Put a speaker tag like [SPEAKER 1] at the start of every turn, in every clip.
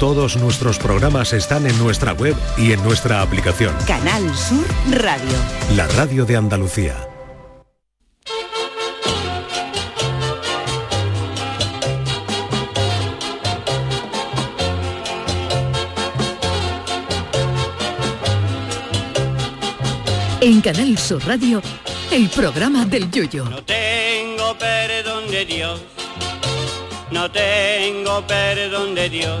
[SPEAKER 1] Todos nuestros programas están en nuestra web y en nuestra aplicación.
[SPEAKER 2] Canal Sur Radio.
[SPEAKER 1] La radio de Andalucía.
[SPEAKER 3] En Canal Sur Radio, el programa del Yoyo.
[SPEAKER 4] No tengo perdón de Dios, no tengo perdón de Dios,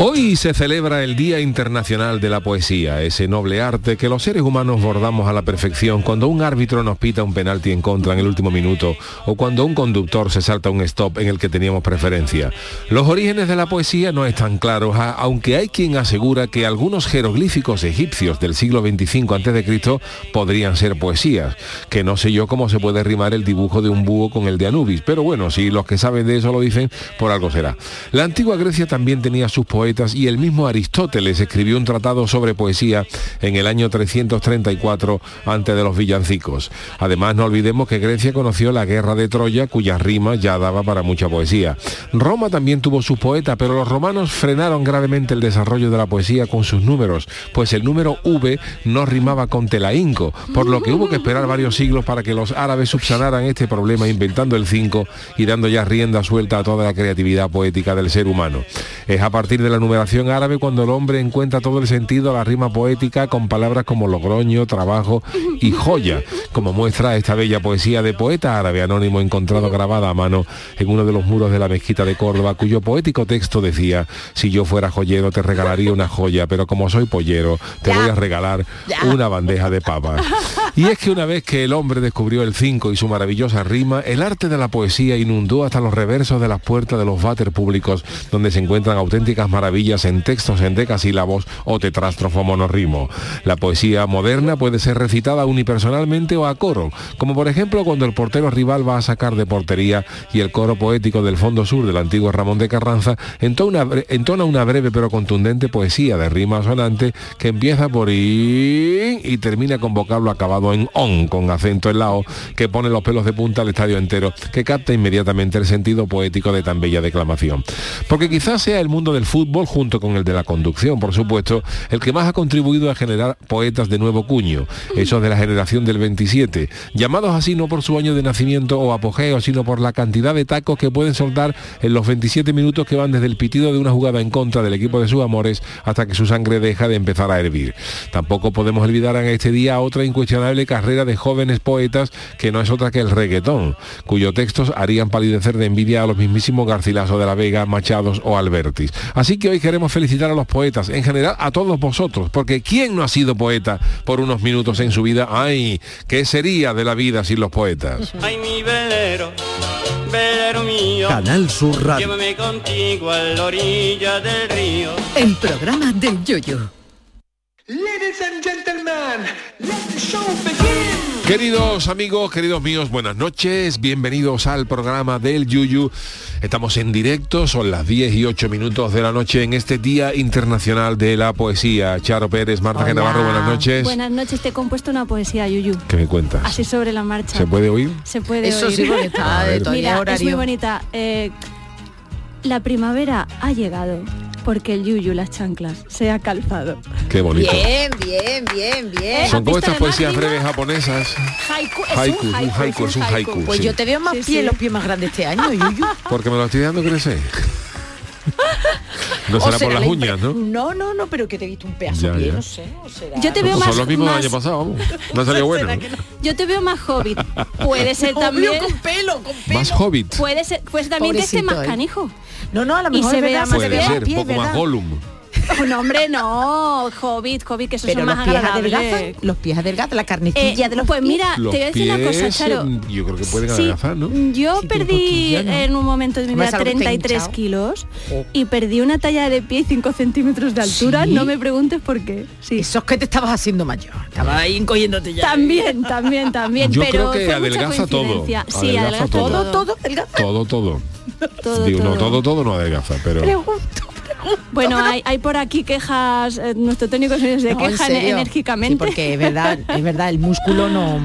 [SPEAKER 5] Hoy se celebra el Día Internacional de la Poesía, ese noble arte que los seres humanos bordamos a la perfección cuando un árbitro nos pita un penalti en contra en el último minuto o cuando un conductor se salta un stop en el que teníamos preferencia. Los orígenes de la poesía no están claros, a- aunque hay quien asegura que algunos jeroglíficos egipcios del siglo 25 a.C. podrían ser poesías, que no sé yo cómo se puede rimar el dibujo de un búho con el de Anubis, pero bueno, si los que saben de eso lo dicen, por algo será. La antigua Grecia también tenía sus poetas y el mismo Aristóteles escribió un tratado sobre poesía en el año 334 antes de los villancicos. Además, no olvidemos que Grecia conoció la guerra de Troya, cuyas rimas ya daba para mucha poesía. Roma también tuvo sus poetas, pero los romanos frenaron gravemente el desarrollo de la poesía con sus números, pues el número V no rimaba con telaínco, por lo que hubo que esperar varios siglos para que los árabes subsanaran este problema inventando el 5 y dando ya rienda suelta a toda la creatividad poética del ser humano. Es a partir de la numeración árabe cuando el hombre encuentra todo el sentido a la rima poética con palabras como logroño, trabajo y joya, como muestra esta bella poesía de poeta árabe anónimo encontrado grabada a mano en uno de los muros de la mezquita de Córdoba, cuyo poético texto decía, si yo fuera joyero te regalaría una joya, pero como soy pollero, te voy a regalar una bandeja de papas. Y es que una vez que el hombre descubrió el 5 y su maravillosa rima, el arte de la poesía inundó hasta los reversos de las puertas de los váter públicos, donde se encuentran auténticas maravillas en textos en decasílabos o tetrástrofo monorrimo. La poesía moderna puede ser recitada unipersonalmente o a coro, como por ejemplo cuando el portero rival va a sacar de portería y el coro poético del fondo sur del antiguo Ramón de Carranza entona una, bre- entona una breve pero contundente poesía de rima sonante que empieza por in y termina con vocablo acabado en on, con acento en la o, que pone los pelos de punta al estadio entero, que capta inmediatamente el sentido poético de tan bella declamación. Porque quizás sea el mundo del fútbol, junto con el de la conducción, por supuesto, el que más ha contribuido a generar poetas de nuevo cuño, esos de la generación del 27, llamados así no por su año de nacimiento o apogeo, sino por la cantidad de tacos que pueden soltar en los 27 minutos que van desde el pitido de una jugada en contra del equipo de sus amores hasta que su sangre deja de empezar a hervir. Tampoco podemos olvidar en este día otra incuestionable carrera de jóvenes poetas que no es otra que el reggaetón, cuyos textos harían palidecer de envidia a los mismísimos Garcilaso de la Vega, Machados o Albertis. Así que hoy queremos felicitar a los poetas, en general a todos vosotros, porque ¿quién no ha sido poeta por unos minutos en su vida? ¡Ay! ¿Qué sería de la vida sin los poetas?
[SPEAKER 4] Ay, mi velero, velero mío,
[SPEAKER 1] Canal Sur Radio.
[SPEAKER 4] llévame contigo a la orilla del río.
[SPEAKER 3] El programa del Yoyo.
[SPEAKER 6] Ladies and gentlemen, let the show begin.
[SPEAKER 5] Queridos amigos, queridos míos, buenas noches, bienvenidos al programa del Yuyu. Estamos en directo, son las 10 y 8 minutos de la noche en este Día Internacional de la Poesía. Charo Pérez, Marta G. Navarro, buenas noches.
[SPEAKER 7] Buenas noches, te he compuesto una poesía, Yuyu.
[SPEAKER 5] ¿Qué me cuentas?
[SPEAKER 7] Así sobre la marcha.
[SPEAKER 5] ¿Se puede oír?
[SPEAKER 7] Se puede
[SPEAKER 8] Eso
[SPEAKER 7] oír.
[SPEAKER 8] sí, porque está
[SPEAKER 5] A
[SPEAKER 8] de
[SPEAKER 5] ver.
[SPEAKER 7] Mira, es
[SPEAKER 8] todavía
[SPEAKER 7] muy
[SPEAKER 8] horario.
[SPEAKER 7] bonita. Eh, la primavera ha llegado porque el Yuyu las chanclas se ha calzado.
[SPEAKER 5] Qué bonito.
[SPEAKER 8] Bien, bien, bien, bien.
[SPEAKER 5] Son
[SPEAKER 7] ¿Has visto
[SPEAKER 5] como estas
[SPEAKER 7] además
[SPEAKER 5] poesías
[SPEAKER 7] rima?
[SPEAKER 5] breves japonesas.
[SPEAKER 7] Haiku, es
[SPEAKER 5] Haiku,
[SPEAKER 7] un haiku,
[SPEAKER 5] es un haiku.
[SPEAKER 8] Pues
[SPEAKER 5] sí.
[SPEAKER 8] yo te veo más
[SPEAKER 7] Sí,
[SPEAKER 8] pie,
[SPEAKER 7] sí.
[SPEAKER 8] los pies más grandes este año, Yuyu.
[SPEAKER 5] Porque me lo estoy dejando crecer. No
[SPEAKER 8] O
[SPEAKER 5] será por las
[SPEAKER 8] la impre-
[SPEAKER 5] uñas, ¿no?
[SPEAKER 8] No, no, no, pero que te he visto un pedazo
[SPEAKER 5] Ya,
[SPEAKER 8] de pie,
[SPEAKER 5] ya.
[SPEAKER 8] no sé. O será...
[SPEAKER 7] Yo te veo
[SPEAKER 5] Pues
[SPEAKER 7] más,
[SPEAKER 5] son los mismos del
[SPEAKER 7] más-
[SPEAKER 5] año pasado, vamos. No salió bueno. ¿no?
[SPEAKER 7] yo te veo más hobbit. Puede ser
[SPEAKER 8] Obvio,
[SPEAKER 7] también,
[SPEAKER 8] con pelo, con pelo.
[SPEAKER 5] Más hobbit.
[SPEAKER 7] puede ser, pues también que esté
[SPEAKER 8] Pobrecito,
[SPEAKER 7] más
[SPEAKER 8] ¿eh?
[SPEAKER 7] canijo.
[SPEAKER 8] No, no, a lo
[SPEAKER 7] Y
[SPEAKER 8] mejor
[SPEAKER 7] se
[SPEAKER 8] es
[SPEAKER 7] vea
[SPEAKER 8] verdad,
[SPEAKER 7] más
[SPEAKER 8] se
[SPEAKER 5] Puede
[SPEAKER 8] ve
[SPEAKER 7] bien.
[SPEAKER 5] ser,
[SPEAKER 8] pie,
[SPEAKER 5] un poco más
[SPEAKER 8] ¿verdad?
[SPEAKER 5] Gollum.
[SPEAKER 7] Oh, no, hombre, no. Hobbit, hobbit, que esos
[SPEAKER 8] Pero
[SPEAKER 7] son
[SPEAKER 8] los
[SPEAKER 7] más
[SPEAKER 8] pies
[SPEAKER 7] agradables.
[SPEAKER 8] adelgazan, los pies adelgazan, la carnecilla
[SPEAKER 7] Eh,
[SPEAKER 8] de los
[SPEAKER 7] pues
[SPEAKER 8] pies.
[SPEAKER 7] mira,
[SPEAKER 5] Los
[SPEAKER 7] te voy a decir una cosa,
[SPEAKER 5] pies,
[SPEAKER 7] Charo.
[SPEAKER 5] eh, yo creo que pueden
[SPEAKER 7] Sí, mm,
[SPEAKER 5] adelgazar, ¿no?
[SPEAKER 7] Yo
[SPEAKER 8] Si tiene
[SPEAKER 7] perdí
[SPEAKER 8] cosquillas, ¿no?
[SPEAKER 7] en un momento de mi
[SPEAKER 8] Además,
[SPEAKER 7] vida
[SPEAKER 8] algo que te ha
[SPEAKER 7] 33
[SPEAKER 8] hinchado.
[SPEAKER 7] kilos
[SPEAKER 8] Oh.
[SPEAKER 7] y perdí una talla de pie 5 centímetros de altura.
[SPEAKER 8] ¿Sí?
[SPEAKER 7] No me preguntes por qué. Sí.
[SPEAKER 8] Eso es que te estabas haciendo mayor. Estabas ahí encogiéndote ya.
[SPEAKER 7] También, también, también.
[SPEAKER 5] Yo
[SPEAKER 7] pero
[SPEAKER 5] creo que
[SPEAKER 7] fue mucha
[SPEAKER 5] adelgaza todo,
[SPEAKER 7] coincidencia. Sí,
[SPEAKER 5] adelgaza
[SPEAKER 7] adelgaza
[SPEAKER 5] todo.
[SPEAKER 7] todo.
[SPEAKER 8] Todo, todo, delgazado.
[SPEAKER 5] Todo, todo.
[SPEAKER 7] Todo,
[SPEAKER 5] Digo, no,
[SPEAKER 7] todo.
[SPEAKER 5] todo, todo no adelgaza, pero...
[SPEAKER 8] Pregunto, pregunto.
[SPEAKER 7] Bueno, hay, hay por aquí quejas, eh, nuestro técnico se se
[SPEAKER 8] No, en
[SPEAKER 7] queja
[SPEAKER 8] serio.
[SPEAKER 7] enérgicamente.
[SPEAKER 8] Sí, porque es verdad, es verdad, el músculo no.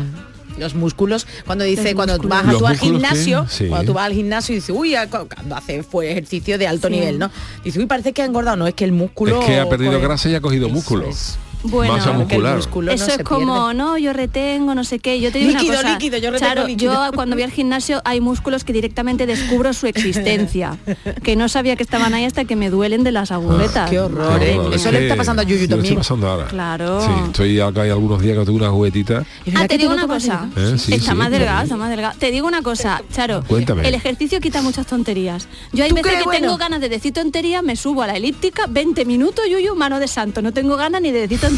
[SPEAKER 8] Los músculos, cuando dice,
[SPEAKER 7] Los
[SPEAKER 8] cuando
[SPEAKER 7] músculos.
[SPEAKER 8] vas a
[SPEAKER 5] ¿Los
[SPEAKER 8] tú al
[SPEAKER 5] músculos qué?
[SPEAKER 8] gimnasio,
[SPEAKER 5] Sí.
[SPEAKER 8] cuando tú vas al gimnasio y dices, uy, ah, cu- cuando hace fue ejercicio de alto
[SPEAKER 7] Sí.
[SPEAKER 8] nivel, ¿no? Dice, uy, parece que ha engordado. No, es que el
[SPEAKER 5] Es
[SPEAKER 8] músculo.
[SPEAKER 5] que ha perdido
[SPEAKER 8] coge-
[SPEAKER 5] grasa y ha cogido
[SPEAKER 8] Eso
[SPEAKER 5] músculo.
[SPEAKER 8] es.
[SPEAKER 7] Bueno,
[SPEAKER 5] Masa
[SPEAKER 8] Porque el
[SPEAKER 5] muscular.
[SPEAKER 8] músculo no
[SPEAKER 7] Eso
[SPEAKER 8] se
[SPEAKER 7] es como,
[SPEAKER 8] pierde.
[SPEAKER 7] no, yo retengo, no sé qué. Yo te digo
[SPEAKER 8] Líquido,
[SPEAKER 7] una cosa,
[SPEAKER 8] líquido, yo retengo
[SPEAKER 7] Charo,
[SPEAKER 8] líquido.
[SPEAKER 7] yo cuando voy al gimnasio hay músculos que directamente descubro su existencia, que no sabía que estaban ahí hasta que me duelen de las agujetas.
[SPEAKER 8] Qué horror,
[SPEAKER 5] Qué
[SPEAKER 8] ¿eh? Eso le
[SPEAKER 5] es que
[SPEAKER 8] está pasando a Yuyu
[SPEAKER 5] yo
[SPEAKER 8] también.
[SPEAKER 5] estoy pasando ahora.
[SPEAKER 7] Claro.
[SPEAKER 5] Sí, estoy acá hay algunos días que tengo una juguetita.
[SPEAKER 8] Es
[SPEAKER 7] Ah,
[SPEAKER 8] verdad que
[SPEAKER 7] te digo una
[SPEAKER 8] tengo
[SPEAKER 7] cosa.
[SPEAKER 8] que-
[SPEAKER 5] Eh, sí,
[SPEAKER 7] está
[SPEAKER 5] sí,
[SPEAKER 7] más delgada,
[SPEAKER 5] también.
[SPEAKER 7] está más delgada. Te digo una cosa, Charo.
[SPEAKER 5] Cuéntame.
[SPEAKER 7] El ejercicio quita muchas tonterías. Yo hay
[SPEAKER 8] ¿Tú
[SPEAKER 7] veces
[SPEAKER 8] crees?
[SPEAKER 7] que tengo
[SPEAKER 8] Bueno.
[SPEAKER 7] ganas de decir tonterías, me subo a la elíptica, 20 minutos, yuyu, mano de santo. No tengo ganas ni de decir tonterías,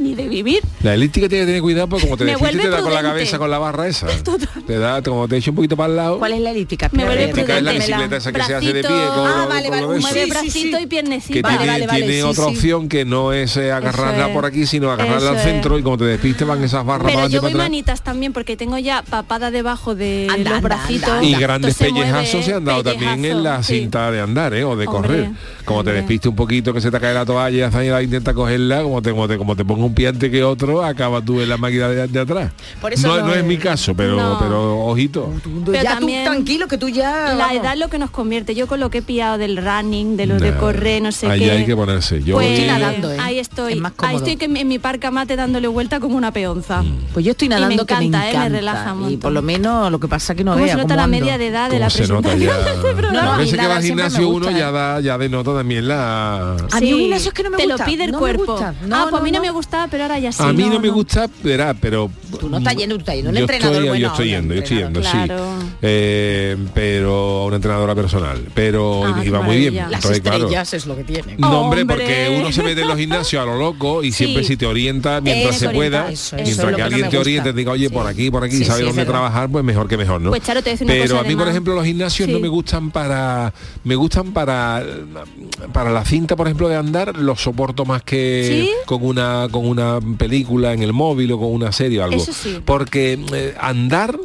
[SPEAKER 7] ni de vivir.
[SPEAKER 5] La elíptica tiene que tener cuidado porque como te
[SPEAKER 7] Me
[SPEAKER 5] despistes te
[SPEAKER 7] vuelve
[SPEAKER 5] da con la
[SPEAKER 7] prudente.
[SPEAKER 5] cabeza con la barra esa. Te da, como te eche un poquito para el lado.
[SPEAKER 8] ¿Cuál es la elíptica?
[SPEAKER 7] Me
[SPEAKER 8] Espera,
[SPEAKER 7] vuelve
[SPEAKER 5] La
[SPEAKER 8] espera,
[SPEAKER 5] elíptica es la
[SPEAKER 7] prudente.
[SPEAKER 5] bicicleta esa que se hace de pie.
[SPEAKER 7] Bracito.
[SPEAKER 5] con-
[SPEAKER 8] Ah,
[SPEAKER 5] con-
[SPEAKER 8] vale,
[SPEAKER 5] con
[SPEAKER 8] vale,
[SPEAKER 5] eso.
[SPEAKER 7] Mueve
[SPEAKER 8] sí,
[SPEAKER 7] bracito
[SPEAKER 8] sí.
[SPEAKER 7] y piernecita.
[SPEAKER 5] que
[SPEAKER 8] Vale,
[SPEAKER 5] tiene,
[SPEAKER 8] vale, vale,
[SPEAKER 5] tiene
[SPEAKER 8] sí,
[SPEAKER 5] otra
[SPEAKER 8] sí.
[SPEAKER 5] opción que no es eh, agarrarla
[SPEAKER 7] es.
[SPEAKER 5] por aquí, sino agarrarla
[SPEAKER 7] Eso
[SPEAKER 5] al
[SPEAKER 7] es.
[SPEAKER 5] centro y como te despistes van esas barras para
[SPEAKER 7] Pero
[SPEAKER 5] adelante
[SPEAKER 7] yo
[SPEAKER 5] y
[SPEAKER 7] voy
[SPEAKER 5] para atrás.
[SPEAKER 7] manitas también porque tengo ya papada debajo de
[SPEAKER 8] Anda,
[SPEAKER 7] los
[SPEAKER 8] anda,
[SPEAKER 7] bracitos.
[SPEAKER 8] anda,
[SPEAKER 5] Y
[SPEAKER 8] Exacto,
[SPEAKER 5] grandes
[SPEAKER 7] Entonces mueve
[SPEAKER 5] pellejazos se han dado también en la
[SPEAKER 7] pellejazo, sí.
[SPEAKER 5] cinta de andar, ¿eh? O
[SPEAKER 7] Hombre,
[SPEAKER 5] de correr. Como te
[SPEAKER 7] hombre.
[SPEAKER 5] despiste un poquito, que se te cae la toalla, y la intenta cogerla, como te, como te, como te ponga un pie antes que otro, acaba tú en la máquina de, de atrás.
[SPEAKER 8] Por eso
[SPEAKER 5] no,
[SPEAKER 8] no
[SPEAKER 5] no es
[SPEAKER 8] es-
[SPEAKER 5] mi caso, pero,
[SPEAKER 7] No.
[SPEAKER 5] pero ojito.
[SPEAKER 8] Segundo,
[SPEAKER 7] Pero
[SPEAKER 8] ya
[SPEAKER 7] también-
[SPEAKER 8] tú tranquilo que tú ya
[SPEAKER 7] La
[SPEAKER 8] vamos.
[SPEAKER 7] edad lo que nos convierte. Yo con lo que he pillado del running, de lo de
[SPEAKER 5] Nah,
[SPEAKER 7] correr, no sé
[SPEAKER 5] ahí
[SPEAKER 7] qué.
[SPEAKER 5] hay que ponerse. Yo
[SPEAKER 7] pues,
[SPEAKER 5] voy-
[SPEAKER 8] Estoy nadando, ¿eh?
[SPEAKER 7] Ahí estoy.
[SPEAKER 8] Es más
[SPEAKER 7] ahí
[SPEAKER 8] cómodo.
[SPEAKER 7] estoy que en, en mi parca mate dándole vuelta como una peonza.
[SPEAKER 5] Mm.
[SPEAKER 8] Pues yo estoy
[SPEAKER 7] me
[SPEAKER 8] nadando que me
[SPEAKER 7] encanta, eh, me
[SPEAKER 8] encanta.
[SPEAKER 7] relaja un
[SPEAKER 8] y
[SPEAKER 7] montón.
[SPEAKER 8] por lo menos lo que pasa que no
[SPEAKER 7] ¿Cómo
[SPEAKER 8] vea
[SPEAKER 7] se nota
[SPEAKER 8] cómo
[SPEAKER 7] la
[SPEAKER 8] ando.
[SPEAKER 7] media de edad Ah, de
[SPEAKER 5] ¿Cómo
[SPEAKER 7] la
[SPEAKER 5] se nota
[SPEAKER 7] presentación
[SPEAKER 5] ya?
[SPEAKER 7] de este
[SPEAKER 8] No, a
[SPEAKER 5] Las
[SPEAKER 7] programa?
[SPEAKER 8] mí
[SPEAKER 5] veces que va
[SPEAKER 8] nadar
[SPEAKER 5] al
[SPEAKER 8] siempre me
[SPEAKER 5] gimnasio
[SPEAKER 8] gusta,
[SPEAKER 5] uno ya
[SPEAKER 8] eh.
[SPEAKER 5] da ya denota también la
[SPEAKER 8] A mí un gimnasio es que no me
[SPEAKER 7] te
[SPEAKER 8] gusta,
[SPEAKER 7] lo pide el
[SPEAKER 8] no me
[SPEAKER 7] cuerpo.
[SPEAKER 8] gusta. No,
[SPEAKER 7] ah, pues a mí
[SPEAKER 8] no,
[SPEAKER 7] no, me
[SPEAKER 8] no.
[SPEAKER 7] gustaba, pero ahora ya sí.
[SPEAKER 5] a mí no, me gusta, verá, pero...
[SPEAKER 8] Tú no estás yendo, tú estás yendo. Un
[SPEAKER 5] yo
[SPEAKER 8] entrenador
[SPEAKER 5] estoy,
[SPEAKER 8] bueno,
[SPEAKER 5] Yo estoy
[SPEAKER 8] un
[SPEAKER 5] yendo, yo estoy yendo,
[SPEAKER 8] entrenador.
[SPEAKER 5] sí.
[SPEAKER 7] Claro.
[SPEAKER 5] Eh, pero a una entrenadora personal. Pero
[SPEAKER 7] Ah, qué
[SPEAKER 5] iba muy bien.
[SPEAKER 7] maravilla.
[SPEAKER 8] Las
[SPEAKER 5] Entonces, claro,
[SPEAKER 8] estrellas es lo que tienen.
[SPEAKER 5] No, hombre,
[SPEAKER 7] ¡Hombre!
[SPEAKER 5] porque uno se mete en los gimnasios a lo loco y
[SPEAKER 7] Sí.
[SPEAKER 5] siempre si te orienta mientras
[SPEAKER 7] Eso,
[SPEAKER 5] se pueda,
[SPEAKER 7] orienta, eso, eso
[SPEAKER 8] es
[SPEAKER 5] mientras
[SPEAKER 8] lo
[SPEAKER 5] que
[SPEAKER 8] que no
[SPEAKER 5] alguien
[SPEAKER 8] me
[SPEAKER 5] te
[SPEAKER 8] gusta.
[SPEAKER 5] oriente y te diga, oye,
[SPEAKER 8] Sí.
[SPEAKER 5] por aquí, por aquí,
[SPEAKER 8] Sí,
[SPEAKER 5] sabes
[SPEAKER 8] sí, es
[SPEAKER 5] dónde
[SPEAKER 8] verdad.
[SPEAKER 5] trabajar, pues mejor que mejor, ¿no?
[SPEAKER 7] Pues, Charo, te voy a decir una
[SPEAKER 5] Pero
[SPEAKER 7] cosa,
[SPEAKER 5] a mí, por
[SPEAKER 7] además.
[SPEAKER 5] ejemplo, los gimnasios no
[SPEAKER 7] Sí.
[SPEAKER 5] me gustan para me gustan para para la cinta, por ejemplo, de andar, los soporto más que
[SPEAKER 7] ¿Sí?
[SPEAKER 5] con una con una película en el móvil o con una serie o algo.
[SPEAKER 7] Eso sí.
[SPEAKER 5] Porque eh, andar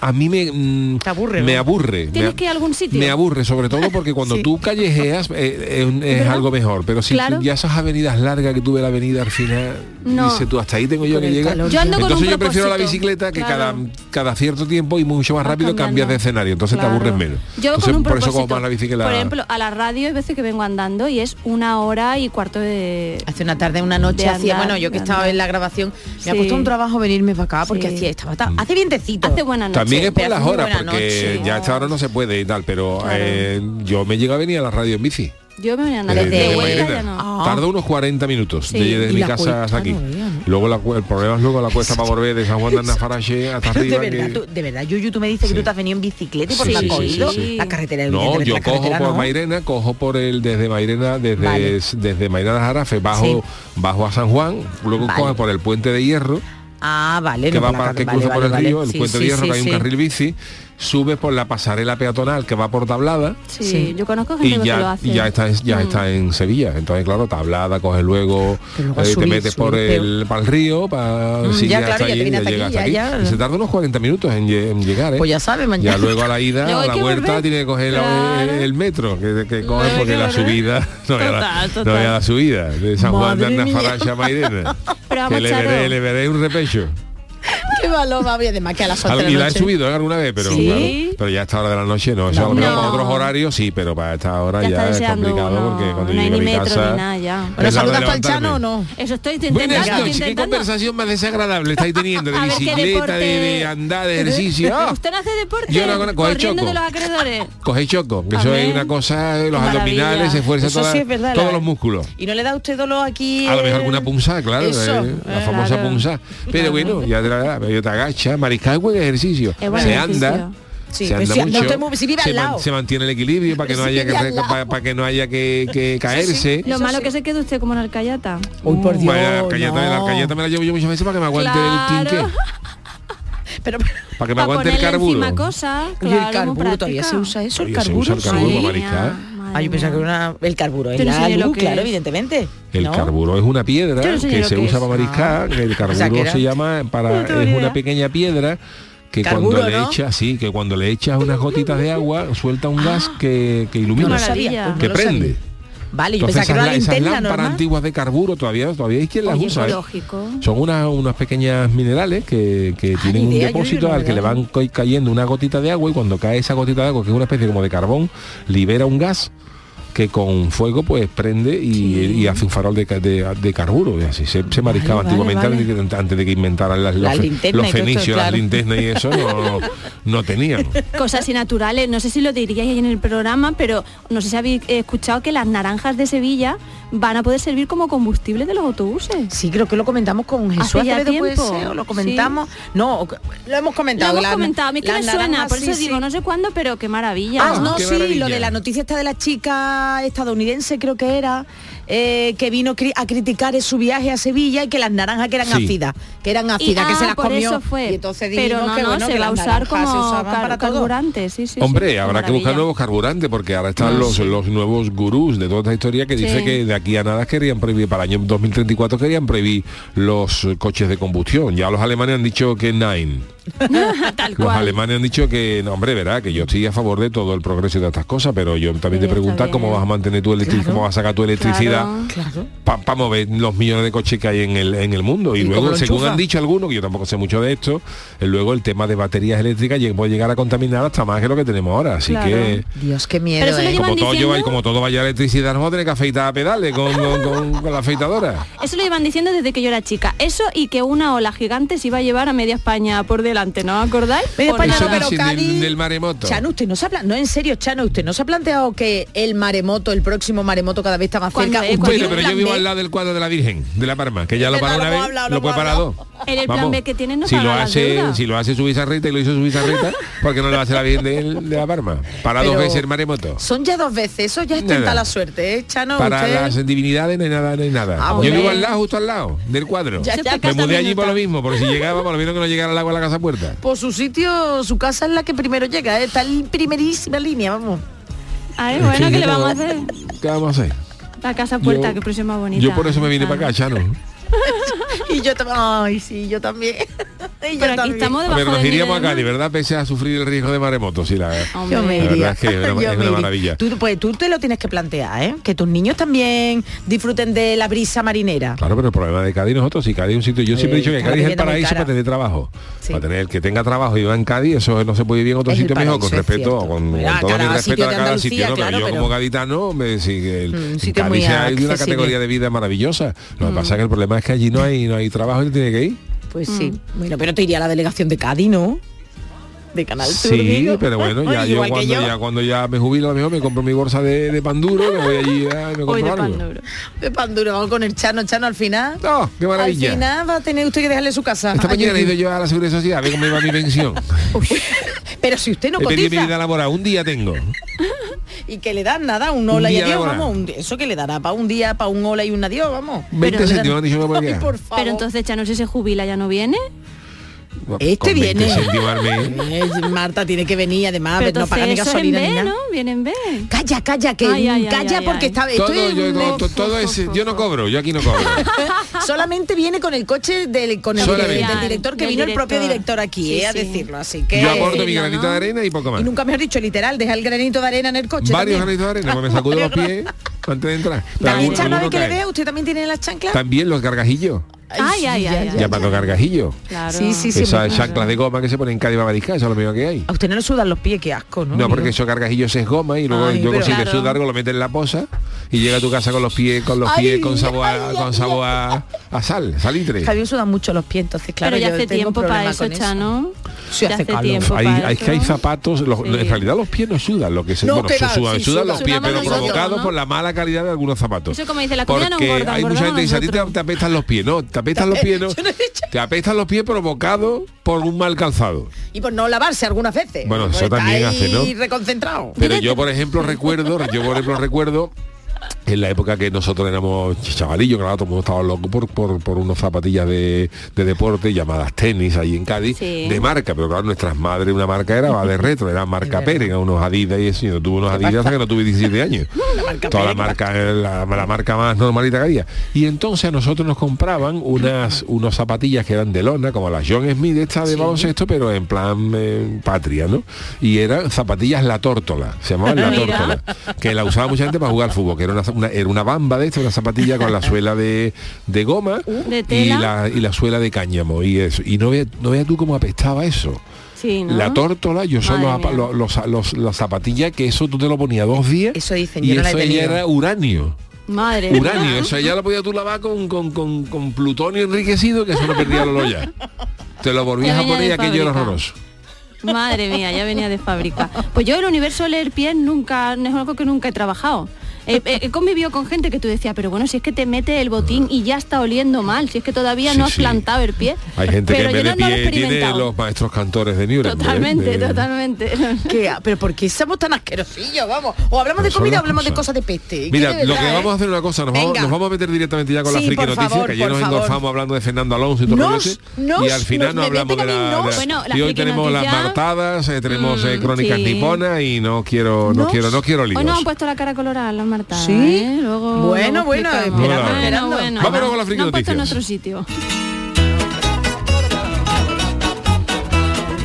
[SPEAKER 5] a mí me mm,
[SPEAKER 8] Te aburre,
[SPEAKER 5] me
[SPEAKER 8] ¿no?
[SPEAKER 5] aburre.
[SPEAKER 7] Tienes
[SPEAKER 5] me-
[SPEAKER 7] que ir a algún sitio.
[SPEAKER 5] Me aburre, sobre todo porque cuando
[SPEAKER 8] Sí.
[SPEAKER 5] tú callejeas eh, es un- es
[SPEAKER 7] ¿Verdad?
[SPEAKER 5] algo mejor, pero si
[SPEAKER 7] Claro.
[SPEAKER 5] ya esas avenidas largas que tuve la avenida al final,
[SPEAKER 7] No.
[SPEAKER 5] dice tú, hasta ahí tengo yo
[SPEAKER 8] Con
[SPEAKER 5] que
[SPEAKER 8] el
[SPEAKER 5] llegar.
[SPEAKER 8] calor.
[SPEAKER 7] Yo ando con
[SPEAKER 5] Entonces
[SPEAKER 7] un
[SPEAKER 5] yo prefiero la
[SPEAKER 7] propósito,
[SPEAKER 5] bicicleta que
[SPEAKER 7] claro.
[SPEAKER 5] cada, cada cierto tiempo y mucho más
[SPEAKER 7] Vas
[SPEAKER 5] rápido cambias
[SPEAKER 7] cambiando.
[SPEAKER 5] de escenario, entonces
[SPEAKER 7] Ah, Claro.
[SPEAKER 5] te aburres menos.
[SPEAKER 7] Yo
[SPEAKER 5] Entonces,
[SPEAKER 7] con un
[SPEAKER 5] por eso
[SPEAKER 7] propósito.
[SPEAKER 5] como más la bici que la...
[SPEAKER 7] Por ejemplo, a la radio hay veces que vengo andando y es una hora y cuarto de...
[SPEAKER 8] Hace una tarde, una noche,
[SPEAKER 7] De
[SPEAKER 8] hacía,
[SPEAKER 7] andar,
[SPEAKER 8] bueno, yo que
[SPEAKER 7] de
[SPEAKER 8] estaba
[SPEAKER 7] andar.
[SPEAKER 8] en la grabación,
[SPEAKER 7] Sí.
[SPEAKER 8] me ha costado un trabajo venirme para acá porque
[SPEAKER 7] Sí.
[SPEAKER 8] hacía, estaba,
[SPEAKER 5] Mm.
[SPEAKER 8] ta- hace vientecito.
[SPEAKER 7] Hace buena noche.
[SPEAKER 5] También es por
[SPEAKER 8] pero
[SPEAKER 5] las
[SPEAKER 8] hace muy
[SPEAKER 5] horas,
[SPEAKER 8] buena
[SPEAKER 5] porque
[SPEAKER 8] noche.
[SPEAKER 5] ya a esta hora no se puede y tal, pero
[SPEAKER 7] Claro.
[SPEAKER 5] eh, yo me llego a venir a la radio en bici.
[SPEAKER 7] Yo me voy andando.
[SPEAKER 5] Desde
[SPEAKER 8] Desde
[SPEAKER 7] De
[SPEAKER 8] Eh, de
[SPEAKER 7] vuelta ya
[SPEAKER 5] Mairena.
[SPEAKER 7] no.
[SPEAKER 8] Ah.
[SPEAKER 5] Tarda unos 40 minutos
[SPEAKER 7] Sí.
[SPEAKER 5] de, desde
[SPEAKER 8] Y
[SPEAKER 5] mi
[SPEAKER 8] la
[SPEAKER 5] casa
[SPEAKER 8] cuesta,
[SPEAKER 5] hasta aquí.
[SPEAKER 8] no veas, ¿no?
[SPEAKER 5] Luego la cu- el problema es luego la cuesta para volver de San Juan de Andafarache hasta
[SPEAKER 8] Pero
[SPEAKER 5] arriba.
[SPEAKER 8] de
[SPEAKER 5] que-
[SPEAKER 8] verdad, tú, de verdad, Yuyu, tú me dices
[SPEAKER 5] Sí.
[SPEAKER 8] que tú te has venido en bicicleta y por
[SPEAKER 5] Sí,
[SPEAKER 8] la
[SPEAKER 5] sí, sí,
[SPEAKER 8] cogido
[SPEAKER 5] sí, sí.
[SPEAKER 8] la carretera.
[SPEAKER 5] No,
[SPEAKER 8] evidentemente,
[SPEAKER 5] yo
[SPEAKER 8] la
[SPEAKER 5] cojo
[SPEAKER 8] carretera
[SPEAKER 5] por
[SPEAKER 8] no.
[SPEAKER 5] Mairena, cojo por el desde Mairena, desde
[SPEAKER 8] Vale.
[SPEAKER 5] desde Mairena de Jarafe, bajo
[SPEAKER 8] Sí.
[SPEAKER 5] bajo a San Juan, luego
[SPEAKER 8] Vale.
[SPEAKER 5] cojo por el puente de hierro,
[SPEAKER 8] Ah, vale.
[SPEAKER 5] que
[SPEAKER 8] no
[SPEAKER 5] va
[SPEAKER 8] por la
[SPEAKER 5] para que
[SPEAKER 8] carre-
[SPEAKER 5] cruza
[SPEAKER 8] vale,
[SPEAKER 5] por el
[SPEAKER 8] vale,
[SPEAKER 5] río,
[SPEAKER 8] vale.
[SPEAKER 5] el
[SPEAKER 8] Sí,
[SPEAKER 5] puente de
[SPEAKER 8] sí,
[SPEAKER 5] hierro,
[SPEAKER 8] sí,
[SPEAKER 5] que hay un
[SPEAKER 8] sí.
[SPEAKER 5] carril bici, subes por la pasarela peatonal que va por tablada.
[SPEAKER 7] Sí,
[SPEAKER 8] Sí.
[SPEAKER 7] yo conozco gente
[SPEAKER 5] Y
[SPEAKER 7] que lo
[SPEAKER 5] ya,
[SPEAKER 7] hace. Mm.
[SPEAKER 5] y ya está ya está en Sevilla. Entonces, claro, tablada, coges luego,
[SPEAKER 8] Pero Mm. luego
[SPEAKER 5] eh,
[SPEAKER 8] subir,
[SPEAKER 5] te metes
[SPEAKER 8] subir,
[SPEAKER 5] por el, para el río, para
[SPEAKER 8] Mm,
[SPEAKER 5] sigues
[SPEAKER 8] ya,
[SPEAKER 5] hasta
[SPEAKER 8] claro, ya te
[SPEAKER 5] allí,
[SPEAKER 8] viene hasta
[SPEAKER 5] llegas
[SPEAKER 8] aquí,
[SPEAKER 5] hasta
[SPEAKER 8] ya,
[SPEAKER 5] aquí.
[SPEAKER 8] ya.
[SPEAKER 5] Se tarda unos 40 minutos en, lle- en llegar, ¿eh?
[SPEAKER 8] Pues ya sabes, mañana.
[SPEAKER 5] Ya luego a la ida,
[SPEAKER 7] Luego
[SPEAKER 5] a
[SPEAKER 7] hay
[SPEAKER 5] la
[SPEAKER 7] que
[SPEAKER 5] vuelta,
[SPEAKER 7] volver.
[SPEAKER 5] tiene que coger la-
[SPEAKER 7] Claro.
[SPEAKER 5] el metro, que, que coge
[SPEAKER 7] hay
[SPEAKER 5] porque
[SPEAKER 7] que
[SPEAKER 5] la
[SPEAKER 7] volver.
[SPEAKER 5] subida, no voy a la,
[SPEAKER 7] Total,
[SPEAKER 5] no voy a
[SPEAKER 7] total.
[SPEAKER 5] la subida, de San Juan de
[SPEAKER 8] Madre mía.
[SPEAKER 5] Andafarache a Mairena.
[SPEAKER 7] Pero
[SPEAKER 5] que
[SPEAKER 7] vamos,
[SPEAKER 5] le
[SPEAKER 7] Charo.
[SPEAKER 5] veré, le veré un repecho.
[SPEAKER 8] Qué valor, va bien, además que a las
[SPEAKER 5] Al-
[SPEAKER 8] ocho de
[SPEAKER 5] y
[SPEAKER 8] la
[SPEAKER 5] la he
[SPEAKER 8] noche.
[SPEAKER 5] subido ¿eh? alguna vez, pero
[SPEAKER 7] Sí.
[SPEAKER 5] claro, pero ya a esta hora de la noche no. Eso a lo mejor
[SPEAKER 7] No.
[SPEAKER 5] con otros horarios sí, pero para esta hora
[SPEAKER 7] Ya
[SPEAKER 5] ya,
[SPEAKER 7] está
[SPEAKER 5] es
[SPEAKER 7] deseando
[SPEAKER 5] complicado
[SPEAKER 7] uno.
[SPEAKER 5] porque cuando
[SPEAKER 7] No
[SPEAKER 5] yo
[SPEAKER 7] hay
[SPEAKER 5] llego a
[SPEAKER 7] ni
[SPEAKER 5] mi
[SPEAKER 7] metro
[SPEAKER 5] casa,
[SPEAKER 7] ni nada ya.
[SPEAKER 5] es
[SPEAKER 8] Bueno,
[SPEAKER 5] la hora de
[SPEAKER 8] saludas al
[SPEAKER 5] levantarme.
[SPEAKER 8] Chano o no.
[SPEAKER 7] Eso estoy
[SPEAKER 5] Buenas
[SPEAKER 7] intentando, estoy
[SPEAKER 5] noches, qué
[SPEAKER 7] intentando.
[SPEAKER 5] conversación más desagradable estáis teniendo de
[SPEAKER 7] A ver, ¿qué
[SPEAKER 5] bicicleta, de, de
[SPEAKER 7] deporte?
[SPEAKER 5] andar, de ejercicio. ¡Ah!
[SPEAKER 7] ¿Usted no hace deporte?
[SPEAKER 5] Yo no conozco, el
[SPEAKER 7] Corriendo
[SPEAKER 5] choco.
[SPEAKER 7] de los acreedores.
[SPEAKER 5] Coge choco, que
[SPEAKER 7] A
[SPEAKER 5] eso
[SPEAKER 7] ver.
[SPEAKER 5] es una cosa, eh, los
[SPEAKER 7] Maravilla.
[SPEAKER 5] abdominales, se esfuerza
[SPEAKER 8] Eso
[SPEAKER 5] toda-
[SPEAKER 8] sí es verdad,
[SPEAKER 5] Pues todos
[SPEAKER 8] la-
[SPEAKER 5] los músculos.
[SPEAKER 8] ¿Y no le da usted dolor aquí?
[SPEAKER 5] A lo mejor
[SPEAKER 8] eh?
[SPEAKER 5] alguna punzada, claro,
[SPEAKER 8] Eso,
[SPEAKER 5] eh, la
[SPEAKER 8] eh,
[SPEAKER 5] famosa
[SPEAKER 7] claro.
[SPEAKER 5] punzada. Pero bueno, ya te, la, pero te agacha, mariscal buen ejercicio.
[SPEAKER 7] Es buen
[SPEAKER 5] se
[SPEAKER 7] ejercicio.
[SPEAKER 5] anda,
[SPEAKER 9] Sí,
[SPEAKER 5] se
[SPEAKER 9] pero
[SPEAKER 5] anda
[SPEAKER 9] si- no
[SPEAKER 5] mucho,
[SPEAKER 9] te mueves, si vive al
[SPEAKER 5] se, man-
[SPEAKER 9] lado.
[SPEAKER 5] se mantiene el equilibrio para que
[SPEAKER 9] Pero
[SPEAKER 5] no
[SPEAKER 9] si
[SPEAKER 5] haya que,
[SPEAKER 9] vive al
[SPEAKER 5] re-
[SPEAKER 9] lado.
[SPEAKER 5] para, para que no haya que, que caerse.
[SPEAKER 7] Lo malo que se quede usted como una alcayata.
[SPEAKER 9] Uy, por Dios.
[SPEAKER 5] Bueno, la arcayata, la
[SPEAKER 9] no.
[SPEAKER 5] arcayata me la llevo yo muchas veces para que me aguante el
[SPEAKER 7] Claro.
[SPEAKER 5] quinqué,
[SPEAKER 9] Pero,
[SPEAKER 5] para que me
[SPEAKER 7] Para
[SPEAKER 5] aguante el
[SPEAKER 7] ponerle
[SPEAKER 5] carburo.
[SPEAKER 7] encima cosas,
[SPEAKER 9] Oye,
[SPEAKER 7] claro, muy
[SPEAKER 9] el carburo, ¿todavía
[SPEAKER 7] práctica.
[SPEAKER 9] se usa eso? ¿El
[SPEAKER 5] Oye, se
[SPEAKER 9] carburo?
[SPEAKER 5] usa el carburo
[SPEAKER 9] Sí.
[SPEAKER 5] para
[SPEAKER 7] mía,
[SPEAKER 5] mariscar.
[SPEAKER 7] madre
[SPEAKER 9] Ah, yo pensaba que
[SPEAKER 7] mía.
[SPEAKER 9] era una- el carburo,
[SPEAKER 7] Yo no
[SPEAKER 9] es la
[SPEAKER 7] sé ni lo
[SPEAKER 9] luz,
[SPEAKER 7] que
[SPEAKER 9] claro,
[SPEAKER 7] es.
[SPEAKER 9] evidentemente.
[SPEAKER 5] El
[SPEAKER 9] ¿no?
[SPEAKER 5] carburo es una piedra
[SPEAKER 7] Yo no sé ni
[SPEAKER 5] que
[SPEAKER 7] lo
[SPEAKER 5] se
[SPEAKER 7] que
[SPEAKER 5] usa
[SPEAKER 7] es.
[SPEAKER 5] para mariscar, el carburo
[SPEAKER 9] que era-
[SPEAKER 5] se llama para
[SPEAKER 7] No tengo ni
[SPEAKER 5] es una
[SPEAKER 7] idea.
[SPEAKER 5] pequeña piedra que
[SPEAKER 9] Carburo,
[SPEAKER 5] cuando le
[SPEAKER 9] ¿no?
[SPEAKER 5] echas, sí, que cuando le echas unas gotitas de agua suelta un gas que, que
[SPEAKER 9] No
[SPEAKER 5] ilumina.
[SPEAKER 9] lo
[SPEAKER 7] maravilla.
[SPEAKER 9] sabía. pues no
[SPEAKER 5] Que
[SPEAKER 9] lo sabía.
[SPEAKER 5] prende.
[SPEAKER 9] Vale, yo pensaba que
[SPEAKER 5] Entonces esas,
[SPEAKER 9] era
[SPEAKER 5] la-
[SPEAKER 9] una
[SPEAKER 5] esas
[SPEAKER 9] linterna
[SPEAKER 5] lámparas
[SPEAKER 9] normal.
[SPEAKER 5] antiguas de carburo todavía todavía hay quien las
[SPEAKER 7] Oye,
[SPEAKER 5] usa. ¿eh?
[SPEAKER 7] lógico.
[SPEAKER 5] Son unas, unas pequeñas minerales que, que
[SPEAKER 9] idea,
[SPEAKER 5] tienen un
[SPEAKER 9] yo- yo
[SPEAKER 5] depósito
[SPEAKER 9] no
[SPEAKER 5] al
[SPEAKER 9] me
[SPEAKER 5] que le
[SPEAKER 9] da.
[SPEAKER 5] van ca- cayendo una gotita de agua y cuando cae esa gotita de agua, que es una especie como de carbón, libera un gas que con fuego pues prende y, y hace un farol de, ca- de- de carburo. Y así se, se mariscaba
[SPEAKER 9] Vale,
[SPEAKER 5] antiguamente
[SPEAKER 9] vale,
[SPEAKER 5] antes de que- antes de que inventaran las,
[SPEAKER 9] Las
[SPEAKER 5] los, fe-
[SPEAKER 9] linternas
[SPEAKER 5] los
[SPEAKER 9] y todo esto,
[SPEAKER 5] fenicios, las
[SPEAKER 9] claro.
[SPEAKER 5] linternas y eso no, no tenían.
[SPEAKER 7] Cosas así naturales, no sé si lo diríais ahí en el programa, pero no sé si habéis eh, escuchado que las naranjas de Sevilla van a poder servir como combustible de los autobuses.
[SPEAKER 9] Sí, creo que lo comentamos con Jesús
[SPEAKER 7] Hace ya
[SPEAKER 9] Acevedo, puede
[SPEAKER 7] tiempo.
[SPEAKER 9] ser, o lo comentamos. No, o que- lo hemos
[SPEAKER 7] Lo
[SPEAKER 9] comentado.
[SPEAKER 7] hemos
[SPEAKER 9] la-
[SPEAKER 7] comentado, a mí es que
[SPEAKER 9] la
[SPEAKER 7] me suena,
[SPEAKER 9] naranja,
[SPEAKER 7] por
[SPEAKER 9] sí,
[SPEAKER 7] eso
[SPEAKER 9] sí.
[SPEAKER 7] digo, no sé cuándo, pero qué maravilla.
[SPEAKER 9] Ah, no,
[SPEAKER 5] Qué
[SPEAKER 9] sí,
[SPEAKER 5] maravilla.
[SPEAKER 9] lo de la noticia esta de la chica estadounidense, creo que era, eh, que vino cri- a criticar su viaje a Sevilla y que las naranjas que eran
[SPEAKER 5] Sí.
[SPEAKER 9] ácidas, que eran ácidas,
[SPEAKER 7] Y,
[SPEAKER 9] que se
[SPEAKER 7] ah,
[SPEAKER 9] las
[SPEAKER 7] por
[SPEAKER 9] comió.
[SPEAKER 7] eso fue.
[SPEAKER 9] Y entonces
[SPEAKER 7] pero
[SPEAKER 9] dijimos
[SPEAKER 7] no,
[SPEAKER 9] que
[SPEAKER 7] no,
[SPEAKER 9] bueno,
[SPEAKER 7] se
[SPEAKER 9] que
[SPEAKER 7] va a
[SPEAKER 9] las
[SPEAKER 7] usar
[SPEAKER 9] naranjas
[SPEAKER 7] como
[SPEAKER 9] se usaban
[SPEAKER 7] car-
[SPEAKER 9] para todo.
[SPEAKER 7] carburante, sí, sí.
[SPEAKER 5] Hombre,
[SPEAKER 7] sí, qué
[SPEAKER 5] habrá que buscar
[SPEAKER 7] maravilla.
[SPEAKER 5] nuevos carburantes porque ahora están los, los nuevos gurús de toda esta historia que dice
[SPEAKER 7] Sí.
[SPEAKER 5] que de aquí a nada querían prohibir, para el año 2034 querían prohibir los eh, coches de combustión. Ya los alemanes han dicho que nine.
[SPEAKER 7] Tal
[SPEAKER 5] Los
[SPEAKER 7] cual.
[SPEAKER 5] alemanes han dicho que, no, hombre, verá, que yo estoy a favor de todo el progreso y de estas cosas, pero yo también
[SPEAKER 7] Sí,
[SPEAKER 5] te
[SPEAKER 7] está
[SPEAKER 5] pregunto
[SPEAKER 7] bien.
[SPEAKER 5] cómo vas a mantener tu electricidad, cómo vas a sacar tu electricidad
[SPEAKER 7] Claro.
[SPEAKER 9] Claro.
[SPEAKER 5] para mover los millones de coches que hay en el, en el mundo. Y,
[SPEAKER 9] ¿Y cómo
[SPEAKER 5] luego,
[SPEAKER 9] lo
[SPEAKER 5] según
[SPEAKER 9] enchufa?
[SPEAKER 5] han dicho algunos, que yo tampoco sé mucho de esto, eh, luego el tema de baterías eléctricas lleg- puede llegar a contaminar hasta más que lo que tenemos ahora. Así
[SPEAKER 7] Claro.
[SPEAKER 5] que
[SPEAKER 9] Dios, qué miedo.
[SPEAKER 7] eso lo
[SPEAKER 9] ¿eh?
[SPEAKER 7] lleva-
[SPEAKER 5] como
[SPEAKER 7] Iban
[SPEAKER 5] todo,
[SPEAKER 7] diciendo-
[SPEAKER 5] lleva- y como todo vaya electricidad, nos vamos a tener que afeitar a pedales con, con- con- con la afeitadora.
[SPEAKER 7] Eso lo llevan diciendo desde que yo era chica. Eso y que una ola gigante se iba a llevar a media España por delante, ¿no os acordáis?
[SPEAKER 9] Media
[SPEAKER 7] Por
[SPEAKER 9] España
[SPEAKER 5] Eso
[SPEAKER 9] no,
[SPEAKER 7] nada.
[SPEAKER 9] pues pero
[SPEAKER 5] dicen del-
[SPEAKER 9] Cádiz-
[SPEAKER 5] del maremoto.
[SPEAKER 9] Chano, usted no se ha pla- no en serio, Chano, usted no se ha planteado que el maremoto, el próximo maremoto cada vez está más
[SPEAKER 7] ¿Cuándo
[SPEAKER 9] cerca.
[SPEAKER 7] es?
[SPEAKER 9] Usted
[SPEAKER 7] ¿Cuándo
[SPEAKER 5] Bueno,
[SPEAKER 9] tiene
[SPEAKER 5] pero
[SPEAKER 9] un
[SPEAKER 5] yo
[SPEAKER 9] plan
[SPEAKER 5] vivo
[SPEAKER 9] B.
[SPEAKER 5] al lado del cuadro de la Virgen, de la Parma, que ya lo
[SPEAKER 9] Este
[SPEAKER 5] paró
[SPEAKER 9] no
[SPEAKER 5] una
[SPEAKER 9] lo
[SPEAKER 5] vez,
[SPEAKER 9] puedo hablar, no
[SPEAKER 5] lo puede
[SPEAKER 9] puedo
[SPEAKER 5] parar dos.
[SPEAKER 9] hablar.
[SPEAKER 7] En el plan B que tiene no
[SPEAKER 5] si lo
[SPEAKER 7] paga las
[SPEAKER 5] hace,
[SPEAKER 7] deudas.
[SPEAKER 5] si lo hace su bizarreta y lo hizo su bizarreta, porque no lo hace la Virgen de, de la Parma. Para dos
[SPEAKER 9] Pero
[SPEAKER 5] veces el maremoto.
[SPEAKER 9] Son ya dos veces, eso ya es
[SPEAKER 5] Nada.
[SPEAKER 9] tanta la suerte, ¿eh, Chano?
[SPEAKER 5] Para
[SPEAKER 9] usted-
[SPEAKER 5] las divinidades no hay nada, no hay nada.
[SPEAKER 9] Ah,
[SPEAKER 5] yo
[SPEAKER 9] hombre.
[SPEAKER 5] vivo al lado, justo al lado, del cuadro.
[SPEAKER 9] Ya, ya.
[SPEAKER 5] Me mudé allí por
[SPEAKER 7] minutos.
[SPEAKER 5] lo mismo, por si llegaba, por lo menos que no llegara el agua a la casa puerta.
[SPEAKER 9] Por su sitio, su casa es la que primero llega, ¿eh? está en primerísima línea, vamos.
[SPEAKER 7] Ay, bueno, ¿qué le vamos a hacer?
[SPEAKER 5] ¿Qué vamos a hacer?
[SPEAKER 7] La casa puerta,
[SPEAKER 5] Yo-
[SPEAKER 7] que presión más bonita.
[SPEAKER 5] Yo por eso me vine
[SPEAKER 7] Ah.
[SPEAKER 5] para acá, Chano.
[SPEAKER 9] Y yo también. Ay, sí, yo también. Y yo
[SPEAKER 7] Pero aquí
[SPEAKER 9] también.
[SPEAKER 7] estamos
[SPEAKER 5] A
[SPEAKER 7] debajo
[SPEAKER 5] ver, nos
[SPEAKER 7] del
[SPEAKER 5] iríamos a
[SPEAKER 7] nivel Ah.
[SPEAKER 5] Cali,
[SPEAKER 7] del mar.
[SPEAKER 5] ¿verdad? Pese a sufrir el riesgo de maremotos y la...
[SPEAKER 7] Hombre.
[SPEAKER 9] Yo me
[SPEAKER 5] La verdad
[SPEAKER 9] iría.
[SPEAKER 5] es que es una-
[SPEAKER 9] Yo
[SPEAKER 5] es una
[SPEAKER 9] me iría.
[SPEAKER 5] maravilla.
[SPEAKER 9] Tú, pues tú te lo tienes que plantear, ¿eh? Que tus niños también disfruten de la brisa marinera.
[SPEAKER 5] Claro, pero el problema de Cádiz nosotros, si Cádiz es un sitio, yo siempre he dicho que
[SPEAKER 9] está
[SPEAKER 5] Cádiz es el
[SPEAKER 9] viviendo muy
[SPEAKER 5] paraíso
[SPEAKER 9] cara.
[SPEAKER 5] para tener trabajo.
[SPEAKER 9] Sí.
[SPEAKER 5] Para tener el que tenga trabajo y va en Cádiz, eso no se puede vivir en otro
[SPEAKER 9] Es el
[SPEAKER 5] sitio mejor, con
[SPEAKER 9] paraíso, es
[SPEAKER 5] respeto,
[SPEAKER 9] cierto.
[SPEAKER 5] con, con
[SPEAKER 9] Mira,
[SPEAKER 5] todo mi
[SPEAKER 9] cada
[SPEAKER 5] respeto
[SPEAKER 9] sitio
[SPEAKER 5] a
[SPEAKER 9] de
[SPEAKER 5] cada sitio,
[SPEAKER 9] Andalucía,
[SPEAKER 5] ¿no?
[SPEAKER 9] claro,
[SPEAKER 5] pero yo
[SPEAKER 9] pero-
[SPEAKER 5] como gaditano, me decís que el,
[SPEAKER 9] Mm, un
[SPEAKER 5] en
[SPEAKER 9] sitio
[SPEAKER 5] Cádiz
[SPEAKER 9] muy
[SPEAKER 5] hay una
[SPEAKER 9] accesible. Mm.
[SPEAKER 5] categoría de vida maravillosa. Lo que pasa es que el problema es que allí no hay, no hay trabajo y tiene que ir.
[SPEAKER 9] Pues sí.
[SPEAKER 7] Mm.
[SPEAKER 9] Bueno, pero te iría a la delegación de Cádiz, ¿no? De Canal Sur.
[SPEAKER 5] Sí,
[SPEAKER 9] digo.
[SPEAKER 5] pero bueno, ya yo
[SPEAKER 9] Igual que
[SPEAKER 5] cuando
[SPEAKER 9] yo.
[SPEAKER 5] ya cuando ya me jubilo a lo mejor me compro mi bolsa de, de pan duro, me voy allí ah, y me
[SPEAKER 7] Hoy de
[SPEAKER 5] compro
[SPEAKER 7] pan
[SPEAKER 5] algo.
[SPEAKER 7] duro.
[SPEAKER 9] De pan duro, vamos con el Chano, Chano, al final.
[SPEAKER 5] No, qué maravilla.
[SPEAKER 9] Al final va a tener usted que dejarle su casa.
[SPEAKER 5] Esta
[SPEAKER 9] Ay,
[SPEAKER 5] mañana he
[SPEAKER 9] yo-
[SPEAKER 5] ido yo a la Seguridad Social a ver cómo iba mi pensión.
[SPEAKER 9] Pero si usted no
[SPEAKER 5] He perdido mi vida
[SPEAKER 9] cotiza
[SPEAKER 5] laboral, un día tengo.
[SPEAKER 9] y que le dan nada, un
[SPEAKER 5] Un
[SPEAKER 9] hola y
[SPEAKER 5] día
[SPEAKER 9] adiós,
[SPEAKER 5] laboral.
[SPEAKER 9] vamos, un- eso que le dará para un día, para un hola y un adiós, vamos.
[SPEAKER 5] 20
[SPEAKER 7] Pero-
[SPEAKER 5] céntimos, me han dicho que
[SPEAKER 9] Ay,
[SPEAKER 5] por
[SPEAKER 9] por
[SPEAKER 5] qué.
[SPEAKER 9] favor.
[SPEAKER 7] Pero entonces Chano, si se jubila, ¿ya no viene?
[SPEAKER 9] Este
[SPEAKER 5] Con 20
[SPEAKER 9] viene.
[SPEAKER 5] céntimos al mes.
[SPEAKER 9] Eh, Marta tiene que venir, además,
[SPEAKER 7] Pero
[SPEAKER 9] Ah,
[SPEAKER 7] entonces
[SPEAKER 9] pues no paga ni
[SPEAKER 7] eso en
[SPEAKER 9] gasolina ni
[SPEAKER 7] B,
[SPEAKER 9] nada.
[SPEAKER 7] ¿no? Viene en B.
[SPEAKER 9] Calla, calla, que
[SPEAKER 7] Ay, ay, ay,
[SPEAKER 9] calla
[SPEAKER 7] ay,
[SPEAKER 9] porque
[SPEAKER 7] ay.
[SPEAKER 9] está estoy
[SPEAKER 5] Todo, yo,
[SPEAKER 9] en-
[SPEAKER 5] no, to- todo es, yo no cobro, yo aquí no cobro.
[SPEAKER 9] solamente viene con el coche del con el,
[SPEAKER 5] Solamente.
[SPEAKER 9] del director que
[SPEAKER 7] Del
[SPEAKER 9] vino el propio
[SPEAKER 7] director.
[SPEAKER 9] director aquí,
[SPEAKER 7] Sí,
[SPEAKER 9] eh, a
[SPEAKER 7] sí.
[SPEAKER 9] decirlo, así que
[SPEAKER 5] Yo aporto mi
[SPEAKER 7] decirlo,
[SPEAKER 5] granito
[SPEAKER 7] ¿no?
[SPEAKER 5] de arena y poco más.
[SPEAKER 9] y nunca mejor dicho literal, deja el granito de arena en el coche.
[SPEAKER 5] Varios
[SPEAKER 9] también.
[SPEAKER 5] granitos de arena, pues me sacudo los pies antes de entrar. Pero
[SPEAKER 9] También,
[SPEAKER 5] alguno-
[SPEAKER 9] Chano, a ver
[SPEAKER 5] alguno
[SPEAKER 9] que le
[SPEAKER 5] cae.
[SPEAKER 9] vea, usted también tiene las chanclas.
[SPEAKER 5] También los gargajillos,
[SPEAKER 7] Ay, ay, ay. ay.
[SPEAKER 5] llamando gargajillos.
[SPEAKER 7] Claro.
[SPEAKER 9] Sí, sí, sí.
[SPEAKER 5] Esas
[SPEAKER 9] me-
[SPEAKER 5] chanclas de goma que se ponen en Cádiz para mariscar, eso es lo mismo que hay.
[SPEAKER 9] A usted no le sudan los pies, qué asco, ¿no?
[SPEAKER 5] No, porque
[SPEAKER 9] Digo.
[SPEAKER 5] esos gargajillos es goma y luego,
[SPEAKER 9] Ah, Ay,
[SPEAKER 5] luego
[SPEAKER 9] pero-
[SPEAKER 5] si le
[SPEAKER 7] Claro.
[SPEAKER 5] suda algo lo meten en la posa y y llega a tu casa con los pies, con los
[SPEAKER 8] Ay,
[SPEAKER 5] pies, con sabor, a-
[SPEAKER 8] ay,
[SPEAKER 5] con
[SPEAKER 8] ay,
[SPEAKER 5] sabor a, a sal, salitre.
[SPEAKER 8] Javier sudan mucho los pies, entonces claro.
[SPEAKER 7] pero ya
[SPEAKER 8] yo
[SPEAKER 7] hace
[SPEAKER 8] tengo
[SPEAKER 7] tiempo para
[SPEAKER 8] un problema
[SPEAKER 7] eso,
[SPEAKER 8] con
[SPEAKER 7] Chano.
[SPEAKER 8] Sí,
[SPEAKER 7] Ya
[SPEAKER 8] hace
[SPEAKER 7] hace
[SPEAKER 8] calor.
[SPEAKER 7] tiempo
[SPEAKER 5] Hay,
[SPEAKER 7] para
[SPEAKER 5] hay- que hay
[SPEAKER 7] eso.
[SPEAKER 5] zapatos, los-
[SPEAKER 7] Sí.
[SPEAKER 5] en realidad los pies no sudan, lo que se
[SPEAKER 9] No,
[SPEAKER 5] bueno,
[SPEAKER 9] que
[SPEAKER 5] su-
[SPEAKER 9] va,
[SPEAKER 5] sudan,
[SPEAKER 9] sí,
[SPEAKER 5] sudan
[SPEAKER 9] sudan.
[SPEAKER 5] los pies,
[SPEAKER 7] Sudamos
[SPEAKER 5] pero
[SPEAKER 7] nosotros,
[SPEAKER 5] provocados
[SPEAKER 7] ¿no?
[SPEAKER 5] por la mala calidad de algunos zapatos.
[SPEAKER 7] Eso como dice, la comida no
[SPEAKER 5] Porque
[SPEAKER 7] engorda,
[SPEAKER 5] hay mucha
[SPEAKER 7] engordamos
[SPEAKER 5] gente que dice, a ti te,
[SPEAKER 7] nosotros".
[SPEAKER 5] te apestan los pies, no, te apestan los pies, no,
[SPEAKER 9] Yo no he dicho-
[SPEAKER 5] te apestan los pies provocados por un mal calzado.
[SPEAKER 9] Y por no lavarse algunas veces.
[SPEAKER 5] Bueno,
[SPEAKER 9] Por
[SPEAKER 5] eso
[SPEAKER 9] estar
[SPEAKER 5] también hace, ¿no?
[SPEAKER 9] ahí reconcentrado.
[SPEAKER 5] Pero yo, por ejemplo, recuerdo, yo por ejemplo recuerdo en la época que nosotros éramos chavalillos, claro, todo el mundo estaba loco por, por, por unas zapatillas de, de deporte llamadas tenis ahí en Cádiz,
[SPEAKER 7] Sí.
[SPEAKER 5] de marca, pero claro, nuestras madres, una marca era va de retro, era marca Pérez, unos Adidas y eso, yo no tuve unos Adidas hasta que no tuve 17 años. Toda la marca, la, la marca más normalita que había. Y entonces a nosotros nos compraban unas unos zapatillas que eran de lona, como las John Smith esta de baloncesto, pero en plan eh, patria, ¿no? Y eran zapatillas La Tórtola, se llamaban La
[SPEAKER 7] Ah, Mira.
[SPEAKER 5] Tórtola que la usaba mucha gente para jugar al fútbol, que era una, una- era una bamba de esto, una zapatilla con la suela de, de goma
[SPEAKER 7] Uh, De
[SPEAKER 5] y,
[SPEAKER 7] tela.
[SPEAKER 5] la, Ah, y la suela de cáñamo y eso. Y no veas no vea tú cómo apestaba eso.
[SPEAKER 7] Sí, ¿no?
[SPEAKER 5] La tórtola, yo son
[SPEAKER 7] Madre
[SPEAKER 5] los, apa-
[SPEAKER 7] mía.
[SPEAKER 5] los- los- los- las zapatillas que eso tú te lo ponías dos días
[SPEAKER 9] Eso dicen,
[SPEAKER 5] y
[SPEAKER 9] yo no la he
[SPEAKER 5] eso ya
[SPEAKER 9] tenido.
[SPEAKER 5] era uranio.
[SPEAKER 7] Madre mía.
[SPEAKER 5] Uranio, eso ya lo podías tú lavar con, con, con- con plutonio enriquecido, que eso no perdía el olor ya. Te lo volvías
[SPEAKER 7] Pues Ya venía
[SPEAKER 5] a poner y
[SPEAKER 7] de
[SPEAKER 5] aquello era
[SPEAKER 7] fábrica.
[SPEAKER 5] horroroso.
[SPEAKER 7] Madre mía, ya venía de fábrica. Pues yo el universo leer pies nunca, no es algo que nunca he trabajado. He, he- he convivido con gente que tú decías, pero bueno, si es que te mete el botín y ya está oliendo mal, si es que todavía
[SPEAKER 5] Sí,
[SPEAKER 7] no has
[SPEAKER 5] sí.
[SPEAKER 7] plantado el pie.
[SPEAKER 5] Hay gente
[SPEAKER 7] pero
[SPEAKER 5] que en
[SPEAKER 7] yo
[SPEAKER 5] vez
[SPEAKER 7] no, no lo he
[SPEAKER 5] de pie tiene
[SPEAKER 7] experimentado.
[SPEAKER 5] los ¿eh? maestros cantores de Nuremberg.
[SPEAKER 7] Totalmente,
[SPEAKER 5] de-
[SPEAKER 7] totalmente.
[SPEAKER 9] ¿Qué? ¿Pero por qué somos tan asquerosillos? Vamos. O hablamos de
[SPEAKER 5] Son
[SPEAKER 9] comida o
[SPEAKER 5] las
[SPEAKER 9] hablamos de
[SPEAKER 5] cosas.
[SPEAKER 9] cosas de peste.
[SPEAKER 5] Mira, lo que vamos a hacer es una cosa, nos vamos,
[SPEAKER 9] Venga.
[SPEAKER 5] nos vamos a meter directamente ya con la
[SPEAKER 9] Sí,
[SPEAKER 5] friki
[SPEAKER 9] por
[SPEAKER 5] noticia,
[SPEAKER 9] favor,
[SPEAKER 5] que ayer
[SPEAKER 9] por
[SPEAKER 5] nos
[SPEAKER 9] favor.
[SPEAKER 5] engolfamos hablando de Fernando Alonso y todo
[SPEAKER 9] Nos,
[SPEAKER 5] lo que ese,
[SPEAKER 9] nos,
[SPEAKER 5] y al final
[SPEAKER 9] nos,
[SPEAKER 5] no
[SPEAKER 9] me
[SPEAKER 5] hablamos de
[SPEAKER 9] meten
[SPEAKER 5] la,
[SPEAKER 9] a mí,
[SPEAKER 5] de la-
[SPEAKER 9] nos.
[SPEAKER 7] Bueno, la
[SPEAKER 5] y hoy
[SPEAKER 7] friki
[SPEAKER 5] tenemos las
[SPEAKER 7] noticia.
[SPEAKER 5] martadas, eh, tenemos eh,
[SPEAKER 7] Mm,
[SPEAKER 5] crónicas
[SPEAKER 7] sí.
[SPEAKER 5] niponas y no quiero, no,
[SPEAKER 9] Nos.
[SPEAKER 5] quiero, no quiero líos.
[SPEAKER 7] Hoy nos han puesto la cara colorada las Marta.
[SPEAKER 9] Sí.
[SPEAKER 7] ¿eh? Luego,
[SPEAKER 9] Bueno,
[SPEAKER 7] luego
[SPEAKER 9] bueno, eh,
[SPEAKER 7] explicamos.
[SPEAKER 5] esperando, esperando.
[SPEAKER 7] bueno.
[SPEAKER 5] Vámonos con la friki
[SPEAKER 7] Nos han puesto en
[SPEAKER 5] noticias.
[SPEAKER 7] otro sitio.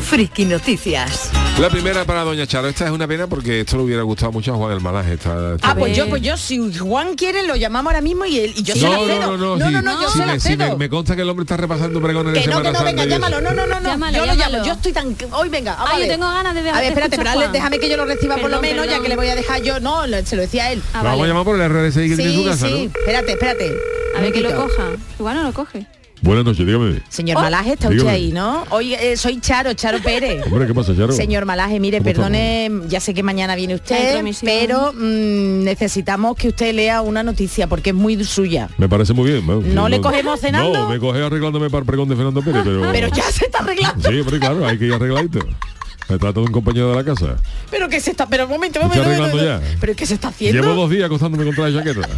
[SPEAKER 2] Friki Noticias.
[SPEAKER 5] La primera para Doña Charo, esta es una pena porque esto le hubiera gustado mucho a Juan el Malaje. esta- esta
[SPEAKER 9] Ah, pues
[SPEAKER 5] noticia.
[SPEAKER 9] yo, pues yo, si Juan quiere, lo llamamos ahora mismo y, él, y yo se la
[SPEAKER 5] no,
[SPEAKER 9] cedo.
[SPEAKER 5] no, no, sí,
[SPEAKER 9] yo se
[SPEAKER 5] sí,
[SPEAKER 9] la
[SPEAKER 5] me, sí, me-
[SPEAKER 9] cedo.
[SPEAKER 5] me consta que el hombre está repasando pregones de
[SPEAKER 9] Que no,
[SPEAKER 5] Semana
[SPEAKER 9] que no, venga,
[SPEAKER 5] Santa y eso.
[SPEAKER 9] llámalo, no, no, no, no.
[SPEAKER 7] Llámalo,
[SPEAKER 9] yo lo
[SPEAKER 7] llámalo.
[SPEAKER 9] llamo, yo estoy tan. Hoy venga, vamos
[SPEAKER 7] Ay,
[SPEAKER 9] a
[SPEAKER 7] yo
[SPEAKER 9] ver.
[SPEAKER 7] tengo ganas de ver-
[SPEAKER 9] A ver, espérate,
[SPEAKER 7] escuchar
[SPEAKER 9] pero hazle-
[SPEAKER 7] Juan.
[SPEAKER 9] déjame que yo lo reciba por
[SPEAKER 7] Perdón,
[SPEAKER 9] lo menos, ya
[SPEAKER 7] perdón.
[SPEAKER 9] que le voy a dejar yo. No, lo- se lo decía a él.
[SPEAKER 7] Ah,
[SPEAKER 5] Lo vamos a
[SPEAKER 7] vale.
[SPEAKER 5] llamar por el RDSI que tiene en
[SPEAKER 9] sí,
[SPEAKER 5] su casa,
[SPEAKER 9] sí,
[SPEAKER 5] ¿no?
[SPEAKER 9] espérate, espérate.
[SPEAKER 7] A ver que lo
[SPEAKER 9] Momentito.
[SPEAKER 7] coja. Igual no lo coge.
[SPEAKER 5] Buenas noches, dígame.
[SPEAKER 9] Señor
[SPEAKER 7] Oh.
[SPEAKER 9] Malaje, está usted
[SPEAKER 5] Dígame.
[SPEAKER 9] ahí, ¿no? Hoy eh, soy Charo, Charo Pérez.
[SPEAKER 5] Hombre, ¿qué pasa, Charo?
[SPEAKER 9] Señor Malaje, mire,
[SPEAKER 5] ¿Cómo
[SPEAKER 9] perdone, ya sé que mañana viene
[SPEAKER 7] La
[SPEAKER 9] usted,
[SPEAKER 7] intromisión.
[SPEAKER 9] pero mm, necesitamos que usted lea una noticia porque es muy suya.
[SPEAKER 5] Me parece muy bien. ¿no?
[SPEAKER 9] ¿No le cogemos cenando?
[SPEAKER 5] No, me coge arreglándome para el pregón de Fernando Pérez, pero...
[SPEAKER 9] Pero ya se está arreglando.
[SPEAKER 5] Sí, pero claro, hay que ir arregladito. Me trata de un compañero de la casa.
[SPEAKER 9] Pero que se está, pero un momento, un
[SPEAKER 5] ¿Está
[SPEAKER 9] momento.
[SPEAKER 5] arreglando
[SPEAKER 9] un momento.
[SPEAKER 5] ya?
[SPEAKER 9] Pero que se está haciendo.
[SPEAKER 5] Llevo dos días acostándome contra la chaqueta.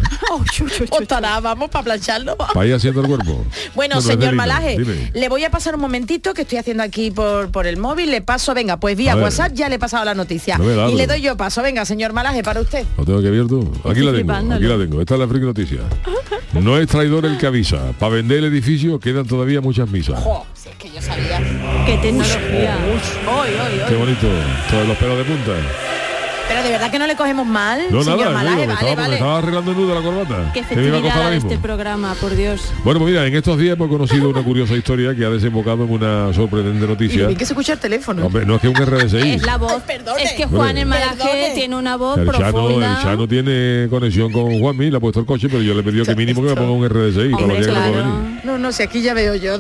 [SPEAKER 9] O estará, vamos para plancharlo.
[SPEAKER 5] Para ir haciendo el cuerpo.
[SPEAKER 9] Bueno,
[SPEAKER 5] es
[SPEAKER 9] señor
[SPEAKER 5] delito.
[SPEAKER 9] Malaje,
[SPEAKER 5] Dime.
[SPEAKER 9] le voy a pasar un momentito que estoy haciendo aquí por, por el móvil. Le paso, venga, pues
[SPEAKER 5] A
[SPEAKER 9] vía
[SPEAKER 5] ver.
[SPEAKER 9] WhatsApp ya le he pasado la noticia.
[SPEAKER 5] No me da,
[SPEAKER 9] y le
[SPEAKER 5] pero-
[SPEAKER 9] doy yo paso. Venga, señor Malaje, para usted.
[SPEAKER 5] ¿Lo tengo que abierto? Aquí la tengo,
[SPEAKER 7] flipándolo.
[SPEAKER 5] aquí la tengo. Esta es la friki noticia. No es traidor el que avisa. Para vender el edificio quedan todavía muchas misas.
[SPEAKER 9] Oh, si es que yo sabía.
[SPEAKER 7] Qué tecnología.
[SPEAKER 9] Hoy, hoy, hoy.
[SPEAKER 5] Qué bonito. Todos los pelos de punta.
[SPEAKER 9] Pero de verdad que no le cogemos mal,
[SPEAKER 5] No,
[SPEAKER 9] señor
[SPEAKER 5] nada,
[SPEAKER 9] Malaje,
[SPEAKER 5] digo, me,
[SPEAKER 9] vale,
[SPEAKER 5] estaba, me
[SPEAKER 9] vale.
[SPEAKER 5] estaba arreglando el nudo de la corbata.
[SPEAKER 7] Qué
[SPEAKER 5] que me iba a costar
[SPEAKER 7] festividad
[SPEAKER 5] ahora
[SPEAKER 7] de
[SPEAKER 5] mismo.
[SPEAKER 7] este programa, por Dios.
[SPEAKER 5] Bueno, pues mira, en estos días hemos conocido una curiosa historia que ha desembocado en una sorprendente
[SPEAKER 9] Y
[SPEAKER 5] noticia.
[SPEAKER 9] bien que se escucha el teléfono.
[SPEAKER 5] Hombre, no es que un RDSI.
[SPEAKER 7] Es la voz.
[SPEAKER 9] Perdone.
[SPEAKER 7] Es que Juan el
[SPEAKER 9] Perdone.
[SPEAKER 7] Malaje tiene una voz
[SPEAKER 5] El Chano,
[SPEAKER 7] profunda.
[SPEAKER 5] el Chano tiene conexión con Juanmi, le ha puesto el coche, pero yo le he pedido que mínimo que me ponga un RDSI. con lo
[SPEAKER 7] Hombre,
[SPEAKER 5] bien que puedo
[SPEAKER 7] claro.
[SPEAKER 5] venir.
[SPEAKER 9] No, no, si aquí ya veo yo.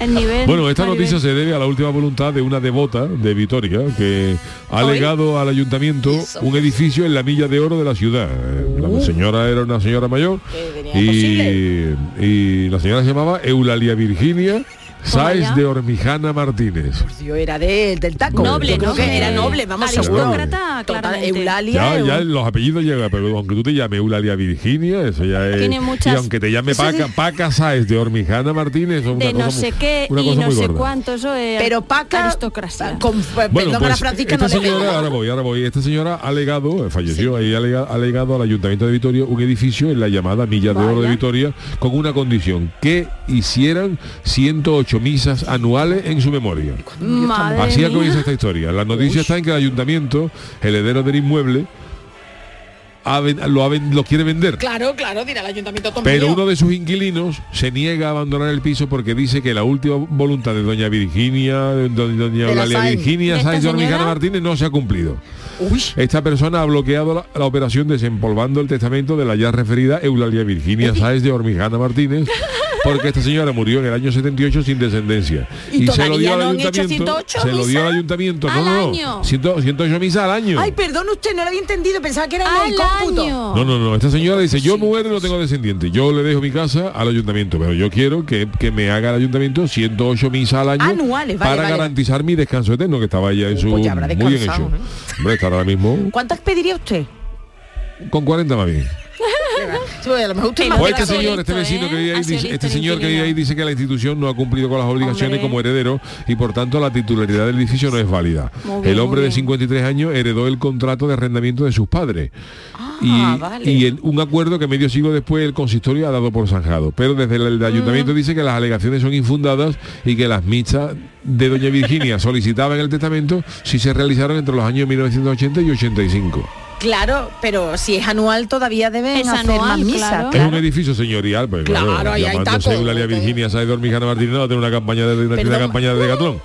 [SPEAKER 7] El nivel.
[SPEAKER 5] Bueno, esta
[SPEAKER 7] Maribel.
[SPEAKER 5] noticia se debe a la última voluntad de una devota de Vitoria que ha legado al ayuntamiento un edificio en la milla de oro de la ciudad. Eh,
[SPEAKER 7] Uh.
[SPEAKER 5] La señora era una señora mayor y, y la señora se llamaba Eulalia Virginia Sáez
[SPEAKER 7] allá.
[SPEAKER 5] de Hormijana Martínez.
[SPEAKER 9] Yo era de- del taco.
[SPEAKER 7] Noble,
[SPEAKER 9] Yo creo
[SPEAKER 7] ¿no?
[SPEAKER 9] que era noble, vamos, seguro.
[SPEAKER 7] Aristócrata,
[SPEAKER 9] Total,
[SPEAKER 7] claramente.
[SPEAKER 9] Eulalia.
[SPEAKER 5] Ya,
[SPEAKER 9] Eu-
[SPEAKER 5] ya los apellidos llegan, pero aunque tú te llames Eulalia Virginia, eso ya es.
[SPEAKER 7] Tiene muchas-
[SPEAKER 5] Y aunque te llame
[SPEAKER 7] Eso
[SPEAKER 5] Paca,
[SPEAKER 7] sí.
[SPEAKER 5] Paca Sáez de Hormijana Martínez, eso es una
[SPEAKER 7] De
[SPEAKER 5] cosa
[SPEAKER 7] no
[SPEAKER 5] muy-
[SPEAKER 7] sé qué
[SPEAKER 5] una
[SPEAKER 7] y
[SPEAKER 5] cosa
[SPEAKER 7] no
[SPEAKER 5] muy
[SPEAKER 7] sé
[SPEAKER 5] gorda.
[SPEAKER 7] cuánto. Eso es
[SPEAKER 9] Pero Paca,
[SPEAKER 7] aristocracia.
[SPEAKER 9] con, eh,
[SPEAKER 5] Bueno,
[SPEAKER 9] perdón a la
[SPEAKER 5] pues,
[SPEAKER 9] Francisca,
[SPEAKER 5] esta
[SPEAKER 9] no le
[SPEAKER 5] señora,
[SPEAKER 9] pego.
[SPEAKER 5] ahora voy, ahora voy. Esta señora ha legado, eh, falleció, ella ha lega- ha legado al Ayuntamiento de Vitoria un edificio en la llamada Milla de Oro de Vitoria con una condición, que hicieran 108 misas anuales en su memoria.
[SPEAKER 7] Madre
[SPEAKER 5] Así
[SPEAKER 7] mía.
[SPEAKER 5] comienza esta historia. La noticia está en que el ayuntamiento, heredero del inmueble, ha
[SPEAKER 8] ha ven- lo, ha ven- lo quiere vender.
[SPEAKER 9] Claro, claro, dirá el ayuntamiento toma
[SPEAKER 8] Pero
[SPEAKER 9] yo.
[SPEAKER 8] uno de sus inquilinos se niega a abandonar el piso porque dice que la última voluntad de doña Virginia, de do-
[SPEAKER 9] De
[SPEAKER 8] doña
[SPEAKER 9] la
[SPEAKER 8] Eulalia
[SPEAKER 9] Sáenz.
[SPEAKER 8] Virginia
[SPEAKER 7] ¿De esta
[SPEAKER 8] Sáenz
[SPEAKER 7] señora?
[SPEAKER 8] Dominicana Martínez no se ha cumplido.
[SPEAKER 9] Uy,
[SPEAKER 8] Esta persona ha bloqueado la, la operación desempolvando el testamento de la ya referida Eulalia Virginia Sáez de Hormigana Martínez, porque esta señora murió en el año 78 sin descendencia.
[SPEAKER 9] Y todavía no
[SPEAKER 8] al
[SPEAKER 9] han hecho
[SPEAKER 8] ayuntamiento.
[SPEAKER 9] 108
[SPEAKER 8] Se lo dio al
[SPEAKER 9] misas
[SPEAKER 8] ayuntamiento.
[SPEAKER 7] al
[SPEAKER 8] no, no, no.
[SPEAKER 7] año.
[SPEAKER 8] 100 108 misas al año.
[SPEAKER 5] Ay, perdón, usted no lo había entendido, pensaba que era en
[SPEAKER 7] al
[SPEAKER 5] el cómputo.
[SPEAKER 7] año.
[SPEAKER 8] No, no, no. Esta señora dice, yo mujer no tengo descendiente. Yo le dejo mi casa al ayuntamiento, pero yo quiero que, que me haga el ayuntamiento 108 misas al año
[SPEAKER 5] Anuales, vale,
[SPEAKER 8] para
[SPEAKER 5] vale.
[SPEAKER 8] garantizar mi descanso eterno, que estaba ya en su...
[SPEAKER 9] pues ya habrá
[SPEAKER 8] muy bien
[SPEAKER 9] descansado,
[SPEAKER 8] hecho. Hombre, estará ahora mismo
[SPEAKER 5] ¿Cuántas pediría usted?
[SPEAKER 8] con 40 más bien.
[SPEAKER 9] sí, a lo mejor usted
[SPEAKER 7] Pero
[SPEAKER 9] manda
[SPEAKER 8] Pues
[SPEAKER 7] Ha
[SPEAKER 8] este
[SPEAKER 7] sido
[SPEAKER 8] señor,
[SPEAKER 7] listo,
[SPEAKER 8] este vecino
[SPEAKER 7] ¿eh?
[SPEAKER 8] que vive
[SPEAKER 7] Ha
[SPEAKER 8] ahí,
[SPEAKER 7] sido
[SPEAKER 8] dice,
[SPEAKER 7] listo
[SPEAKER 8] este
[SPEAKER 7] el
[SPEAKER 8] señor que vive
[SPEAKER 7] inquilino.
[SPEAKER 8] ahí dice que la institución no ha cumplido con las obligaciones
[SPEAKER 7] Hombre.
[SPEAKER 8] como heredero y por tanto la titularidad del edificio no es válida.
[SPEAKER 7] Muy bien,
[SPEAKER 8] El hombre
[SPEAKER 7] muy bien.
[SPEAKER 8] de 53 años heredó el contrato de arrendamiento de sus padres.
[SPEAKER 7] Ah,
[SPEAKER 8] y
[SPEAKER 5] vale.
[SPEAKER 8] y el- un acuerdo que medio siglo después el consistorio ha dado por zanjado. Pero desde el, el
[SPEAKER 7] Mm.
[SPEAKER 8] ayuntamiento dice que las alegaciones son infundadas y que las misas de doña Virginia solicitaban en el testamento si se realizaron entre los años 1980 y 85.
[SPEAKER 9] Claro, pero si es anual todavía deben
[SPEAKER 7] Es
[SPEAKER 9] hacer
[SPEAKER 7] anual,
[SPEAKER 9] más misa.
[SPEAKER 7] claro.
[SPEAKER 8] Es un edificio señorial, pues
[SPEAKER 9] Claro, ahí hay
[SPEAKER 8] llamándose
[SPEAKER 9] tacos,
[SPEAKER 8] Eulalia
[SPEAKER 9] porque-
[SPEAKER 8] Virginia Sáez de Hormigana Martínez no va a tener una campaña de una,
[SPEAKER 9] Perdón.
[SPEAKER 8] campaña de Decathlon.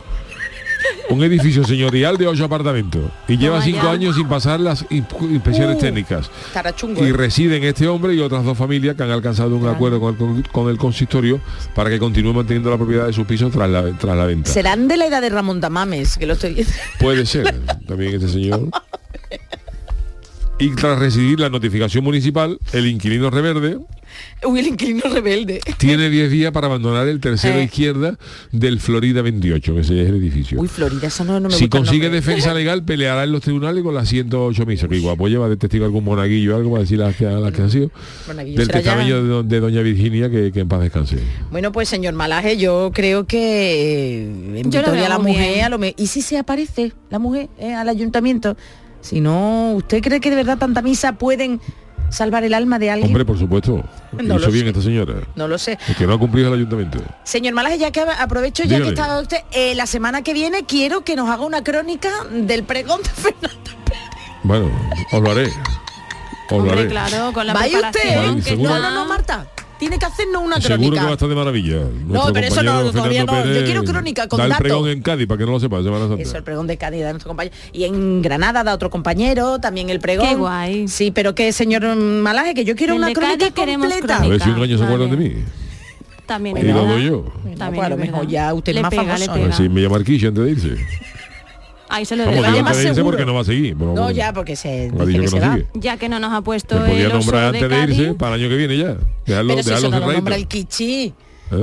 [SPEAKER 8] Un edificio señorial de ocho apartamentos y lleva
[SPEAKER 7] Toma
[SPEAKER 8] cinco
[SPEAKER 7] ya.
[SPEAKER 8] años sin pasar las insp- inspecciones
[SPEAKER 9] Uh,
[SPEAKER 8] técnicas.
[SPEAKER 9] Estará chungo.
[SPEAKER 8] Y
[SPEAKER 9] ¿eh?
[SPEAKER 8] residen este hombre y otras dos familias que han alcanzado un acuerdo con el, con- con el consistorio para que continúe manteniendo la propiedad de sus pisos tras la, tras la venta.
[SPEAKER 9] Serán de la edad de Ramón Damames, que lo estoy viendo.
[SPEAKER 8] Puede ser, también este señor. Y tras recibir la notificación municipal, el inquilino reverde,
[SPEAKER 9] Uy, el inquilino rebelde.
[SPEAKER 8] Tiene 10 días para abandonar el tercero
[SPEAKER 9] Eh.
[SPEAKER 8] izquierda del Florida 28, que ese es el edificio.
[SPEAKER 9] Uy, Florida, eso no, no me gusta
[SPEAKER 8] si
[SPEAKER 9] el
[SPEAKER 8] consigue
[SPEAKER 9] nombre.
[SPEAKER 8] defensa legal, peleará en los tribunales con las 108 misas. Que igual, pues lleva de testigo algún monaguillo o algo para decir las que, las que han sido.
[SPEAKER 9] Monaguillo
[SPEAKER 8] Del
[SPEAKER 9] será ya.
[SPEAKER 8] testamento de, don- de doña Virginia, que, que en paz descanse.
[SPEAKER 9] Bueno, pues señor Malaje, yo creo que eh, en
[SPEAKER 7] Yo lo
[SPEAKER 9] Vitoria
[SPEAKER 7] veo
[SPEAKER 9] la
[SPEAKER 7] muy
[SPEAKER 9] mujer
[SPEAKER 7] bien.
[SPEAKER 9] a lo me- ¿Y si se aparece la mujer eh, al ayuntamiento? Si no, ¿usted cree que de verdad tanta misa pueden salvar el alma de alguien?
[SPEAKER 8] Hombre, por supuesto.
[SPEAKER 9] No
[SPEAKER 8] hizo
[SPEAKER 9] lo
[SPEAKER 8] bien
[SPEAKER 9] sé.
[SPEAKER 8] esta señora.
[SPEAKER 9] No lo sé.
[SPEAKER 8] El que no ha cumplido es el ayuntamiento.
[SPEAKER 9] Señor Malaje, ya que aprovecho, ya
[SPEAKER 8] Dígame.
[SPEAKER 9] que estaba usted, eh, la semana que viene quiero que nos haga una crónica del pregón de Fernando
[SPEAKER 8] Bueno, os lo haré. Os lo
[SPEAKER 7] Hombre,
[SPEAKER 8] haré.
[SPEAKER 7] claro, con la
[SPEAKER 9] Vaya ¿eh?
[SPEAKER 7] preparación
[SPEAKER 8] Vale,
[SPEAKER 7] que
[SPEAKER 8] seguro.
[SPEAKER 9] No,
[SPEAKER 7] está-
[SPEAKER 9] no, no, Marta. Tiene que hacernos una
[SPEAKER 8] Seguro que
[SPEAKER 9] crónica.
[SPEAKER 8] va a estar de maravilla. Nuestro
[SPEAKER 9] pero eso no,
[SPEAKER 8] compañero
[SPEAKER 9] todavía
[SPEAKER 8] Fernando
[SPEAKER 9] no. Yo
[SPEAKER 8] Pérez
[SPEAKER 9] quiero crónica con
[SPEAKER 8] da el
[SPEAKER 9] datos.
[SPEAKER 8] pregón en Cádiz, para que no lo sepa, Semana Santa.
[SPEAKER 9] Eso, el pregón de Cádiz de nuestro compañero. Y en Granada da otro compañero, también el pregón.
[SPEAKER 7] Qué guay.
[SPEAKER 9] Sí, pero que señor Malaje, que yo quiero
[SPEAKER 7] Del
[SPEAKER 9] una
[SPEAKER 7] de
[SPEAKER 9] crónica
[SPEAKER 7] Cádiz queremos
[SPEAKER 9] completa.
[SPEAKER 8] A ver si un año se
[SPEAKER 7] Vale.
[SPEAKER 8] acuerdan de mí.
[SPEAKER 7] También
[SPEAKER 8] Y
[SPEAKER 7] es
[SPEAKER 8] lo
[SPEAKER 7] verdad.
[SPEAKER 8] doy yo.
[SPEAKER 7] También
[SPEAKER 9] Bueno, pues a lo
[SPEAKER 7] es
[SPEAKER 9] mejor
[SPEAKER 7] verdad.
[SPEAKER 9] ya usted es
[SPEAKER 7] le
[SPEAKER 9] más
[SPEAKER 7] pega,
[SPEAKER 9] famoso,
[SPEAKER 7] Le
[SPEAKER 9] ¿no?
[SPEAKER 8] A ver
[SPEAKER 7] pega.
[SPEAKER 8] si me llama Arquillo antes de irse.
[SPEAKER 7] Ahí se lo
[SPEAKER 8] Vamos,
[SPEAKER 7] dejo.
[SPEAKER 8] digo
[SPEAKER 9] más
[SPEAKER 8] antes de irse
[SPEAKER 9] seguro.
[SPEAKER 8] porque no va a seguir. pero
[SPEAKER 9] No,
[SPEAKER 8] vamos.
[SPEAKER 9] ya, porque se
[SPEAKER 8] Me
[SPEAKER 9] dice
[SPEAKER 8] ha dicho
[SPEAKER 9] que
[SPEAKER 8] que
[SPEAKER 9] se
[SPEAKER 8] no
[SPEAKER 9] va.
[SPEAKER 8] sigue.
[SPEAKER 7] Ya que no nos ha puesto
[SPEAKER 8] Me podía
[SPEAKER 7] el oso
[SPEAKER 8] nombrar
[SPEAKER 7] de
[SPEAKER 8] antes de
[SPEAKER 7] Cádiz.
[SPEAKER 8] irse para el año que viene ya. Dejarlo,
[SPEAKER 9] Pero si
[SPEAKER 8] dejarlo
[SPEAKER 9] eso no lo
[SPEAKER 8] cerradito. ¿Eh?
[SPEAKER 9] nombra el Kichi.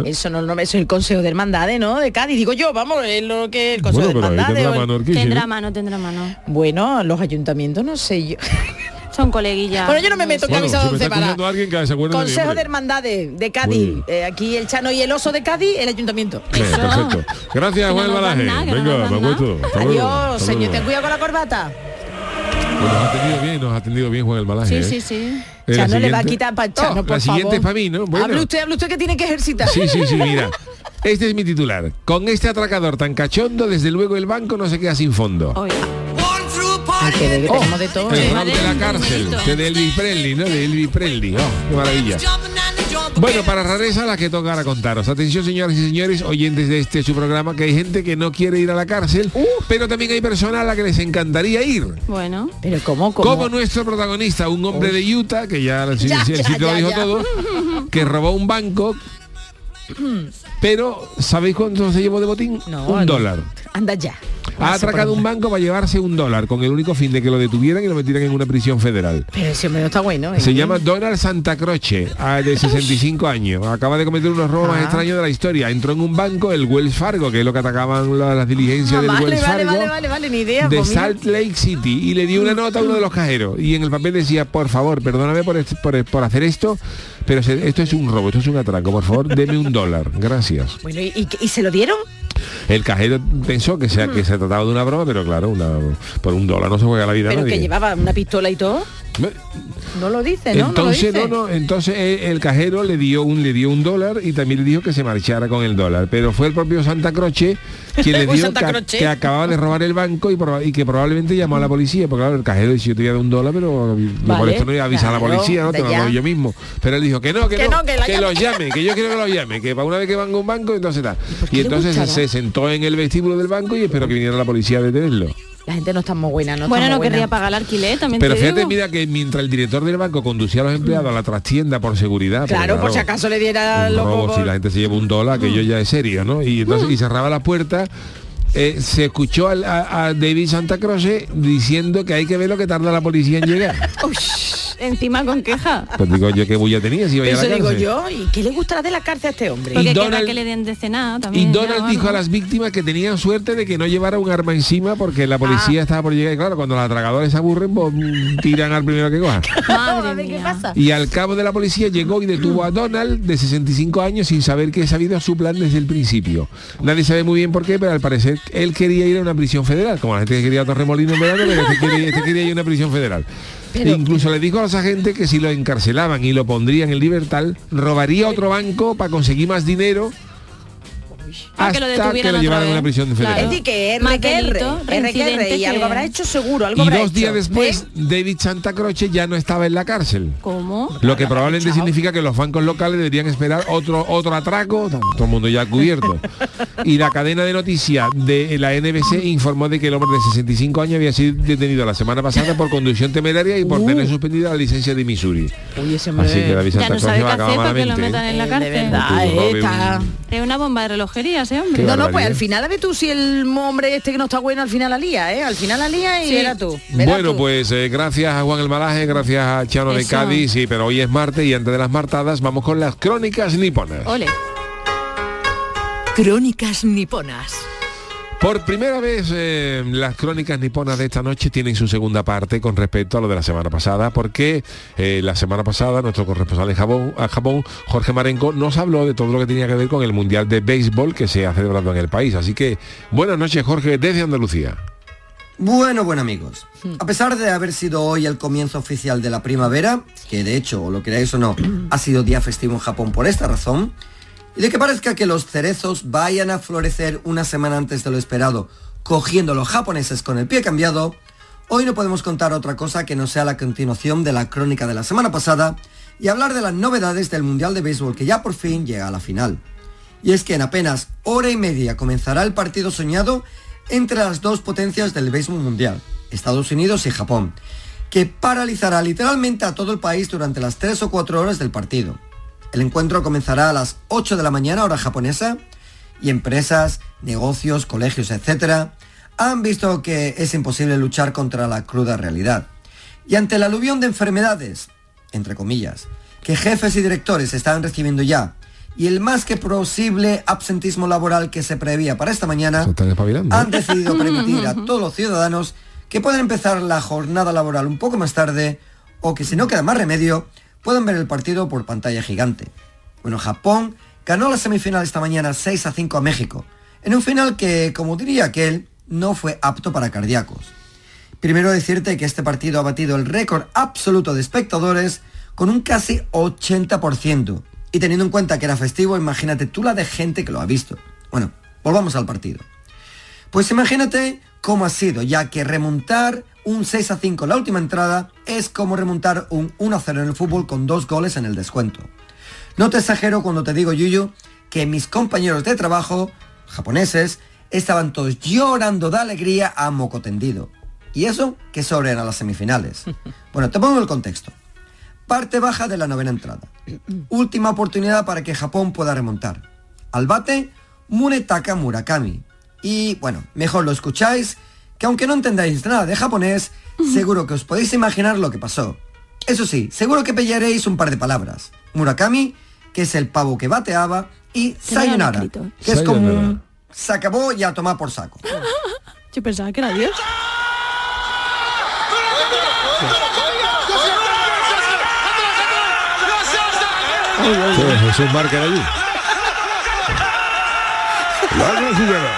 [SPEAKER 9] Eso no lo nombra, eso es el Consejo de Hermandades, ¿no? De Cádiz. Digo yo, vamos, es lo que el Consejo
[SPEAKER 8] Bueno, pero
[SPEAKER 9] de
[SPEAKER 8] ahí
[SPEAKER 9] Hermandades.
[SPEAKER 8] tendrá
[SPEAKER 9] o el-
[SPEAKER 8] mano Arquillo.
[SPEAKER 7] Tendrá
[SPEAKER 8] ¿eh?
[SPEAKER 7] mano, tendrá mano.
[SPEAKER 9] Bueno, los ayuntamientos, no sé yo.
[SPEAKER 7] Son coleguillas.
[SPEAKER 9] Bueno, yo no me meto
[SPEAKER 8] Bueno,
[SPEAKER 9] camisa
[SPEAKER 8] si me
[SPEAKER 9] once
[SPEAKER 8] está
[SPEAKER 9] para.
[SPEAKER 8] escuchando alguien que se acuerde de mí,
[SPEAKER 9] Consejo de
[SPEAKER 8] hombre.
[SPEAKER 9] Hermandades de
[SPEAKER 8] Muy
[SPEAKER 9] Cádiz.
[SPEAKER 8] bien.
[SPEAKER 9] Eh, aquí el Chano y el oso de Cádiz, el ayuntamiento.
[SPEAKER 8] Venga,
[SPEAKER 7] Eso.
[SPEAKER 8] perfecto. Gracias,
[SPEAKER 7] Que
[SPEAKER 8] Juan
[SPEAKER 7] no nos dan
[SPEAKER 8] Balaje.
[SPEAKER 7] nada, que no
[SPEAKER 8] Venga,
[SPEAKER 7] nos
[SPEAKER 8] me
[SPEAKER 7] dan nada.
[SPEAKER 8] acuesto. Hasta luego,
[SPEAKER 9] Adiós,
[SPEAKER 8] hasta
[SPEAKER 9] señor.
[SPEAKER 8] luego.
[SPEAKER 9] Ten cuidado con la corbata.
[SPEAKER 8] Pues nos ha atendido bien, nos ha atendido bien Juan el Balaje.
[SPEAKER 7] Sí, sí,
[SPEAKER 8] ¿eh?
[SPEAKER 7] sí.
[SPEAKER 8] Eh, la
[SPEAKER 9] Chano le va a
[SPEAKER 8] siguiente-
[SPEAKER 9] quitar para Chano,
[SPEAKER 8] La
[SPEAKER 9] por
[SPEAKER 8] siguiente
[SPEAKER 9] favor.
[SPEAKER 8] es para mí, ¿no? Bueno.
[SPEAKER 9] Hable usted, hable usted que tiene que ejercitar.
[SPEAKER 8] Sí, sí, sí, mira. Este es mi titular. Con este atracador tan cachondo, desde luego el banco no se queda sin fondo.
[SPEAKER 7] Hoy.
[SPEAKER 9] Ay, que
[SPEAKER 8] oh.
[SPEAKER 9] de- tenemos de todo. ¿eh?
[SPEAKER 8] El
[SPEAKER 7] Sí.
[SPEAKER 8] rock de la
[SPEAKER 7] Madre,
[SPEAKER 8] cárcel,
[SPEAKER 7] numerito.
[SPEAKER 8] que de Elvis Presley, ¿no? De Elvis Presley, oh, qué maravilla. Bueno, para rareza la que toca ahora contaros. Atención, señoras y señores, oyentes de este su programa, que hay gente que no quiere ir a la cárcel, pero también hay personas a las que les encantaría ir.
[SPEAKER 7] Bueno.
[SPEAKER 9] Pero cómo, cómo.
[SPEAKER 8] Como nuestro protagonista, un hombre de Utah, que ya el,
[SPEAKER 9] Ya,
[SPEAKER 8] el
[SPEAKER 9] ya,
[SPEAKER 8] sitio lo
[SPEAKER 9] ya,
[SPEAKER 8] dijo
[SPEAKER 9] ya.
[SPEAKER 8] todo, que robó un banco, pero ¿sabéis cuánto se llevó de botín?
[SPEAKER 9] No,
[SPEAKER 8] un
[SPEAKER 9] no.
[SPEAKER 8] dólar.
[SPEAKER 9] Anda ya.
[SPEAKER 8] Ha
[SPEAKER 9] Pase por
[SPEAKER 8] atracado un
[SPEAKER 9] donde-
[SPEAKER 8] banco para llevarse un dólar, con el único fin de que lo detuvieran y lo metieran en una prisión federal.
[SPEAKER 9] Pero ese hombre no está bueno. ¿eh?
[SPEAKER 8] Se llama Donald Santa Croce, ah, de 65 años. Acaba de cometer unos robos más
[SPEAKER 9] Ah.
[SPEAKER 8] extraños de la historia. Entró en un banco, el Wells Fargo, que es lo que atacaban la- las diligencias
[SPEAKER 9] Ah,
[SPEAKER 8] del
[SPEAKER 9] vale,
[SPEAKER 8] Wells
[SPEAKER 9] vale,
[SPEAKER 8] Fargo.
[SPEAKER 9] vale, vale, vale, ni idea.
[SPEAKER 8] de
[SPEAKER 9] pues mira.
[SPEAKER 8] Salt Lake City y le dio una nota a uno de los cajeros y en el papel decía por favor perdóname por, est- por, por hacer esto pero se- esto es un robo esto es un atraco por favor deme un dólar gracias
[SPEAKER 9] Bueno, ¿y, y- y se lo dieron?
[SPEAKER 8] el cajero pensó que, sea, que se trataba de una broma pero claro una- por un dólar no se juega la vida a
[SPEAKER 9] Pero
[SPEAKER 8] nadie
[SPEAKER 9] que llevaba una pistola y todo. No lo dice, ¿no?
[SPEAKER 5] Entonces,
[SPEAKER 9] no lo
[SPEAKER 5] no,
[SPEAKER 9] dice.
[SPEAKER 5] no, entonces eh, el cajero le dio un le dio un dólar y también le dijo que se marchara con el dólar. Pero fue el propio Santa Croce quien le
[SPEAKER 9] Uy,
[SPEAKER 5] dio
[SPEAKER 9] Santa
[SPEAKER 5] que,
[SPEAKER 9] Croce.
[SPEAKER 5] que acababa de robar el banco y, proba- y que probablemente llamó a la policía, porque claro, el cajero dice yo te voy a dar un dólar, pero lo
[SPEAKER 9] Vale,
[SPEAKER 5] cual esto no iba a avisar a la
[SPEAKER 9] claro,
[SPEAKER 5] policía, no te
[SPEAKER 9] de
[SPEAKER 5] lo
[SPEAKER 9] ya.
[SPEAKER 5] doy yo mismo. Pero él dijo que no, que,
[SPEAKER 9] Que
[SPEAKER 5] no,
[SPEAKER 9] no, que la
[SPEAKER 5] los
[SPEAKER 9] llame.
[SPEAKER 5] llame, que yo quiero que los llame, que para una vez que van a un banco, entonces tal. Y,
[SPEAKER 9] le
[SPEAKER 5] entonces
[SPEAKER 9] gustará?
[SPEAKER 5] se sentó en el vestíbulo del banco y esperó que viniera la policía a detenerlo.
[SPEAKER 9] La gente no está muy buena, no está
[SPEAKER 7] bueno,
[SPEAKER 9] muy
[SPEAKER 7] no
[SPEAKER 9] buena.
[SPEAKER 7] querría pagar el alquiler, también
[SPEAKER 5] Pero
[SPEAKER 7] te
[SPEAKER 5] fíjate,
[SPEAKER 7] digo.
[SPEAKER 5] mira que mientras el director del banco conducía a los empleados a la trastienda por seguridad. porque,
[SPEAKER 9] Claro, por si acaso le diera
[SPEAKER 5] un
[SPEAKER 9] lo
[SPEAKER 5] robo,
[SPEAKER 9] poco-
[SPEAKER 5] si la gente se lleva un dólar, que yo ya es serio, ¿no? Y entonces
[SPEAKER 9] Mm.
[SPEAKER 5] y cerraba la puerta. eh, se escuchó al- a, a David Santa Croce diciendo que hay que ver lo que tarda la policía en llegar.
[SPEAKER 7] Ush, encima con queja.
[SPEAKER 5] Pues digo yo qué bulla tenía si iba a ir a
[SPEAKER 9] Eso
[SPEAKER 5] la
[SPEAKER 9] digo
[SPEAKER 5] cárcel.
[SPEAKER 9] yo, ¿y qué le gustará de la cárcel a este hombre?
[SPEAKER 7] Porque
[SPEAKER 5] Donald-
[SPEAKER 7] querrá que le den de cenar
[SPEAKER 5] Y
[SPEAKER 7] también.
[SPEAKER 5] Donald
[SPEAKER 7] ¿no?
[SPEAKER 5] dijo a
[SPEAKER 7] Algo.
[SPEAKER 5] las víctimas que tenían suerte de que no llevara un arma encima porque la policía
[SPEAKER 9] Ah.
[SPEAKER 5] estaba por llegar. Y claro, cuando los atragadores se aburren, pues, mm, tiran al primero que coja.
[SPEAKER 7] Madre mía.
[SPEAKER 5] Y al cabo de la policía llegó y detuvo a Donald, de 65 años, sin saber que es habido su plan desde el principio. Nadie sabe muy bien por qué, pero al parecer él quería ir a una prisión federal, como la gente que quería ir a Torremolino en verano, pero este quería, este quería ir a una prisión federal. Incluso le dijo a los agentes que si lo encarcelaban y lo pondrían en libertad, robaría otro banco para conseguir más dinero
[SPEAKER 7] Para que lo
[SPEAKER 5] hasta que
[SPEAKER 7] detuvieran
[SPEAKER 5] lo
[SPEAKER 7] otra
[SPEAKER 5] llevaran a
[SPEAKER 7] vez.
[SPEAKER 5] una prisión federal.
[SPEAKER 7] Claro.
[SPEAKER 8] Es decir, que R,
[SPEAKER 7] Más
[SPEAKER 8] que R,
[SPEAKER 7] delito,
[SPEAKER 8] R, que R,
[SPEAKER 7] reincidente
[SPEAKER 8] y algo
[SPEAKER 7] que-
[SPEAKER 8] habrá hecho seguro, algo
[SPEAKER 5] Y
[SPEAKER 8] habrá
[SPEAKER 5] dos días
[SPEAKER 8] hecho.
[SPEAKER 5] después,
[SPEAKER 7] ¿Eh?
[SPEAKER 8] ¿Ves?
[SPEAKER 5] David Santa Croce ya no estaba en la cárcel.
[SPEAKER 7] ¿Cómo?
[SPEAKER 5] Lo que probablemente significa que los bancos locales deberían esperar otro otro atraco, todo el mundo ya cubierto. Y la cadena de noticias de la NBC informó de que el hombre de 65 años había sido detenido la semana pasada por conducción temeraria y por tener suspendida la licencia de Missouri.
[SPEAKER 9] Uy, ese hombre-
[SPEAKER 5] Así que
[SPEAKER 7] Uh. Ya
[SPEAKER 5] David
[SPEAKER 7] no
[SPEAKER 5] Santa Cruz
[SPEAKER 7] sabe qué
[SPEAKER 5] va a acabar
[SPEAKER 7] hacer para que lo
[SPEAKER 5] malamente,
[SPEAKER 7] metan
[SPEAKER 5] ¿eh?
[SPEAKER 7] en la
[SPEAKER 9] Eh,
[SPEAKER 7] cárcel.
[SPEAKER 9] De verdad,
[SPEAKER 5] Tú,
[SPEAKER 9] eh,
[SPEAKER 5] Robin.
[SPEAKER 9] está...
[SPEAKER 7] Es una bomba de relojería ese hombre.
[SPEAKER 5] Qué
[SPEAKER 9] No, no, pues
[SPEAKER 5] barbaridad.
[SPEAKER 9] al final a ver tú si el hombre este que no está bueno al final la lía, ¿eh? Al final la lía y
[SPEAKER 7] Sí.
[SPEAKER 9] verá tú. verá
[SPEAKER 5] Bueno,
[SPEAKER 9] tú.
[SPEAKER 5] pues eh, gracias a Juan El Malaje, gracias a Chano de
[SPEAKER 7] Eso.
[SPEAKER 5] Cádiz, sí, pero hoy es martes y antes de las martadas vamos con las crónicas niponas.
[SPEAKER 7] Ole.
[SPEAKER 3] Crónicas niponas.
[SPEAKER 5] Por primera vez eh, las crónicas niponas de esta noche tienen su segunda parte con respecto a lo de la semana pasada, porque eh, la semana pasada nuestro corresponsal en Japón, a Japón, Jorge Marenco, nos habló de todo lo que tenía que ver con el Mundial de Béisbol que se ha celebrado en el país. Así que buenas noches Jorge desde Andalucía.
[SPEAKER 10] Bueno, buen amigos. A pesar de haber sido hoy el comienzo oficial de la primavera, que de hecho, o lo creáis o no, ha sido día festivo en Japón por esta razón, y de que parezca que los cerezos vayan a florecer una semana antes de lo esperado, cogiendo a los japoneses con el pie cambiado, hoy no podemos contar otra cosa que no sea la continuación de la crónica de la semana pasada y hablar de las novedades del Mundial de Béisbol que ya por fin llega a la final. Y es que en apenas hora y media comenzará el partido soñado entre las dos potencias del béisbol mundial, Estados Unidos y Japón, que paralizará literalmente a todo el país durante las 3 o 4 horas del partido. El encuentro comenzará a las 8 de la mañana hora japonesa y empresas, negocios, colegios, etc. han visto que es imposible luchar contra la cruda realidad. Y ante el aluvión de enfermedades, entre comillas, que jefes y directores están recibiendo ya, y el más que posible absentismo laboral que se prevía para esta mañana,
[SPEAKER 5] Se están espabilando.
[SPEAKER 10] han decidido permitir a todos los ciudadanos que puedan empezar la jornada laboral un poco más tarde o que si no queda más remedio, puedan ver el partido por pantalla gigante. Bueno, Japón ganó la semifinal esta mañana 6 a 5 a México, en un final que, como diría aquel, no fue apto para cardíacos. Primero decirte que este partido ha batido el récord absoluto de espectadores con un casi 80%. Y teniendo en cuenta que era festivo, imagínate tú la de gente que lo ha visto. Bueno, volvamos al partido. Pues imagínate cómo ha sido, ya que remontar un 6 a 5 en la última entrada es como remontar un 1 a 0 en el fútbol con dos goles en el descuento. No te exagero cuando te digo, Yuyu, que mis compañeros de trabajo, japoneses, estaban todos llorando de alegría a moco tendido. Y eso que sobre eran las semifinales. Bueno, te pongo el contexto. Parte baja de la novena entrada. Última oportunidad para que Japón pueda remontar. Al bate, Munetaka Murakami. Y bueno, mejor lo escucháis, que aunque no entendáis nada de japonés, seguro que os podéis imaginar lo que pasó. Eso sí, seguro que pillaréis un par de palabras. Murakami, que es el pavo que bateaba, y
[SPEAKER 7] lo han
[SPEAKER 10] Sayonara,
[SPEAKER 7] escrito.
[SPEAKER 10] que es como
[SPEAKER 5] Sayonara.
[SPEAKER 10] un se acabó y a tomar por saco.
[SPEAKER 7] Yo pensaba que era Dios.
[SPEAKER 5] Pues, Jesús Márquez allí. La gran jugada.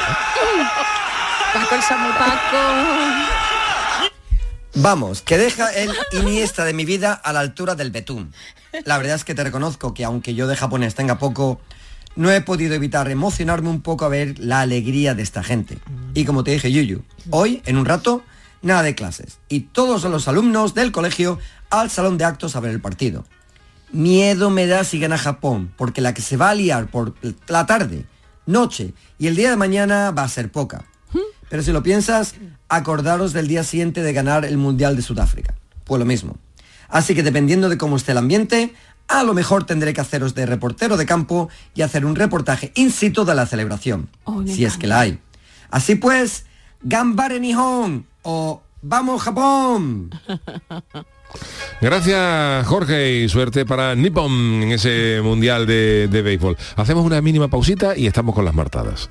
[SPEAKER 9] Paco el Samu-
[SPEAKER 7] Paco.
[SPEAKER 10] Vamos, que deja el Iniesta de mi vida a la altura del betún. La verdad es que te reconozco que aunque yo de japonés tenga poco, no he podido evitar emocionarme un poco a ver la alegría de esta gente. Y como te dije, Yuyu, hoy, en un rato, nada de clases. Y todos los alumnos del colegio al salón de actos a ver el partido. Miedo me da si gana Japón, porque la que se va a liar por la tarde, noche y el día de mañana va a ser poca. Pero si lo piensas, acordaros del día siguiente de ganar el Mundial de Sudáfrica. Pues lo mismo. Así que dependiendo de cómo esté el ambiente, a lo mejor tendré que haceros de reportero de campo y hacer un reportaje in situ de la celebración.
[SPEAKER 7] Oh, me
[SPEAKER 10] si es
[SPEAKER 7] encanta.
[SPEAKER 10] que la hay. Así pues, Gambare Nihon o Vamos Japón.
[SPEAKER 5] Gracias, Jorge, y suerte para Nippon en ese mundial de, de béisbol. Hacemos una mínima pausita y estamos con las martadas.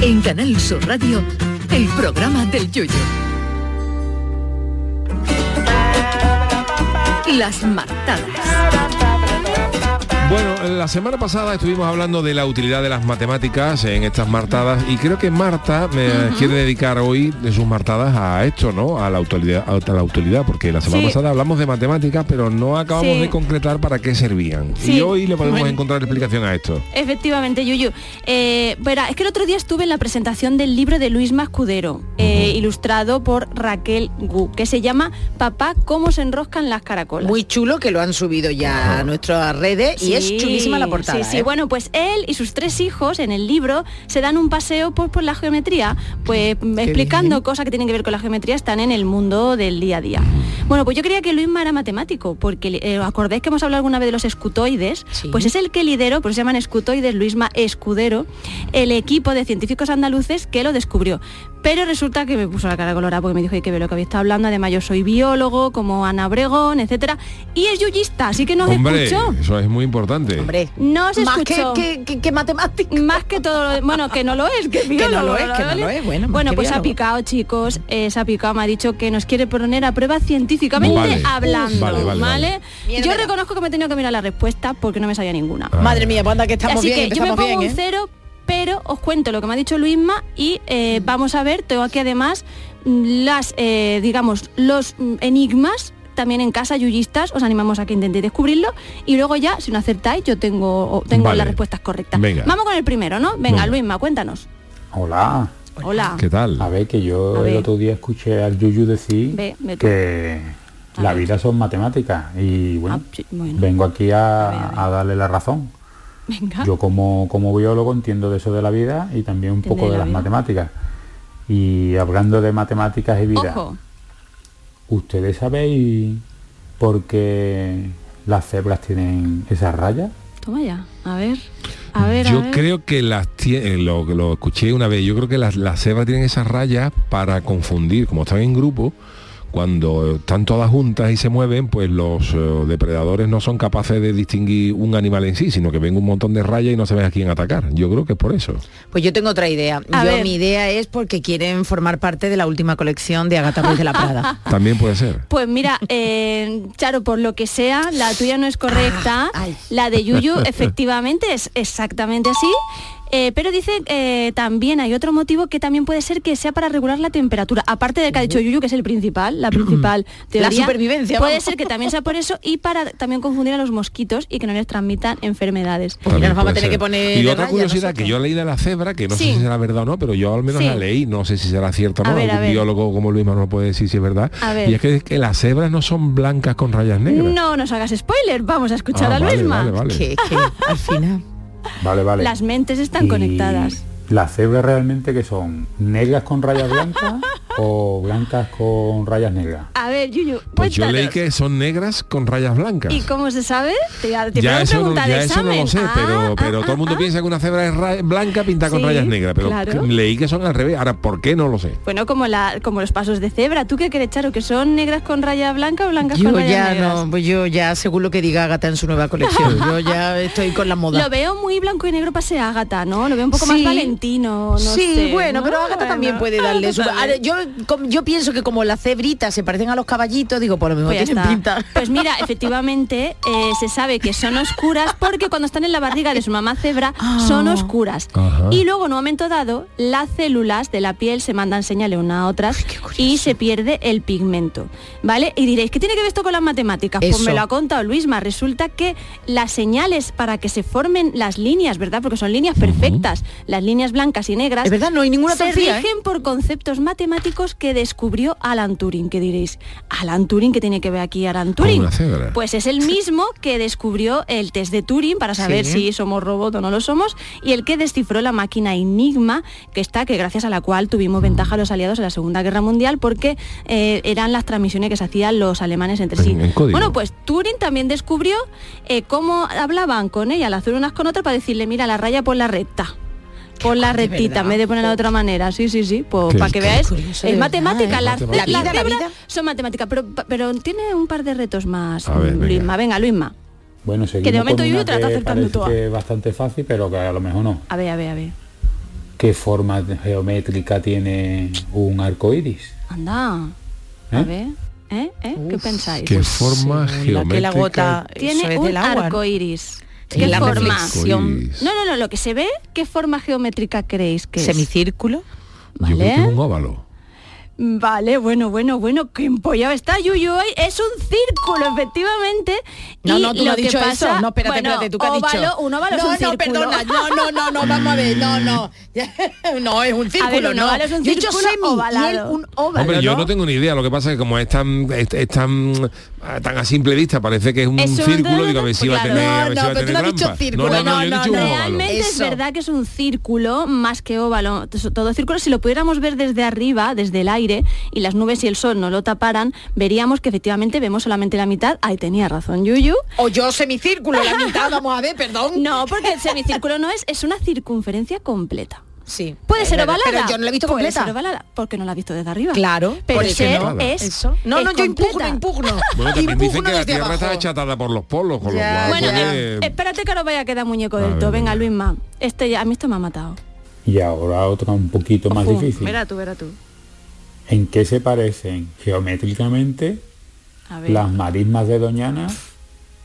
[SPEAKER 3] En Canal Sur Radio, el programa del Yoyo. Las martadas.
[SPEAKER 5] Bueno, la semana pasada estuvimos hablando de la utilidad de las matemáticas en estas martadas y creo que Marta me quiere dedicar hoy de sus martadas a esto, ¿no? A la autoridad, a la autoridad, porque la semana
[SPEAKER 7] Sí.
[SPEAKER 5] pasada hablamos de matemáticas, pero no acabamos
[SPEAKER 7] Sí.
[SPEAKER 5] de concretar para qué servían.
[SPEAKER 7] Sí.
[SPEAKER 5] Y hoy le podemos
[SPEAKER 7] Bueno.
[SPEAKER 5] encontrar explicación a esto.
[SPEAKER 7] Efectivamente, Yuyu. Eh, verá, es que el otro día estuve en la presentación del libro de Luis Mascudero, eh, ilustrado por Raquel Gu, que se llama Papá, cómo se enroscan las caracolas.
[SPEAKER 9] Muy chulo que lo han subido ya a nuestras redes y es
[SPEAKER 7] Sí,
[SPEAKER 9] chulísima la portada.
[SPEAKER 7] Sí, sí,
[SPEAKER 9] ¿eh?
[SPEAKER 7] bueno, pues él y sus tres hijos en el libro se dan un paseo por, por la geometría, pues explicando cosas que tienen que ver con la geometría, están en el mundo del día a día. Bueno, pues yo creía que Luisma era matemático, porque eh, ¿os acordáis que hemos hablado alguna vez de los escutoides, pues es el que lideró, por eso se llaman escutoides, Luisma Escudero, el equipo de científicos andaluces que lo descubrió. Pero resulta que me puso la cara colorada porque me dijo, hay que ver lo que había estado hablando, además yo soy biólogo, como Ana Obregón, etcétera, y es yuyista, así que nos
[SPEAKER 5] Hombre,
[SPEAKER 7] escuchó.
[SPEAKER 5] eso es muy importante.
[SPEAKER 7] No se
[SPEAKER 9] Más
[SPEAKER 7] escuchó.
[SPEAKER 9] que-
[SPEAKER 7] matemática. Más que todo lo de- Bueno, que no lo es, que, es
[SPEAKER 9] Que no
[SPEAKER 7] biólogo,
[SPEAKER 9] lo es, que no
[SPEAKER 7] ¿vale?
[SPEAKER 9] lo es, bueno, más que
[SPEAKER 7] pues ha
[SPEAKER 9] biólogo.
[SPEAKER 7] picado, chicos. eh, se ha picado, me ha dicho que nos quiere poner a prueba científicamente
[SPEAKER 9] Vale,
[SPEAKER 7] hablando.
[SPEAKER 9] vale,
[SPEAKER 7] Vale,
[SPEAKER 9] vale,
[SPEAKER 7] Yo reconozco que me he tenido que mirar la respuesta porque no me sabía ninguna.
[SPEAKER 9] Madre mía, banda que estamos
[SPEAKER 7] Así
[SPEAKER 9] bien,
[SPEAKER 7] que yo me
[SPEAKER 9] empezamos
[SPEAKER 7] pongo
[SPEAKER 9] bien,
[SPEAKER 7] un
[SPEAKER 9] ¿eh?
[SPEAKER 7] cero, pero os cuento lo que me ha dicho Luisma y eh,
[SPEAKER 9] Mm.
[SPEAKER 7] vamos a ver, tengo aquí además mm, las, eh, digamos, los mm, enigmas. También en casa, yuyistas, os animamos a que intentéis descubrirlo. Y luego ya, si no acertáis, yo tengo, o- tengo
[SPEAKER 11] Vale.
[SPEAKER 7] las respuestas correctas.
[SPEAKER 11] Venga.
[SPEAKER 7] Vamos con el primero, ¿no? Venga,
[SPEAKER 11] Venga.
[SPEAKER 7] Luisma, cuéntanos.
[SPEAKER 11] Hola.
[SPEAKER 7] Hola.
[SPEAKER 5] ¿Qué tal?
[SPEAKER 11] A ver, que yo
[SPEAKER 7] A
[SPEAKER 11] el
[SPEAKER 7] ver.
[SPEAKER 11] otro día escuché al Yuyu decir
[SPEAKER 7] Ve, ve tú.
[SPEAKER 11] que la vida son matemáticas y bueno,
[SPEAKER 7] Ah,
[SPEAKER 11] vengo aquí a, a darle la razón.
[SPEAKER 7] Venga.
[SPEAKER 11] Yo como, como biólogo entiendo de eso de la vida y también un
[SPEAKER 7] Entiende
[SPEAKER 11] poco
[SPEAKER 7] de la
[SPEAKER 11] de las
[SPEAKER 7] vida.
[SPEAKER 11] matemáticas. Y hablando de matemáticas y vida,
[SPEAKER 7] Ojo.
[SPEAKER 11] ¿ustedes sabéis por qué las cebras tienen esas rayas?
[SPEAKER 7] Toma ya. A ver. A ver, a
[SPEAKER 5] Yo
[SPEAKER 7] ver.
[SPEAKER 5] creo que las tie- eh, lo, lo escuché una vez, yo creo que las, las cebras tienen esas rayas para confundir, como están en grupo, cuando están todas juntas y se mueven, pues los eh, depredadores no son capaces de distinguir un animal en sí, sino que ven un montón de rayas y no saben a quién atacar. Yo creo que es por eso.
[SPEAKER 9] Pues yo tengo otra idea.
[SPEAKER 5] A
[SPEAKER 9] yo,
[SPEAKER 5] ver.
[SPEAKER 9] Mi idea es porque quieren formar parte de la última colección de Agatha Ruiz de la Prada.
[SPEAKER 5] También puede ser.
[SPEAKER 7] Pues mira, eh, Charo, por lo que sea, la tuya no es correcta.
[SPEAKER 9] Ah,
[SPEAKER 7] La de Yuyu efectivamente es exactamente así. Eh, pero dice eh, también hay otro motivo que también puede ser que sea para regular la temperatura. Aparte del que ha dicho Yuyu, que es el principal, la principal teoría.
[SPEAKER 9] supervivencia,
[SPEAKER 7] Puede
[SPEAKER 9] vamos.
[SPEAKER 7] ser que también sea por eso y para también confundir a los mosquitos y que no les transmitan enfermedades.
[SPEAKER 5] También puede ser. Y otra curiosidad que yo leí de la cebra, que no
[SPEAKER 7] Sí.
[SPEAKER 5] sé si será verdad o no, pero yo al menos
[SPEAKER 7] Sí.
[SPEAKER 5] la leí, no sé si será cierto o
[SPEAKER 7] A
[SPEAKER 5] no.
[SPEAKER 7] ver, a
[SPEAKER 5] Algún
[SPEAKER 7] ver.
[SPEAKER 5] biólogo como Luis Manuel puede decir si es verdad.
[SPEAKER 7] A ver.
[SPEAKER 5] Y es que, que las cebras no son blancas con rayas negras.
[SPEAKER 7] No nos hagas spoiler, vamos a escuchar
[SPEAKER 5] Ah,
[SPEAKER 7] a
[SPEAKER 5] vale,
[SPEAKER 7] Luisma.
[SPEAKER 5] vale, vale. Que-
[SPEAKER 9] al final.
[SPEAKER 11] Vale, vale.
[SPEAKER 7] Las mentes están
[SPEAKER 11] Y-
[SPEAKER 7] conectadas.
[SPEAKER 11] ¿Las cebras realmente que son? ¿Negras con rayas blancas o blancas con rayas negras?
[SPEAKER 7] A ver, Yuyu,
[SPEAKER 5] Pues yo leí
[SPEAKER 7] cuéntanos.
[SPEAKER 5] que son negras con rayas blancas.
[SPEAKER 7] ¿Y cómo se sabe? Te, te voy
[SPEAKER 5] ya
[SPEAKER 7] a
[SPEAKER 5] eso, no,
[SPEAKER 7] preguntar
[SPEAKER 5] ya
[SPEAKER 7] de
[SPEAKER 5] eso no
[SPEAKER 7] examen.
[SPEAKER 5] lo sé,
[SPEAKER 7] Ah,
[SPEAKER 5] pero, pero todo el mundo piensa que una cebra es ra- blanca pintada con
[SPEAKER 7] Sí,
[SPEAKER 5] rayas negras, pero
[SPEAKER 7] claro.
[SPEAKER 5] leí que son al revés. Ahora, ¿por qué no lo sé?
[SPEAKER 7] Bueno, como, la, como los pasos de cebra. ¿Tú qué crees, Charo? ¿Que son negras con raya blanca o blancas
[SPEAKER 9] Yo
[SPEAKER 7] con raya
[SPEAKER 9] ya
[SPEAKER 7] negra?
[SPEAKER 9] no, pues yo ya según lo que diga Agatha en su nueva colección, yo ya estoy con la moda.
[SPEAKER 7] Lo veo muy blanco y negro pase Ágata, ¿no? Lo veo un poco más
[SPEAKER 9] Sí.
[SPEAKER 7] valentino, no
[SPEAKER 9] sí,
[SPEAKER 7] sé,
[SPEAKER 9] bueno,
[SPEAKER 7] ¿no?
[SPEAKER 9] pero Agatha
[SPEAKER 7] Bueno. Ah,
[SPEAKER 9] también puede darle su...
[SPEAKER 7] Totalmente.
[SPEAKER 9] Ahora, Yo, com- yo pienso que como las cebritas se parecen a los caballitos, digo, por lo menos
[SPEAKER 7] Pues ya
[SPEAKER 9] tienen
[SPEAKER 7] está.
[SPEAKER 9] pinta.
[SPEAKER 7] Pues mira, efectivamente eh, se sabe que son oscuras porque cuando están en la barriga de su mamá cebra son
[SPEAKER 9] Ah.
[SPEAKER 7] oscuras.
[SPEAKER 12] Ajá.
[SPEAKER 7] Y luego en un momento dado las células de la piel se mandan señales unas a otras y se pierde el pigmento. ¿Vale? Y diréis, ¿qué tiene que ver esto con las matemáticas? Pues
[SPEAKER 9] Eso.
[SPEAKER 7] me lo ha contado Luisma. Resulta que las señales para que se formen las líneas, ¿verdad? Porque son líneas perfectas, las líneas blancas y negras.
[SPEAKER 9] Es verdad, no hay ninguna
[SPEAKER 7] se
[SPEAKER 9] torcida, ¿eh?
[SPEAKER 7] rigen por conceptos matemáticos que descubrió Alan Turing, que diréis, Alan Turing, ¿qué tiene que ver aquí Alan
[SPEAKER 5] Con
[SPEAKER 7] Turing?
[SPEAKER 5] una cebra.
[SPEAKER 7] Pues es el mismo que descubrió el test de Turing para saber
[SPEAKER 5] Sí.
[SPEAKER 7] si somos robot o no lo somos y el que descifró la máquina Enigma, que está, que gracias a la cual tuvimos ventaja los aliados en la Segunda Guerra Mundial porque eh, eran las transmisiones que se hacían los alemanes entre sí.
[SPEAKER 5] En- en código.
[SPEAKER 7] Bueno, pues Turing también descubrió eh, cómo hablaban con ella, las unas con otras para decirle, mira, la raya por la recta. Por la rectita, en vez de ponerla de otra manera. Sí, sí, sí. Pues
[SPEAKER 9] Qué-
[SPEAKER 7] para que
[SPEAKER 9] qué
[SPEAKER 7] veáis.
[SPEAKER 9] curioso, de
[SPEAKER 7] Es
[SPEAKER 9] verdad,
[SPEAKER 7] matemática,
[SPEAKER 9] ¿eh?
[SPEAKER 7] las-
[SPEAKER 9] La vida,
[SPEAKER 7] las
[SPEAKER 9] la
[SPEAKER 7] cebras
[SPEAKER 9] vida.
[SPEAKER 7] son matemáticas, pero, pero tiene un par de retos más.
[SPEAKER 11] A ver, venga.
[SPEAKER 7] Luisma, venga, Luisma.
[SPEAKER 11] Bueno, seguimos
[SPEAKER 7] de momento
[SPEAKER 11] con
[SPEAKER 7] yo
[SPEAKER 11] una
[SPEAKER 7] trato de
[SPEAKER 11] que
[SPEAKER 7] acercando
[SPEAKER 11] parece
[SPEAKER 7] todas.
[SPEAKER 11] que es bastante fácil, pero que a lo mejor no.
[SPEAKER 7] ah. A ver, a ver, a ver.
[SPEAKER 11] ¿Qué forma geométrica tiene un arco iris?
[SPEAKER 7] Anda. A
[SPEAKER 11] ¿Eh?
[SPEAKER 7] ver. ¿Eh? ¿Eh? ¿Qué pensáis?
[SPEAKER 5] ¿Qué forma geométrica?
[SPEAKER 7] tiene
[SPEAKER 9] es
[SPEAKER 7] un
[SPEAKER 9] del agua.
[SPEAKER 7] arco iris.
[SPEAKER 9] Sí,
[SPEAKER 7] ¿Qué
[SPEAKER 9] la
[SPEAKER 7] forma?
[SPEAKER 5] reflexión.
[SPEAKER 7] No, no, no, lo que se ve, ¿qué forma geométrica creéis que es?
[SPEAKER 9] ¿Semicírculo?
[SPEAKER 5] Yo creo que
[SPEAKER 7] ¿Vale?
[SPEAKER 5] es un óvalo.
[SPEAKER 7] Vale, bueno, bueno, bueno, qué empollado está Yuyu hoy. Es un círculo, efectivamente.
[SPEAKER 9] No,
[SPEAKER 7] Y
[SPEAKER 9] no, tú no
[SPEAKER 7] lo
[SPEAKER 9] has
[SPEAKER 7] que
[SPEAKER 9] dicho
[SPEAKER 7] pasa-
[SPEAKER 9] eso. No, espérate,
[SPEAKER 7] bueno,
[SPEAKER 9] espérate, tú qué has
[SPEAKER 7] óvalo,
[SPEAKER 9] dicho.
[SPEAKER 7] Un óvalo
[SPEAKER 9] no,
[SPEAKER 7] es un
[SPEAKER 9] no,
[SPEAKER 7] círculo.
[SPEAKER 9] perdona, no, no, no, no, vamos a ver, no, no. no, es un círculo,
[SPEAKER 7] ver, un
[SPEAKER 9] no.
[SPEAKER 7] óvalo es un
[SPEAKER 9] Yo he dicho
[SPEAKER 7] círculo
[SPEAKER 9] semi, y él
[SPEAKER 7] ovalado.
[SPEAKER 9] un óvalo,
[SPEAKER 5] Hombre, yo
[SPEAKER 9] ¿no?
[SPEAKER 5] no tengo ni idea. Lo que pasa es que como es tan, es, es tan, ah, tan a simple vista, parece que es un
[SPEAKER 7] Es un-
[SPEAKER 5] círculo. Digo, a ver si va a
[SPEAKER 7] Claro.
[SPEAKER 5] tener, a ver
[SPEAKER 7] No,
[SPEAKER 5] si va a
[SPEAKER 7] no, pero tú
[SPEAKER 5] tener
[SPEAKER 7] no has dicho
[SPEAKER 5] trampa.
[SPEAKER 7] círculo.
[SPEAKER 5] No, no,
[SPEAKER 7] No,
[SPEAKER 5] no, yo he
[SPEAKER 7] no,
[SPEAKER 5] dicho un óvalo.
[SPEAKER 7] Realmente es verdad que es un círculo más que óvalo. Todo círculo, si lo pudiéramos ver desde arriba, desde el aire, y las nubes y el sol no lo taparan, veríamos que efectivamente vemos solamente la mitad. Ahí tenía razón Yuyu.
[SPEAKER 9] O yo semicírculo, la mitad, vamos a ver, perdón.
[SPEAKER 7] No, porque el semicírculo no es, es una circunferencia completa.
[SPEAKER 9] Sí.
[SPEAKER 7] Puede
[SPEAKER 9] es
[SPEAKER 7] ser
[SPEAKER 9] verdad,
[SPEAKER 7] ovalada.
[SPEAKER 9] Pero yo no Eh, la he visto
[SPEAKER 7] Puede
[SPEAKER 9] completa.
[SPEAKER 7] ser ovalada, porque no la he visto desde arriba.
[SPEAKER 9] Claro,
[SPEAKER 7] Pero
[SPEAKER 9] por eso
[SPEAKER 7] ser
[SPEAKER 9] no.
[SPEAKER 7] es...
[SPEAKER 9] Eso. No,
[SPEAKER 7] es
[SPEAKER 9] no, yo impugno,
[SPEAKER 7] completa.
[SPEAKER 9] impugno.
[SPEAKER 5] Bueno, también dicen
[SPEAKER 9] Impugno
[SPEAKER 5] que la
[SPEAKER 9] desde
[SPEAKER 5] Tierra está
[SPEAKER 9] abajo.
[SPEAKER 5] achatada por los polos, con
[SPEAKER 9] Ya,
[SPEAKER 5] lo cual...
[SPEAKER 7] Bueno,
[SPEAKER 5] pues,
[SPEAKER 7] eh, espérate que ahora vaya a quedar muñeco
[SPEAKER 5] A
[SPEAKER 7] del
[SPEAKER 5] ver,
[SPEAKER 7] todo. Venga, Luisma. Este ya, a mí esto me ha matado.
[SPEAKER 11] Y ahora otra un poquito más
[SPEAKER 7] Fu,
[SPEAKER 11] difícil.
[SPEAKER 7] Verá tú, verá tú.
[SPEAKER 11] ¿En qué se parecen geométricamente
[SPEAKER 7] A ver.
[SPEAKER 11] las marismas de Doñana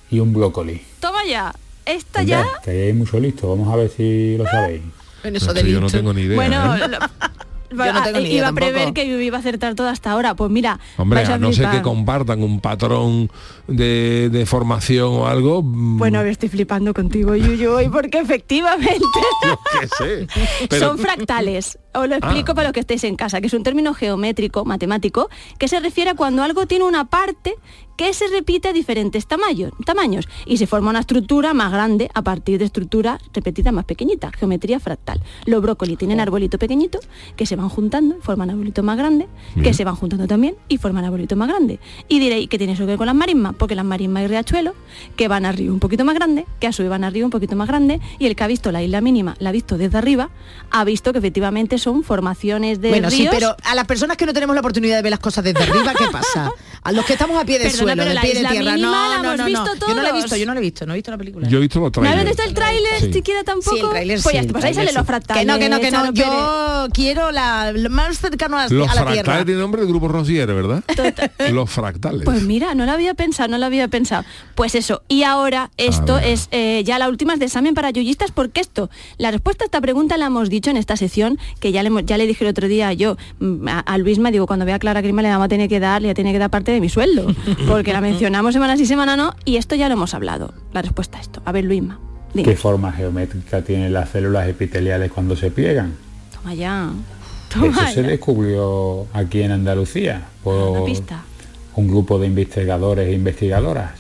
[SPEAKER 11] y un brócoli?
[SPEAKER 7] Toma ya. Esta ya.
[SPEAKER 11] Estáis mucho listo, vamos a ver si lo sabéis.
[SPEAKER 5] eso de pues, yo no listo. tengo ni idea,
[SPEAKER 7] Bueno,
[SPEAKER 5] ¿eh?
[SPEAKER 7] lo- eh,
[SPEAKER 9] Yo no tengo ni idea
[SPEAKER 7] iba a prever
[SPEAKER 9] tampoco.
[SPEAKER 7] que yo iba a acertar todo hasta ahora. Pues mira,
[SPEAKER 5] Hombre,
[SPEAKER 7] vais a
[SPEAKER 5] a no ser
[SPEAKER 7] flipar.
[SPEAKER 5] que compartan un patrón de, de formación o algo. mm,
[SPEAKER 7] Bueno, yo estoy flipando contigo, Yuyu, hoy, porque efectivamente
[SPEAKER 5] yo qué sé. Pero-
[SPEAKER 7] son fractales. Os lo explico para los que estéis en casa, que es un término geométrico, matemático, que se refiere a cuando algo tiene una parte que se repite a diferentes tamaños, tamaños y se forma una estructura más grande a partir de estructura repetida más pequeñita, geometría fractal. Los brócolis tienen arbolitos pequeñitos que se van juntando, forman arbolitos más grandes, que se van juntando también y forman arbolitos más grandes. Y diréis que tiene eso que ver con las marismas, porque las marismas y riachuelos que van arriba un poquito más grande, que a su vez van arriba un poquito más grande y el que ha visto la isla mínima, la ha visto desde arriba, ha visto que efectivamente son formaciones de
[SPEAKER 9] bueno, sí,
[SPEAKER 7] ríos.
[SPEAKER 9] pero a las personas que no tenemos la oportunidad de ver las cosas desde arriba, ¿qué pasa? A los que estamos a pie de
[SPEAKER 7] Perdona,
[SPEAKER 9] suelo,
[SPEAKER 7] pero
[SPEAKER 9] de
[SPEAKER 7] la
[SPEAKER 9] pie de
[SPEAKER 7] isla
[SPEAKER 9] tierra.
[SPEAKER 7] mínima la
[SPEAKER 9] No, no,
[SPEAKER 7] hemos
[SPEAKER 9] no, no.
[SPEAKER 7] visto
[SPEAKER 9] Yo no la he
[SPEAKER 7] todos.
[SPEAKER 9] visto, yo no la he visto, no he visto la película.
[SPEAKER 5] Yo he visto los
[SPEAKER 7] ¿No habéis
[SPEAKER 5] trailers.
[SPEAKER 7] visto el tráiler
[SPEAKER 5] Sí.
[SPEAKER 7] siquiera tampoco?
[SPEAKER 9] Sí, el tráiler
[SPEAKER 7] pues ya,
[SPEAKER 9] sí,
[SPEAKER 7] pues
[SPEAKER 9] el
[SPEAKER 7] ahí sale
[SPEAKER 9] tráiler
[SPEAKER 7] los
[SPEAKER 9] sí.
[SPEAKER 7] fractales.
[SPEAKER 9] Que no, que no, que no.
[SPEAKER 7] Charo Pérez.
[SPEAKER 9] Yo quiero la, lo más cercano a la,
[SPEAKER 5] Los
[SPEAKER 9] a la tierra.
[SPEAKER 5] fractales tiene nombre del grupo Rosier, ¿verdad? Los fractales.
[SPEAKER 7] Pues mira, no lo había pensado, no lo había pensado. Pues eso, y ahora esto es eh, ya la última es de examen para yuyistas, porque esto, la respuesta a esta pregunta la hemos dicho en esta sesión, que ya le, hemos- ya le dije el otro día yo mm, a, a Luisma, digo, cuando vea a Clara Grima le vamos a tener que dar, le tiene que dar parte de mi sueldo, porque la mencionamos semana sí, semana no, y esto ya lo hemos hablado, la respuesta a esto. A ver, Luisma,
[SPEAKER 11] ¿Qué forma geométrica tienen las células epiteliales cuando se pliegan?
[SPEAKER 7] toma ya.
[SPEAKER 11] Eso
[SPEAKER 7] Toma
[SPEAKER 11] se
[SPEAKER 7] ya.
[SPEAKER 11] descubrió aquí en Andalucía
[SPEAKER 7] Una
[SPEAKER 5] Pues
[SPEAKER 11] por
[SPEAKER 7] pista.
[SPEAKER 11] un grupo de investigadores e investigadoras.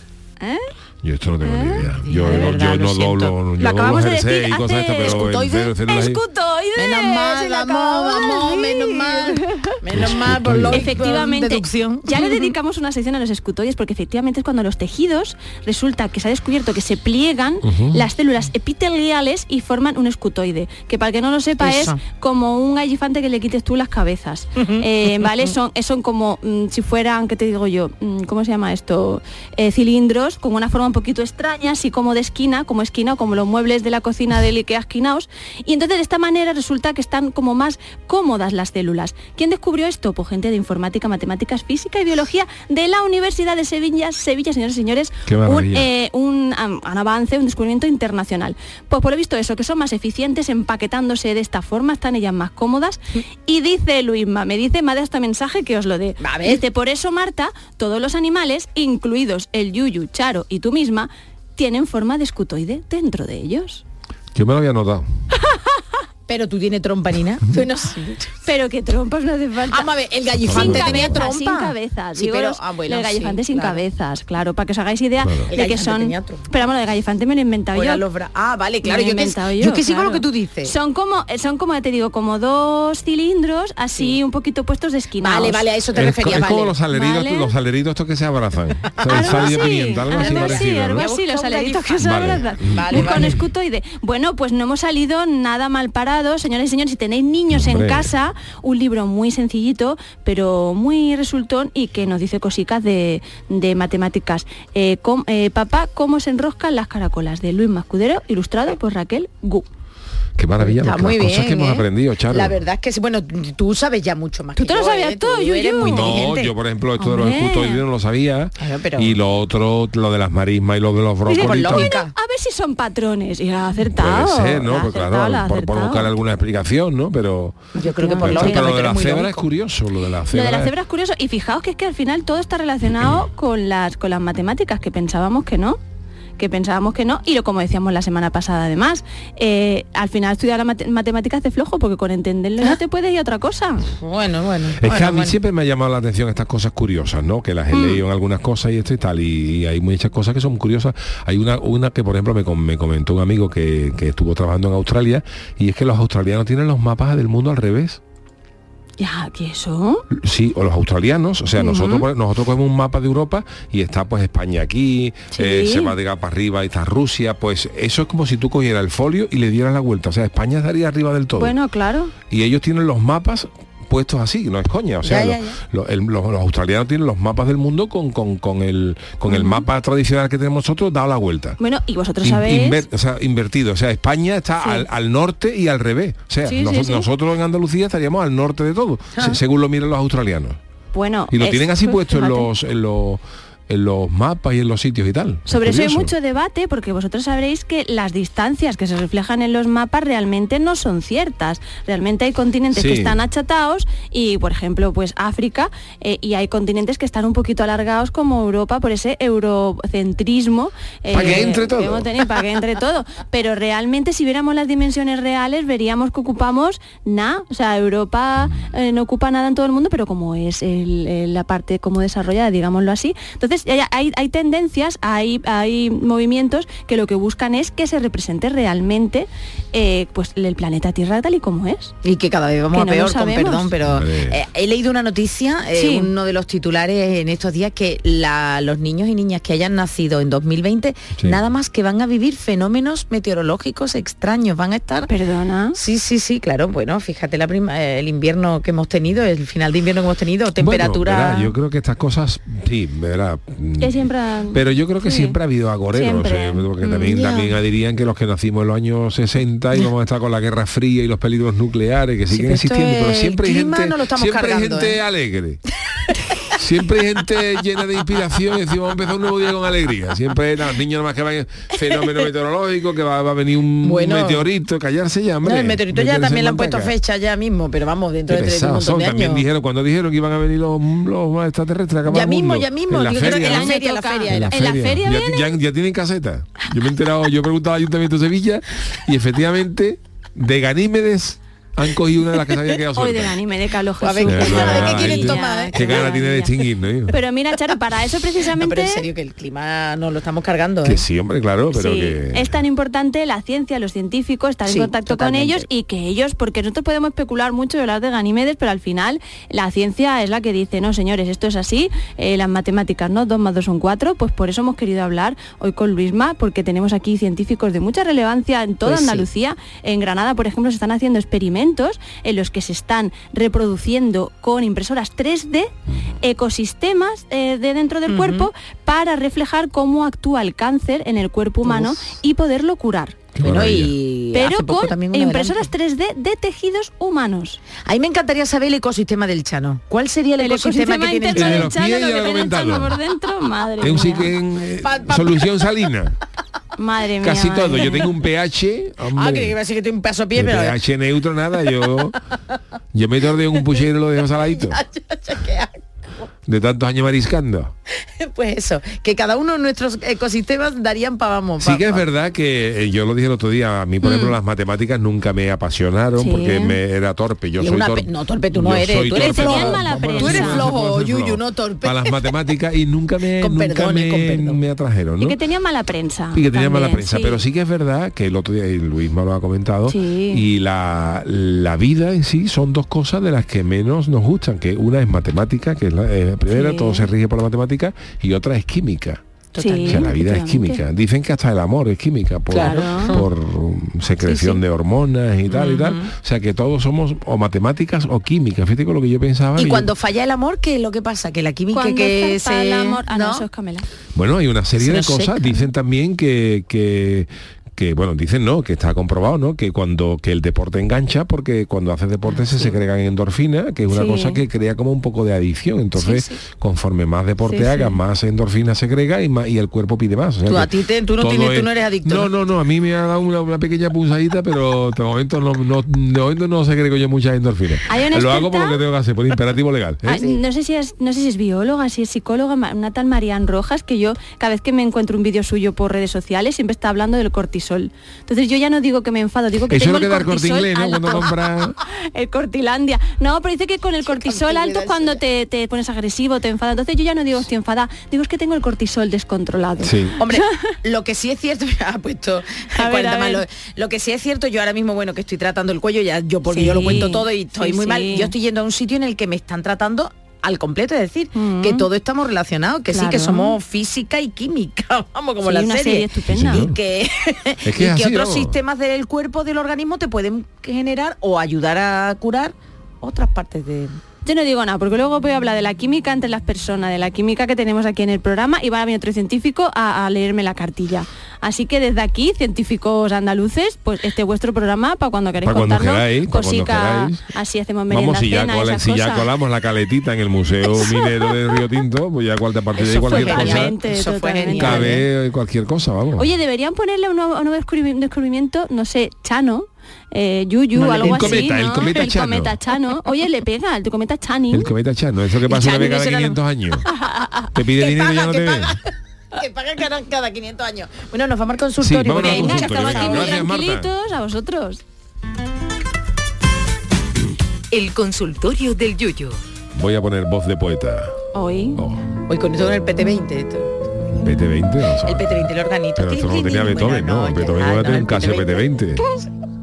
[SPEAKER 7] ¿Eh?
[SPEAKER 5] Yo esto no tengo ni idea.
[SPEAKER 7] Ah,
[SPEAKER 5] Yo,
[SPEAKER 11] de
[SPEAKER 5] yo-
[SPEAKER 11] verdad,
[SPEAKER 5] yo
[SPEAKER 11] lo
[SPEAKER 5] no
[SPEAKER 11] siento.
[SPEAKER 5] doblo, yo
[SPEAKER 7] Lo acabamos de
[SPEAKER 5] doblo jersey
[SPEAKER 7] decir
[SPEAKER 5] y cosas
[SPEAKER 7] hace-
[SPEAKER 5] estas, pero en
[SPEAKER 7] ¿Escutoide?
[SPEAKER 5] vez de hacerlo ahí-
[SPEAKER 7] Escutoides,
[SPEAKER 9] Menos mal,
[SPEAKER 7] Eh, se lo
[SPEAKER 9] vamos,
[SPEAKER 7] acabo de
[SPEAKER 9] vamos,
[SPEAKER 7] decir.
[SPEAKER 9] menos mal. Menos mal, por lo
[SPEAKER 7] efectivamente,
[SPEAKER 9] por deducción.
[SPEAKER 7] ya le dedicamos una sección a los escutoides porque efectivamente es cuando los tejidos resulta que se ha descubierto que se pliegan
[SPEAKER 12] Ujú.
[SPEAKER 7] las células epiteliales y forman un escutoide, que para el que no lo sepa
[SPEAKER 12] Eso.
[SPEAKER 7] es como un gallifante que le quites tú las cabezas, Eh, ¿vale? Son, son como mm, si fueran, ¿qué te digo yo? Mm, ¿Cómo se llama esto? Eh, cilindros con una forma un poquito extraña, así como de esquina, como esquina, como los muebles de la cocina del Ikea esquinaos. Y entonces de esta manera resulta que están como más cómodas las células. ¿Quién descubrió esto? Pues gente de informática, matemáticas, física y biología de la Universidad de Sevilla, Sevilla, señores y señores.
[SPEAKER 12] Qué
[SPEAKER 7] un,
[SPEAKER 12] maravilla.
[SPEAKER 7] eh, eh, un, am- un avance, un descubrimiento internacional. Pues por lo visto eso, que son más eficientes empaquetándose de esta forma, están ellas más cómodas.
[SPEAKER 9] Mm.
[SPEAKER 7] Y dice Luisma, me dice, me ha dado este mensaje que os lo dé. Dice, por eso Marta, todos los animales, incluidos el yuyu, charo y tú misma, tienen forma de escutoide dentro de ellos.
[SPEAKER 5] Yo me lo había notado.
[SPEAKER 9] Pero tú tienes trompa, Nina.
[SPEAKER 7] Pero que trompas no hace falta.
[SPEAKER 9] Vamos a ver, el gallifante
[SPEAKER 7] Sin
[SPEAKER 9] Ah, tenía
[SPEAKER 7] cabeza,
[SPEAKER 9] trompa.
[SPEAKER 7] Sin cabezas.
[SPEAKER 9] Sí,
[SPEAKER 7] Digo,
[SPEAKER 9] pero,
[SPEAKER 7] los,
[SPEAKER 9] ah, bueno,
[SPEAKER 7] los gallifantes
[SPEAKER 9] sí,
[SPEAKER 7] sin
[SPEAKER 9] claro.
[SPEAKER 7] cabezas, claro, para que os hagáis idea
[SPEAKER 9] Claro. El
[SPEAKER 7] de que
[SPEAKER 9] gallifante
[SPEAKER 7] son.
[SPEAKER 9] tenía
[SPEAKER 7] Pero vamos, lo de gallifante me lo he inventado
[SPEAKER 9] Fuera
[SPEAKER 7] yo.
[SPEAKER 9] los bra- ah, vale, claro,
[SPEAKER 7] Me lo he
[SPEAKER 9] yo que-
[SPEAKER 7] inventado
[SPEAKER 9] yo que sigo lo que tú dices.
[SPEAKER 7] Son como, eh, son como ya te digo, como dos cilindros así un poquito puestos de esquina.
[SPEAKER 9] Vale, vale, a eso
[SPEAKER 5] es, co- es como los aleridos,
[SPEAKER 7] Vale. Ah,
[SPEAKER 5] los aleridos estos que se abrazan. O sea,
[SPEAKER 7] Algo
[SPEAKER 5] sal y
[SPEAKER 7] así,
[SPEAKER 5] pimienta, algo así
[SPEAKER 7] algo así,
[SPEAKER 5] parecido.
[SPEAKER 7] algo
[SPEAKER 5] ¿no?
[SPEAKER 7] así, los aleritos que se
[SPEAKER 5] Vale.
[SPEAKER 7] abrazan.
[SPEAKER 5] Vale,
[SPEAKER 7] Con
[SPEAKER 5] vale.
[SPEAKER 7] escutoide. Bueno, pues no hemos salido nada mal parados, señores y señores. Si tenéis niños en
[SPEAKER 5] Hombre.
[SPEAKER 7] casa, un libro muy sencillito, pero muy resultón y que nos dice cositas de, de matemáticas. Eh, com- eh, papá, ¿cómo se enroscan las caracolas? De Luis Mascudero, ilustrado por Raquel Gu.
[SPEAKER 5] Qué maravilla,
[SPEAKER 9] Está
[SPEAKER 5] las
[SPEAKER 9] muy
[SPEAKER 5] cosas
[SPEAKER 9] bien,
[SPEAKER 5] que hemos
[SPEAKER 9] ¿eh?
[SPEAKER 5] aprendido, Charo.
[SPEAKER 9] La verdad es que, sí, bueno, tú sabes ya mucho más.
[SPEAKER 7] Tú te lo sabías todo,
[SPEAKER 9] yo ¿eh? eres
[SPEAKER 7] Yuyu.
[SPEAKER 9] muy
[SPEAKER 5] No,
[SPEAKER 9] inteligente.
[SPEAKER 5] yo por ejemplo esto de los
[SPEAKER 9] Hombre.
[SPEAKER 5] escutoides no lo sabía
[SPEAKER 9] pero- pues
[SPEAKER 5] y lo otro, lo de las marismas y lo de los
[SPEAKER 7] Dice,
[SPEAKER 5] brócolis.
[SPEAKER 7] bueno, a
[SPEAKER 5] tal.
[SPEAKER 7] ver si son patrones. Y ha acertado.
[SPEAKER 5] Puede ser, ¿no?
[SPEAKER 7] la ha
[SPEAKER 5] Pues
[SPEAKER 7] acertado,
[SPEAKER 5] claro,
[SPEAKER 7] la ha
[SPEAKER 5] por, por
[SPEAKER 7] acertado.
[SPEAKER 5] buscar alguna explicación, ¿no? Pero
[SPEAKER 9] yo creo que por
[SPEAKER 5] pero,
[SPEAKER 9] lógica,
[SPEAKER 5] pero lo
[SPEAKER 9] porque
[SPEAKER 5] de
[SPEAKER 9] Pues eres
[SPEAKER 5] la
[SPEAKER 9] muy
[SPEAKER 5] cebra es
[SPEAKER 9] lógico.
[SPEAKER 5] curioso, lo de la
[SPEAKER 7] Lo
[SPEAKER 5] cebra.
[SPEAKER 7] de la
[SPEAKER 5] es-
[SPEAKER 7] cebra es curioso y fijaos que es que al final todo está relacionado con las con las matemáticas que pensábamos que no que pensábamos que no y lo como decíamos la semana pasada además eh, al final estudiar la mate- matemáticas de flojo porque con entenderlo
[SPEAKER 5] Ah.
[SPEAKER 7] no te puedes ir a otra cosa
[SPEAKER 9] bueno bueno
[SPEAKER 5] Es que a mí siempre me ha llamado la atención estas cosas curiosas, ¿no? Que las he leído en algunas cosas y esto y tal. Y, y hay muchas cosas que son curiosas. Hay una, una que, por ejemplo, me, com- me comentó un amigo que, que estuvo trabajando en Australia y es que los australianos tienen los mapas del mundo al revés.
[SPEAKER 7] ya que eso
[SPEAKER 5] Sí, o los australianos, o sea,
[SPEAKER 7] Ujú.
[SPEAKER 5] nosotros por- nosotros cogemos un mapa de Europa y está pues España aquí,
[SPEAKER 7] Sí.
[SPEAKER 5] eh, se va de acá para arriba y está Rusia, pues eso es como si tú cogieras el folio y le dieras la vuelta, o sea, España estaría arriba del todo.
[SPEAKER 7] bueno claro
[SPEAKER 5] Y ellos tienen los mapas puestos así, no es coña, o sea,
[SPEAKER 7] Ya, ya,
[SPEAKER 5] lo- lo- el- los, los australianos tienen los mapas del mundo con, con, con el, con el mapa tradicional que tenemos nosotros dado la vuelta.
[SPEAKER 7] bueno y vosotros
[SPEAKER 5] In-
[SPEAKER 7] sabéis
[SPEAKER 5] inver- o sea, invertido, o sea, España está
[SPEAKER 7] Sí.
[SPEAKER 5] al, al norte y al revés. O sea,
[SPEAKER 7] Sí, sí,
[SPEAKER 5] noso-
[SPEAKER 7] sí.
[SPEAKER 5] nosotros en Andalucía estaríamos al norte de todo, se-
[SPEAKER 7] Ajá.
[SPEAKER 5] según lo miran los australianos.
[SPEAKER 7] bueno
[SPEAKER 5] Y lo
[SPEAKER 7] es-
[SPEAKER 5] tienen así
[SPEAKER 7] pues,
[SPEAKER 5] puesto en
[SPEAKER 7] fíjate.
[SPEAKER 5] los, en los en los mapas y en los sitios y tal.
[SPEAKER 7] Sobre eso hay
[SPEAKER 5] Curioso.
[SPEAKER 7] mucho debate porque vosotros sabréis que las distancias que se reflejan en los mapas realmente no son ciertas. Realmente hay continentes
[SPEAKER 12] Sí.
[SPEAKER 7] que están achatados y, por ejemplo, pues África eh, y hay continentes que están un poquito alargados como Europa por ese eurocentrismo. eh,
[SPEAKER 12] Pa' que entre todo.
[SPEAKER 7] eh, Entonces hay, hay tendencias, hay, hay movimientos que lo que buscan es que se represente realmente eh, pues el planeta Tierra tal y como es.
[SPEAKER 9] Y que cada vez vamos
[SPEAKER 7] Que
[SPEAKER 9] a
[SPEAKER 7] no lo
[SPEAKER 9] peor, con
[SPEAKER 7] sabemos.
[SPEAKER 9] perdón, pero
[SPEAKER 7] Hombre.
[SPEAKER 9] eh, he leído una noticia, eh,
[SPEAKER 7] Sí.
[SPEAKER 9] uno de los titulares en estos días, que la- los niños y niñas que hayan nacido en 2020, nada más que van a vivir fenómenos meteorológicos extraños, van a estar...
[SPEAKER 7] Perdona.
[SPEAKER 9] Sí, sí, sí, claro, bueno, fíjate la prima, eh, el invierno que hemos tenido, el final de invierno que hemos tenido, temperatura...
[SPEAKER 5] Bueno, verá, yo creo que estas cosas, sí, verá, mm,
[SPEAKER 7] Es siempre...
[SPEAKER 5] Pero yo creo que
[SPEAKER 7] sí.
[SPEAKER 5] siempre ha habido agoreros,
[SPEAKER 7] Siempre.
[SPEAKER 5] eh, porque
[SPEAKER 7] Mm,
[SPEAKER 5] también,
[SPEAKER 7] ya.
[SPEAKER 5] también dirían que los que nacimos en los años 60 y vamos a estar con la Guerra Fría y los peligros nucleares que siguen
[SPEAKER 9] pero esto
[SPEAKER 5] existiendo, pero
[SPEAKER 9] es-
[SPEAKER 5] siempre hay
[SPEAKER 9] el clima
[SPEAKER 5] gente,
[SPEAKER 9] no lo estamos
[SPEAKER 5] siempre hay
[SPEAKER 9] cargando,
[SPEAKER 5] gente
[SPEAKER 9] ¿eh?
[SPEAKER 5] alegre. Siempre hay gente llena de inspiración y decimos, vamos a empezar un nuevo día con alegría. Siempre los niños nada más que van fenómeno meteorológico, que va, va a venir un
[SPEAKER 9] Bueno.
[SPEAKER 5] meteorito, callarse ya, hombre.
[SPEAKER 9] No, el meteorito ya
[SPEAKER 5] meterse
[SPEAKER 9] también
[SPEAKER 5] en
[SPEAKER 9] le han puesto
[SPEAKER 5] mantaca.
[SPEAKER 9] fecha ya mismo, pero vamos, dentro
[SPEAKER 5] Qué
[SPEAKER 9] de tres un
[SPEAKER 5] pesados
[SPEAKER 9] montón
[SPEAKER 5] son,
[SPEAKER 9] de
[SPEAKER 5] también
[SPEAKER 9] años.
[SPEAKER 5] dijeron, cuando dijeron que iban a venir los, los extraterrestres a acabar
[SPEAKER 9] Ya
[SPEAKER 5] el
[SPEAKER 9] mismo,
[SPEAKER 5] mundo.
[SPEAKER 9] ya mismo,
[SPEAKER 5] En la
[SPEAKER 9] yo creo que
[SPEAKER 5] feria,
[SPEAKER 9] en la
[SPEAKER 5] ¿no?
[SPEAKER 9] feria, en la feria
[SPEAKER 5] En
[SPEAKER 9] era.
[SPEAKER 5] la
[SPEAKER 9] En la feria
[SPEAKER 5] Ya-
[SPEAKER 9] viene.
[SPEAKER 5] ya, ya tienen caseta. Yo me he enterado, yo he preguntado al Ayuntamiento de Sevilla y efectivamente de Ganímedes han cogido una de las que se había quedado
[SPEAKER 7] Hoy
[SPEAKER 5] suelta.
[SPEAKER 7] de anime de Carlos
[SPEAKER 5] A ver,
[SPEAKER 7] Jesús.
[SPEAKER 5] qué- a ver qué quieren tomar, ¿eh? Qué gana tiene de distinguir, ¿no, hijo?
[SPEAKER 7] Pero mira, Charo, para eso precisamente...
[SPEAKER 9] No, pero en serio que el clima nos lo estamos cargando. ¿eh?
[SPEAKER 5] Que sí, hombre, claro, pero
[SPEAKER 7] Sí,
[SPEAKER 5] que...
[SPEAKER 7] es tan importante la ciencia, los científicos, estar
[SPEAKER 9] Sí,
[SPEAKER 7] en contacto
[SPEAKER 9] totalmente.
[SPEAKER 7] con ellos y que ellos, porque nosotros podemos especular mucho y hablar de Ganímedes, pero al final la ciencia es la que dice, no señores, esto es así, eh, las matemáticas, ¿no? 2 más 2 son 4, pues por eso hemos querido hablar hoy con Luisma, porque tenemos aquí científicos de mucha relevancia en toda
[SPEAKER 9] Pues sí.
[SPEAKER 7] Andalucía. En Granada, por ejemplo, se están haciendo experimentos en los que se están reproduciendo con impresoras 3D ecosistemas eh, de dentro del cuerpo para reflejar cómo actúa el cáncer en el cuerpo humano y poderlo curar.
[SPEAKER 9] Bueno, y
[SPEAKER 7] Pero
[SPEAKER 9] hace poco
[SPEAKER 7] con
[SPEAKER 9] también un
[SPEAKER 7] impresoras 3D de tejidos humanos.
[SPEAKER 9] A mí me encantaría saber el ecosistema del Chano. ¿Cuál sería el,
[SPEAKER 7] El
[SPEAKER 9] ecosistema,
[SPEAKER 7] ecosistema
[SPEAKER 9] que tiene el
[SPEAKER 5] interno
[SPEAKER 9] Chano?
[SPEAKER 5] del Chano, El de los lo que pies tiene el ya lo he Chano
[SPEAKER 7] Por dentro, madre
[SPEAKER 5] Es un
[SPEAKER 7] mía.
[SPEAKER 5] sitio en eh,
[SPEAKER 7] Pa- pa-
[SPEAKER 5] solución salina.
[SPEAKER 7] Madre mía.
[SPEAKER 5] Casi
[SPEAKER 7] madre
[SPEAKER 5] todo.
[SPEAKER 7] mía.
[SPEAKER 5] Yo tengo un pH,
[SPEAKER 9] Ah, creí que
[SPEAKER 5] hombre.
[SPEAKER 9] iba a decir que tiene un paso pie,
[SPEAKER 5] de
[SPEAKER 9] pero...
[SPEAKER 5] pH neutro nada, yo yo me tordeo en un puchero y lo dejo saladito. De tantos años mariscando.
[SPEAKER 9] Pues eso, que cada uno de nuestros ecosistemas darían para vamos. pa-
[SPEAKER 5] Sí que es verdad que eh, yo lo dije el otro día, a mí por ejemplo las matemáticas nunca me apasionaron
[SPEAKER 9] Mm. Sí.
[SPEAKER 5] porque me era torpe, yo
[SPEAKER 9] Y
[SPEAKER 5] soy
[SPEAKER 9] una
[SPEAKER 5] torpe.
[SPEAKER 9] pe- no, torpe tú no
[SPEAKER 5] Yo
[SPEAKER 9] eres,
[SPEAKER 5] soy
[SPEAKER 9] tú eres
[SPEAKER 5] torpe
[SPEAKER 9] flojo.
[SPEAKER 5] para-
[SPEAKER 9] Tú eres flojo, Yuyu, no torpe.
[SPEAKER 5] Para las matemáticas y nunca me,
[SPEAKER 7] Con
[SPEAKER 5] nunca
[SPEAKER 7] perdón y
[SPEAKER 5] me,
[SPEAKER 7] con perdón.
[SPEAKER 5] me atrajeron, ¿no?
[SPEAKER 7] Y que tenía mala prensa.
[SPEAKER 5] Y que tenía mala
[SPEAKER 7] también,
[SPEAKER 5] prensa, pero sí que es verdad que el otro día, y Luis me lo ha comentado,
[SPEAKER 7] Sí.
[SPEAKER 5] y la, la vida en sí son dos cosas de las que menos nos gustan, que una es matemática, que es la eh, la primera,
[SPEAKER 7] Sí.
[SPEAKER 5] todo se rige por la matemática, y otra es química.
[SPEAKER 7] Totalmente.
[SPEAKER 5] o sea, la vida es
[SPEAKER 7] efectivamente.
[SPEAKER 5] química. Dicen que hasta el amor es química por,
[SPEAKER 7] Claro.
[SPEAKER 5] por, um, secreción de hormonas y tal y tal. O sea que todos somos o matemáticas o química. Fíjate con lo que yo pensaba.
[SPEAKER 9] Y
[SPEAKER 5] que yo-
[SPEAKER 9] cuando falla el amor, ¿qué es lo que pasa? Que la química
[SPEAKER 7] Cuando
[SPEAKER 9] que
[SPEAKER 7] zarpa
[SPEAKER 9] se...
[SPEAKER 7] el amor- Ah, no, eso es Camela.
[SPEAKER 5] Bueno, hay una serie
[SPEAKER 9] Se
[SPEAKER 5] de
[SPEAKER 9] nos
[SPEAKER 5] cosas.
[SPEAKER 9] seca.
[SPEAKER 5] Dicen también que, que que, bueno, dicen no, que está comprobado, ¿no? Que cuando que el deporte engancha, porque cuando haces deporte
[SPEAKER 9] Ah,
[SPEAKER 5] se segregan endorfinas, que es una
[SPEAKER 12] Sí.
[SPEAKER 5] cosa que crea como un poco de adicción. Entonces, conforme más deporte
[SPEAKER 12] Sí, sí.
[SPEAKER 5] hagas, más endorfinas segrega y más y el cuerpo pide más. O sea
[SPEAKER 9] Tú,
[SPEAKER 5] que
[SPEAKER 9] a ti te- tú no
[SPEAKER 5] todo
[SPEAKER 9] tienes- tú no eres adicto,
[SPEAKER 5] No, no, no, a mí me ha dado una, una pequeña punzadita, pero de momento no, no, de momento no segrego yo muchas endorfinas.
[SPEAKER 7] Hay una
[SPEAKER 5] Lo hago
[SPEAKER 7] experta-
[SPEAKER 5] por lo que tengo que hacer, por imperativo legal. ¿eh?
[SPEAKER 7] Ah, no sé si es no sé si es bióloga si es psicóloga ma- una tal Marian Rojas que yo cada vez que me encuentro un vídeo suyo por redes sociales siempre está hablando del cortisol entonces yo ya no digo que me enfado digo que
[SPEAKER 5] Eso es
[SPEAKER 7] tengo
[SPEAKER 5] lo que
[SPEAKER 7] el
[SPEAKER 5] da el corte
[SPEAKER 7] cortisol
[SPEAKER 5] inglés, ¿no?
[SPEAKER 7] al-
[SPEAKER 5] Cuando compras.
[SPEAKER 7] el cortilandia no pero dice que con el cortisol alto es cuando te, te pones agresivo te enfada entonces yo ya no digo estoy enfada digo es que tengo el cortisol descontrolado
[SPEAKER 5] Sí.
[SPEAKER 9] Hombre, lo que sí es cierto, ha puesto
[SPEAKER 7] ver,
[SPEAKER 9] 40
[SPEAKER 7] a
[SPEAKER 9] más, lo,
[SPEAKER 7] ver.
[SPEAKER 9] lo que sí es cierto, yo ahora mismo, bueno, que estoy tratando el cuello, ya yo porque yo lo
[SPEAKER 7] Sí,
[SPEAKER 9] cuento todo y estoy
[SPEAKER 7] sí,
[SPEAKER 9] muy
[SPEAKER 7] sí.
[SPEAKER 9] mal. Yo estoy yendo a un sitio en el que me están tratando al completo, es decir, que todo estamos relacionados, que sí, que
[SPEAKER 7] Mm. Claro.
[SPEAKER 9] somos física y química, vamos, como
[SPEAKER 7] Sí,
[SPEAKER 9] la
[SPEAKER 7] una serie estupenda. Sí,
[SPEAKER 9] Y
[SPEAKER 7] señor.
[SPEAKER 9] que,
[SPEAKER 5] que es
[SPEAKER 9] y que
[SPEAKER 5] así,
[SPEAKER 9] otros
[SPEAKER 5] vamos.
[SPEAKER 9] sistemas del cuerpo, del organismo, te pueden generar o ayudar a curar otras partes de...
[SPEAKER 7] Yo no digo nada, porque luego voy a hablar de la química entre las personas, de la química que tenemos aquí en el programa y va a venir otro científico a, a leerme la cartilla. Así que desde aquí, científicos andaluces, pues este es vuestro programa para cuando queráis
[SPEAKER 5] Pa' cuando
[SPEAKER 7] contarnos
[SPEAKER 5] queráis, pa' cuando
[SPEAKER 7] cosica,
[SPEAKER 5] queráis.
[SPEAKER 7] así hacemos merienda,
[SPEAKER 5] Vamos, si ya,
[SPEAKER 7] cena,
[SPEAKER 5] cola-
[SPEAKER 7] esas
[SPEAKER 5] si ya
[SPEAKER 7] cosas.
[SPEAKER 5] colamos la caletita en el Museo Minero de Río Tinto, pues ya cual, a partir de
[SPEAKER 9] Eso fue
[SPEAKER 5] cualquier cosa,
[SPEAKER 9] genial, eso fue
[SPEAKER 7] totalmente.
[SPEAKER 9] genial,
[SPEAKER 5] cabe cualquier cosa, vamos.
[SPEAKER 7] ¿eh? Oye, deberían ponerle un nuevo, un nuevo descubrim- descubrimiento, no sé, Chano, eh, Yuyu,
[SPEAKER 5] No le
[SPEAKER 7] algo
[SPEAKER 5] pega. El
[SPEAKER 7] así,
[SPEAKER 5] cometa,
[SPEAKER 7] ¿no?
[SPEAKER 5] el cometa Chano.
[SPEAKER 7] cometa Chano. Oye, le pega, el cometa Chani.
[SPEAKER 5] el cometa Chano, eso que pasa una
[SPEAKER 7] Chano
[SPEAKER 5] vez
[SPEAKER 7] no
[SPEAKER 5] cada
[SPEAKER 7] será
[SPEAKER 5] 500 años. Te pide dinero y ya no te ve.
[SPEAKER 9] Que pagan cada- cada 500 años. Bueno, nos vamos al
[SPEAKER 5] Sí,
[SPEAKER 9] consultorio.
[SPEAKER 5] vámonos al
[SPEAKER 9] venga, que
[SPEAKER 5] consultorio.
[SPEAKER 9] estamos
[SPEAKER 5] venga,
[SPEAKER 9] aquí muy
[SPEAKER 5] Gracias, Marta.
[SPEAKER 7] Tranquilitos a vosotros.
[SPEAKER 3] El consultorio del Yuyo.
[SPEAKER 5] Voy a poner voz de poeta.
[SPEAKER 7] Hoy.
[SPEAKER 9] Hoy con esto en el PT20. esto.
[SPEAKER 5] PT20, no
[SPEAKER 9] El
[SPEAKER 5] sabe.
[SPEAKER 9] PT20 lo organiza.
[SPEAKER 5] Pero esto no lo tenía
[SPEAKER 9] Bueno,
[SPEAKER 5] Beethoven, ¿no?
[SPEAKER 9] ya-
[SPEAKER 5] Beethoven
[SPEAKER 9] ah,
[SPEAKER 5] no
[SPEAKER 9] no,
[SPEAKER 5] tenía
[SPEAKER 9] el
[SPEAKER 5] un caso de
[SPEAKER 9] PT20.
[SPEAKER 5] PT20.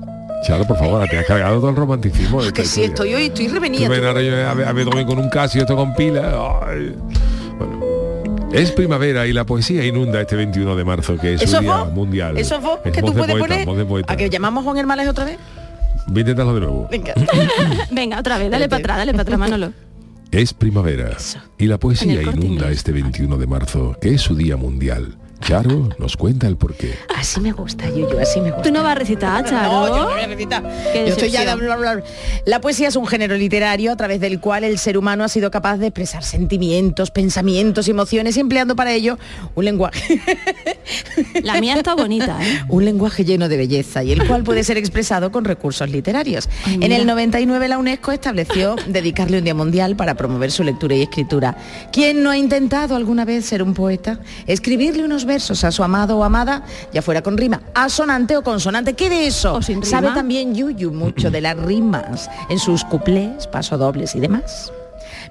[SPEAKER 5] Charo, por favor, la te has cargado todo el romanticismo. de
[SPEAKER 9] Que
[SPEAKER 5] esta
[SPEAKER 9] si
[SPEAKER 5] historia.
[SPEAKER 9] estoy hoy, estoy
[SPEAKER 5] Tú
[SPEAKER 9] revenida.
[SPEAKER 5] ven ahora yo a, a Beethoven con un Casio, esto con pila. ay. Bueno, es primavera y la poesía inunda este 21 de marzo, que es
[SPEAKER 8] ¿Eso
[SPEAKER 5] su día
[SPEAKER 8] vos?
[SPEAKER 5] mundial.
[SPEAKER 8] ¿Eso vos?
[SPEAKER 5] Es
[SPEAKER 8] ¿Que tú
[SPEAKER 5] voz de
[SPEAKER 8] puedes
[SPEAKER 5] poeta,
[SPEAKER 8] poner?
[SPEAKER 5] voz de poeta.
[SPEAKER 8] ¿A que llamamos a Juan Hermales otra vez?
[SPEAKER 5] Voy a intentarlo de nuevo.
[SPEAKER 8] Venga.
[SPEAKER 7] Venga, otra vez, dale para atrás, dale para atrás, Manolo.
[SPEAKER 5] Es primavera y la
[SPEAKER 7] En
[SPEAKER 5] poesía
[SPEAKER 7] el Corte
[SPEAKER 5] inunda
[SPEAKER 7] Inglés.
[SPEAKER 5] este 21 de marzo, que es su día mundial. Charo nos cuenta el porqué.
[SPEAKER 9] Así me gusta, Yuyu, así me gusta.
[SPEAKER 7] Tú no vas a recitar, Charo.
[SPEAKER 9] No, yo no voy a recitar.
[SPEAKER 7] Qué
[SPEAKER 9] Yo estoy ya
[SPEAKER 7] decepción.
[SPEAKER 9] de bla, bla, bla. La poesía es un género literario a través del cual el ser humano ha sido capaz de expresar sentimientos, pensamientos, emociones, empleando para ello un lenguaje.
[SPEAKER 7] La mía está bonita, ¿eh?
[SPEAKER 9] un lenguaje lleno de belleza y el cual puede ser expresado con recursos literarios.
[SPEAKER 7] Ay,
[SPEAKER 9] en
[SPEAKER 7] mira.
[SPEAKER 9] el 99 la UNESCO estableció dedicarle un día mundial para promover su lectura y escritura. ¿Quién no ha intentado alguna vez ser un poeta? Escribirle unos versos a su amado o amada, ya fuera con rima, asonante o consonante. ¿Qué de eso?
[SPEAKER 7] rima.
[SPEAKER 9] Sabe también Yuyu mucho de las rimas en sus cuplés, pasodobles y demás.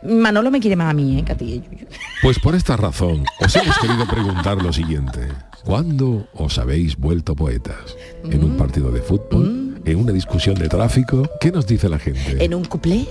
[SPEAKER 9] Manolo me quiere más a mí, ¿eh, Cati?
[SPEAKER 5] Pues por esta razón, os hemos querido preguntar lo siguiente. ¿Cuándo os habéis vuelto poetas? ¿En
[SPEAKER 8] Mm.
[SPEAKER 5] un partido de fútbol? ¿En una discusión de tráfico? ¿Qué nos dice la gente?
[SPEAKER 9] ¿En un cuplé?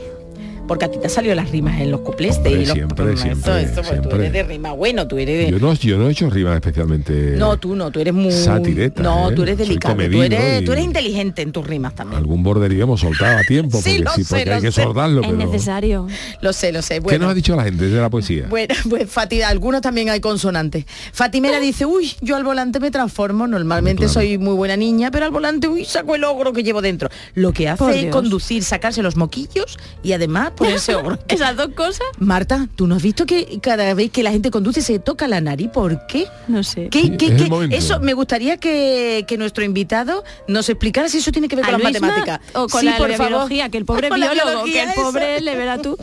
[SPEAKER 9] Porque a ti te salido las rimas en los cuplés de
[SPEAKER 5] Hombre,
[SPEAKER 9] los
[SPEAKER 5] siempre,
[SPEAKER 9] eso,
[SPEAKER 5] siempre,
[SPEAKER 9] eso, pues, tú
[SPEAKER 5] siempre.
[SPEAKER 9] eres de rima bueno, tú eres de...
[SPEAKER 5] Yo no, yo no he hecho rimas especialmente...
[SPEAKER 9] Eh, No, tú no, tú eres muy...
[SPEAKER 5] Satireta,
[SPEAKER 9] no,
[SPEAKER 5] ¿eh?
[SPEAKER 9] tú eres
[SPEAKER 5] Soy
[SPEAKER 9] delicado, tú
[SPEAKER 5] comedido
[SPEAKER 9] eres,
[SPEAKER 5] y-
[SPEAKER 9] tú eres inteligente en tus rimas también.
[SPEAKER 5] Algún borderío hemos soltado a tiempo, porque
[SPEAKER 9] Sí,
[SPEAKER 5] sí,
[SPEAKER 9] lo
[SPEAKER 5] porque
[SPEAKER 9] sé, lo
[SPEAKER 5] hay que
[SPEAKER 9] sé.
[SPEAKER 5] soltarlo, pero...
[SPEAKER 9] necesario. Lo sé, lo sé.
[SPEAKER 5] ¿Qué
[SPEAKER 9] Bueno,
[SPEAKER 5] nos ha dicho la gente de la poesía?
[SPEAKER 9] Bueno, pues Fati- algunos también hay consonantes.
[SPEAKER 5] Ah.
[SPEAKER 9] Fatimera dice, uy, yo al volante me transformo, normalmente
[SPEAKER 8] Claro.
[SPEAKER 9] soy muy buena niña, pero al volante, uy, saco el ogro que llevo dentro. Lo que
[SPEAKER 8] Por
[SPEAKER 9] hace es
[SPEAKER 8] Dios.
[SPEAKER 9] conducir, sacarse los moquillos y además ponerse ogro.
[SPEAKER 7] Esas dos cosas.
[SPEAKER 9] Marta, ¿tú no has visto que cada vez que la gente conduce se toca la nariz? ¿Por qué?
[SPEAKER 7] No sé.
[SPEAKER 9] ¿Qué, qué-
[SPEAKER 7] es el
[SPEAKER 9] qué?
[SPEAKER 7] momento.
[SPEAKER 9] Eso me gustaría que, que nuestro invitado nos explicara si eso tiene que ver con
[SPEAKER 7] ¿A
[SPEAKER 9] las
[SPEAKER 7] Luisma
[SPEAKER 9] matemáticas.
[SPEAKER 7] O con
[SPEAKER 9] Sí,
[SPEAKER 7] la,
[SPEAKER 9] por
[SPEAKER 7] la
[SPEAKER 9] favor.
[SPEAKER 7] biología, que el pobre
[SPEAKER 9] Con la
[SPEAKER 7] biólogo, que
[SPEAKER 9] biología,
[SPEAKER 7] el
[SPEAKER 9] eso.
[SPEAKER 7] pobre le verá tú.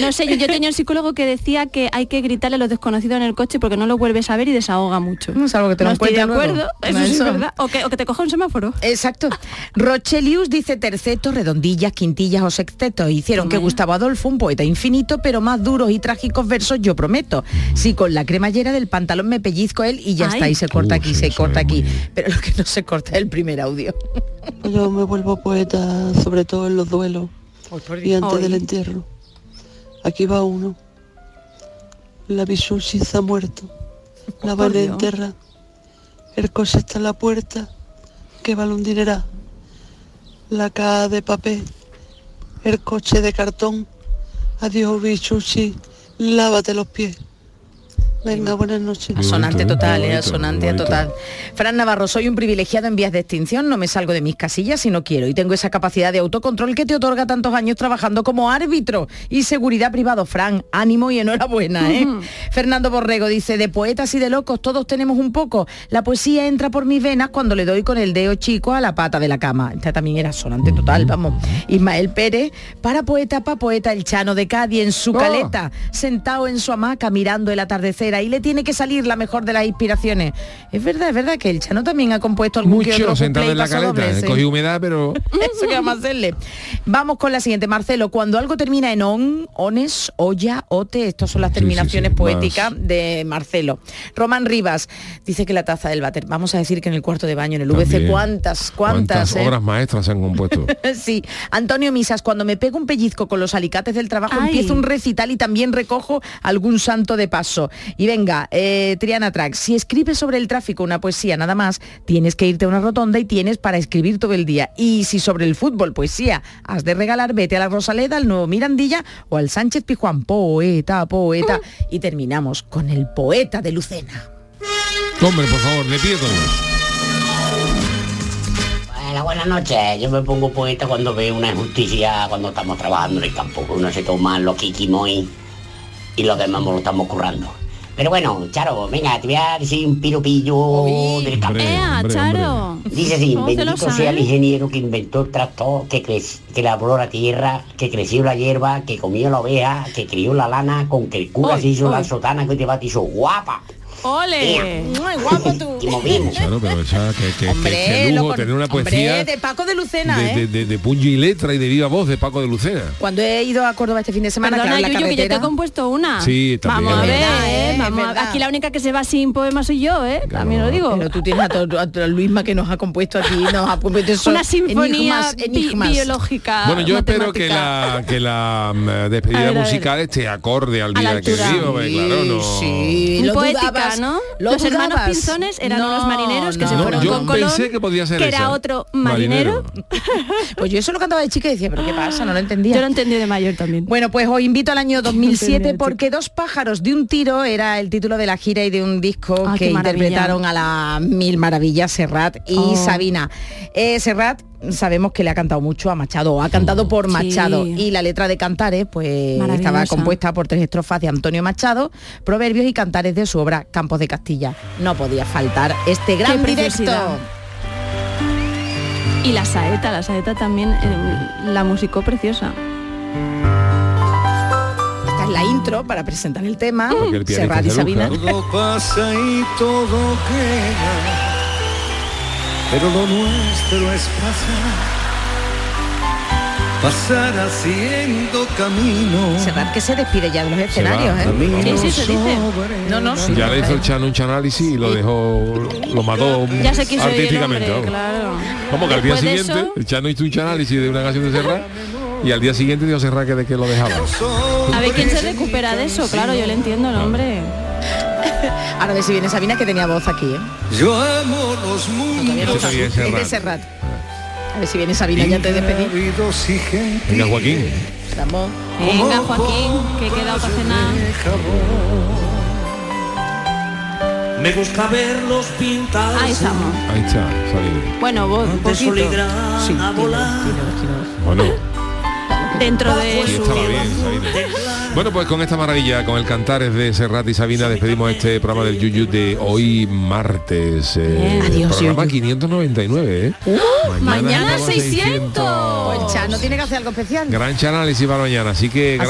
[SPEAKER 7] No sé, yo, yo tenía un psicólogo que decía que hay que gritarle a los desconocidos en el coche porque no lo vuelves a ver y desahoga mucho. No,
[SPEAKER 9] salvo que te lo
[SPEAKER 7] estoy de
[SPEAKER 9] encuentres luego.
[SPEAKER 7] acuerdo, eso
[SPEAKER 9] No,
[SPEAKER 7] sí es
[SPEAKER 9] eso.
[SPEAKER 7] verdad. O que, o que te coja un semáforo.
[SPEAKER 9] Exacto. Rochelius dice tercetos, redondillas, quintillas o sextetos. Hicieron que Gustavo Adolfo, un poeta infinito, pero más duros y trágicos versos, yo prometo. Si con la cremallera del pantalón me pellizco él y ya
[SPEAKER 12] Ay.
[SPEAKER 9] está, y se corta
[SPEAKER 12] Uh,
[SPEAKER 9] aquí,
[SPEAKER 12] sí,
[SPEAKER 9] se
[SPEAKER 12] eso
[SPEAKER 9] corta
[SPEAKER 12] es
[SPEAKER 9] aquí. Pero lo que no se corta es el primer audio.
[SPEAKER 12] Yo me vuelvo poeta, sobre todo en los duelos y antes del entierro. Aquí va uno. La bisulsis ha muerto. La
[SPEAKER 13] Oh, por
[SPEAKER 12] van a
[SPEAKER 13] Dios.
[SPEAKER 12] enterrar. El coche está en la puerta, que vale un dineral. La caja de papel, el coche de cartón. Adiós, bisulsis, lávate los pies. Venga, buenas noches.
[SPEAKER 9] Asonante total, eh, asonante total. Fran Navarro, soy un privilegiado en vías de extinción, no me salgo de mis casillas si no quiero y tengo esa capacidad de autocontrol que te otorga tantos años trabajando como árbitro y seguridad privado. Fran, ánimo y enhorabuena. ¿eh?
[SPEAKER 14] Ujú.
[SPEAKER 9] Fernando Borrego dice, de poetas y de locos todos tenemos un poco. La poesía entra por mis venas cuando le doy con el dedo chico a la pata de la cama. Esta también era sonante total, vamos. Ismael Pérez, para poeta, pa poeta, el Chano de Cádiz en su
[SPEAKER 8] Ah.
[SPEAKER 9] caleta, sentado en su hamaca mirando el atardecer. Ahí le tiene que salir la mejor de las inspiraciones. Es verdad, es verdad que el Chano también ha compuesto algún que otro
[SPEAKER 5] Mucho sentado
[SPEAKER 9] cuplé y
[SPEAKER 5] en la caleta,
[SPEAKER 9] pasodoble,
[SPEAKER 5] he
[SPEAKER 9] sí.
[SPEAKER 5] cogido humedad, pero...
[SPEAKER 9] Eso que vamos a hacerle. Vamos con la siguiente, Marcelo. Cuando algo termina en on, ones, olla, ote, estas son las
[SPEAKER 8] Sí, sí,
[SPEAKER 9] terminaciones
[SPEAKER 8] sí, más.
[SPEAKER 9] poéticas de Marcelo. Román Rivas dice que la taza del váter. Vamos a decir que en el cuarto de baño, en el
[SPEAKER 5] También.
[SPEAKER 9] VC, cuántas, cuántas.
[SPEAKER 5] ¿Cuántas
[SPEAKER 9] eh?
[SPEAKER 5] obras maestras se han compuesto?
[SPEAKER 9] Sí, Antonio Misas, cuando me pego un pellizco con los alicates del trabajo,
[SPEAKER 8] Ay.
[SPEAKER 9] empiezo un recital y también recojo algún santo de paso. Y venga, eh, Triana Trax, si escribes sobre el tráfico una poesía nada más, tienes que irte a una rotonda y tienes para escribir todo el día. Y si sobre el fútbol poesía has de regalar, vete a la Rosaleda, al Nuevo Mirandilla o al Sánchez Pijuán, poeta, poeta.
[SPEAKER 8] Mm.
[SPEAKER 9] Y terminamos con el poeta de Lucena.
[SPEAKER 5] Hombre, por favor, le pido.
[SPEAKER 15] Hola, buenas noches. Yo me pongo poeta cuando veo una injusticia cuando estamos trabajando en el campo. Uno se toma lo kikimoy y los demás nos lo estamos currando. Pero bueno, Charo, venga, te voy a decir un piropillo del campo.
[SPEAKER 7] ¡Ea, Charo!
[SPEAKER 15] Dice así,
[SPEAKER 7] ¿Cómo te lo
[SPEAKER 15] bendito sea el
[SPEAKER 7] sabes?
[SPEAKER 15] ingeniero que inventó el tractor, que, crec- que labró la tierra, que creció la hierba, que comió la oveja, que crió la lana, con que el cura
[SPEAKER 16] Hoy,
[SPEAKER 15] se hizo la
[SPEAKER 16] hoy.
[SPEAKER 15] sotana que te batizó. ¡Guapa!
[SPEAKER 7] ¡Ole!
[SPEAKER 8] Muy guapo tú.
[SPEAKER 15] Y movimos.
[SPEAKER 5] Claro, pues, pero o sea, que, que- que-
[SPEAKER 8] Hombre,
[SPEAKER 5] que lujo
[SPEAKER 8] lo con-
[SPEAKER 5] tener una
[SPEAKER 8] hombre,
[SPEAKER 5] poesía
[SPEAKER 8] de Paco de Lucena,
[SPEAKER 5] de,
[SPEAKER 8] ¿eh?
[SPEAKER 5] de- de- de puño y letra y de viva voz de Paco de Lucena.
[SPEAKER 9] Cuando he ido a Córdoba este fin de semana,
[SPEAKER 7] Perdona,
[SPEAKER 9] claro, en la
[SPEAKER 7] Yuyu, que yo te he
[SPEAKER 9] carretera-
[SPEAKER 7] compuesto una.
[SPEAKER 5] Sí, también.
[SPEAKER 7] Vamos a
[SPEAKER 5] es
[SPEAKER 7] ver,
[SPEAKER 5] verdad.
[SPEAKER 7] ¿eh? Vamos a- aquí la única que se va sin poema soy yo, ¿eh? También lo digo.
[SPEAKER 9] Pero tú tienes a, to- a to- a Luisma que nos ha compuesto aquí, nos ha compuesto eso,
[SPEAKER 7] Una sinfonía
[SPEAKER 9] enigmas,
[SPEAKER 7] bi-
[SPEAKER 9] enigmas. Ah,
[SPEAKER 7] biológica.
[SPEAKER 5] Bueno, yo espero que
[SPEAKER 7] matemática.
[SPEAKER 5] la, que la mm, eh, despedida
[SPEAKER 7] A ver, a ver.
[SPEAKER 5] musical esté acorde al día que
[SPEAKER 7] altura.
[SPEAKER 5] vivo, porque, claro, no.
[SPEAKER 7] Muy
[SPEAKER 9] lo
[SPEAKER 7] poética,
[SPEAKER 9] dudabas,
[SPEAKER 7] ¿no?
[SPEAKER 9] lo
[SPEAKER 7] los hermanos
[SPEAKER 9] dudabas.
[SPEAKER 7] Pinzones eran
[SPEAKER 9] No,
[SPEAKER 7] unos marineros que se
[SPEAKER 5] No,
[SPEAKER 7] fueron
[SPEAKER 5] yo
[SPEAKER 7] con Colón,
[SPEAKER 5] pensé que podía ser
[SPEAKER 7] era
[SPEAKER 5] esa.
[SPEAKER 7] otro marinero.
[SPEAKER 9] Pues yo eso lo cantaba de chica y decía, pero ¿qué pasa? No lo entendía.
[SPEAKER 7] Yo lo entendí de mayor también.
[SPEAKER 9] Bueno, pues os invito al año
[SPEAKER 7] Entendí de
[SPEAKER 9] 2007
[SPEAKER 7] chica.
[SPEAKER 9] porque Dos pájaros de un tiro era el título de la gira y de un disco
[SPEAKER 7] Ah,
[SPEAKER 9] que
[SPEAKER 7] qué maravilla.
[SPEAKER 9] interpretaron a la mil maravillas Serrat y
[SPEAKER 7] Oh.
[SPEAKER 9] Sabina. Eh, Serrat sabemos que le ha cantado mucho a Machado, o ha cantado por
[SPEAKER 7] Sí.
[SPEAKER 9] Machado y la letra de Cantares pues estaba
[SPEAKER 7] Maravillosa.
[SPEAKER 9] compuesta por tres estrofas de Antonio Machado, proverbios y cantares de su obra Campos de Castilla. No podía faltar este gran directo.
[SPEAKER 7] preciosidad. Y la saeta, la saeta también eh, la musicó preciosa.
[SPEAKER 9] Esta es la intro para presentar el tema.
[SPEAKER 5] Porque el pianista
[SPEAKER 9] Serrat y
[SPEAKER 5] se aluja.
[SPEAKER 9] Sabina.
[SPEAKER 13] Todo pasa y todo queda, pero lo nuestro es pasar, pasar haciendo camino.
[SPEAKER 9] Serrat que se despide ya de los escenarios,
[SPEAKER 5] va.
[SPEAKER 9] ¿eh?
[SPEAKER 5] Sí, sí, se
[SPEAKER 13] dice.
[SPEAKER 9] No, no, sí.
[SPEAKER 5] Ya le hizo el Chano un análisis y lo dejó, lo mató
[SPEAKER 7] Ya se quiso ir el
[SPEAKER 5] artísticamente.
[SPEAKER 7] hombre,
[SPEAKER 5] vamos.
[SPEAKER 7] claro.
[SPEAKER 5] Como que al día
[SPEAKER 7] Después de
[SPEAKER 5] siguiente,
[SPEAKER 7] eso-
[SPEAKER 5] el Chano hizo un análisis de una canción de Serrat y al día siguiente dio Serrat que de que lo dejaba.
[SPEAKER 7] A ver quién se recupera de eso, claro, yo le entiendo, el hombre. Eh,
[SPEAKER 9] Ahora a ver si viene Sabina que tenía voz aquí, ¿eh?
[SPEAKER 13] Yo amo los
[SPEAKER 5] no
[SPEAKER 13] mundos
[SPEAKER 5] sabía
[SPEAKER 9] Es de Serrat. A ver si viene Sabina ya te despedí.
[SPEAKER 13] ingrávidos y
[SPEAKER 5] Venga, Joaquín.
[SPEAKER 9] Estamos.
[SPEAKER 7] Venga, Joaquín, que he quedado para cenar.
[SPEAKER 14] Me gusta verlos pintados.
[SPEAKER 7] Ahí estamos.
[SPEAKER 5] Ahí está, Sabina.
[SPEAKER 7] Bueno, vos, un
[SPEAKER 14] De
[SPEAKER 7] poquito.
[SPEAKER 14] soligrana a volar.
[SPEAKER 5] Bueno,
[SPEAKER 7] Dentro de
[SPEAKER 5] sí, estaba bien, Sabina. Bueno, pues con esta maravilla, con el cantares de Serrat y Sabina, despedimos este programa del Yuyu de hoy martes. eh,
[SPEAKER 9] Bien. Adiós, Uh,
[SPEAKER 5] programa 599, ¿eh?
[SPEAKER 9] mañana
[SPEAKER 5] estamos
[SPEAKER 9] 600. Pues Chano tiene que hacer algo especial.
[SPEAKER 5] Gran análisis para mañana, así que
[SPEAKER 9] Así.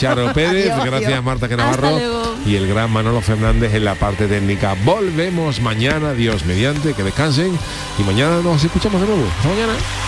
[SPEAKER 5] Charo Pérez,
[SPEAKER 9] Adiós,
[SPEAKER 5] gracias
[SPEAKER 9] adiós.
[SPEAKER 5] Marta Navarro
[SPEAKER 9] Hasta luego.
[SPEAKER 5] y el gran Manolo Fernández en la parte técnica. Volvemos mañana, Dios mediante, que descansen y mañana nos escuchamos de nuevo. Hasta mañana.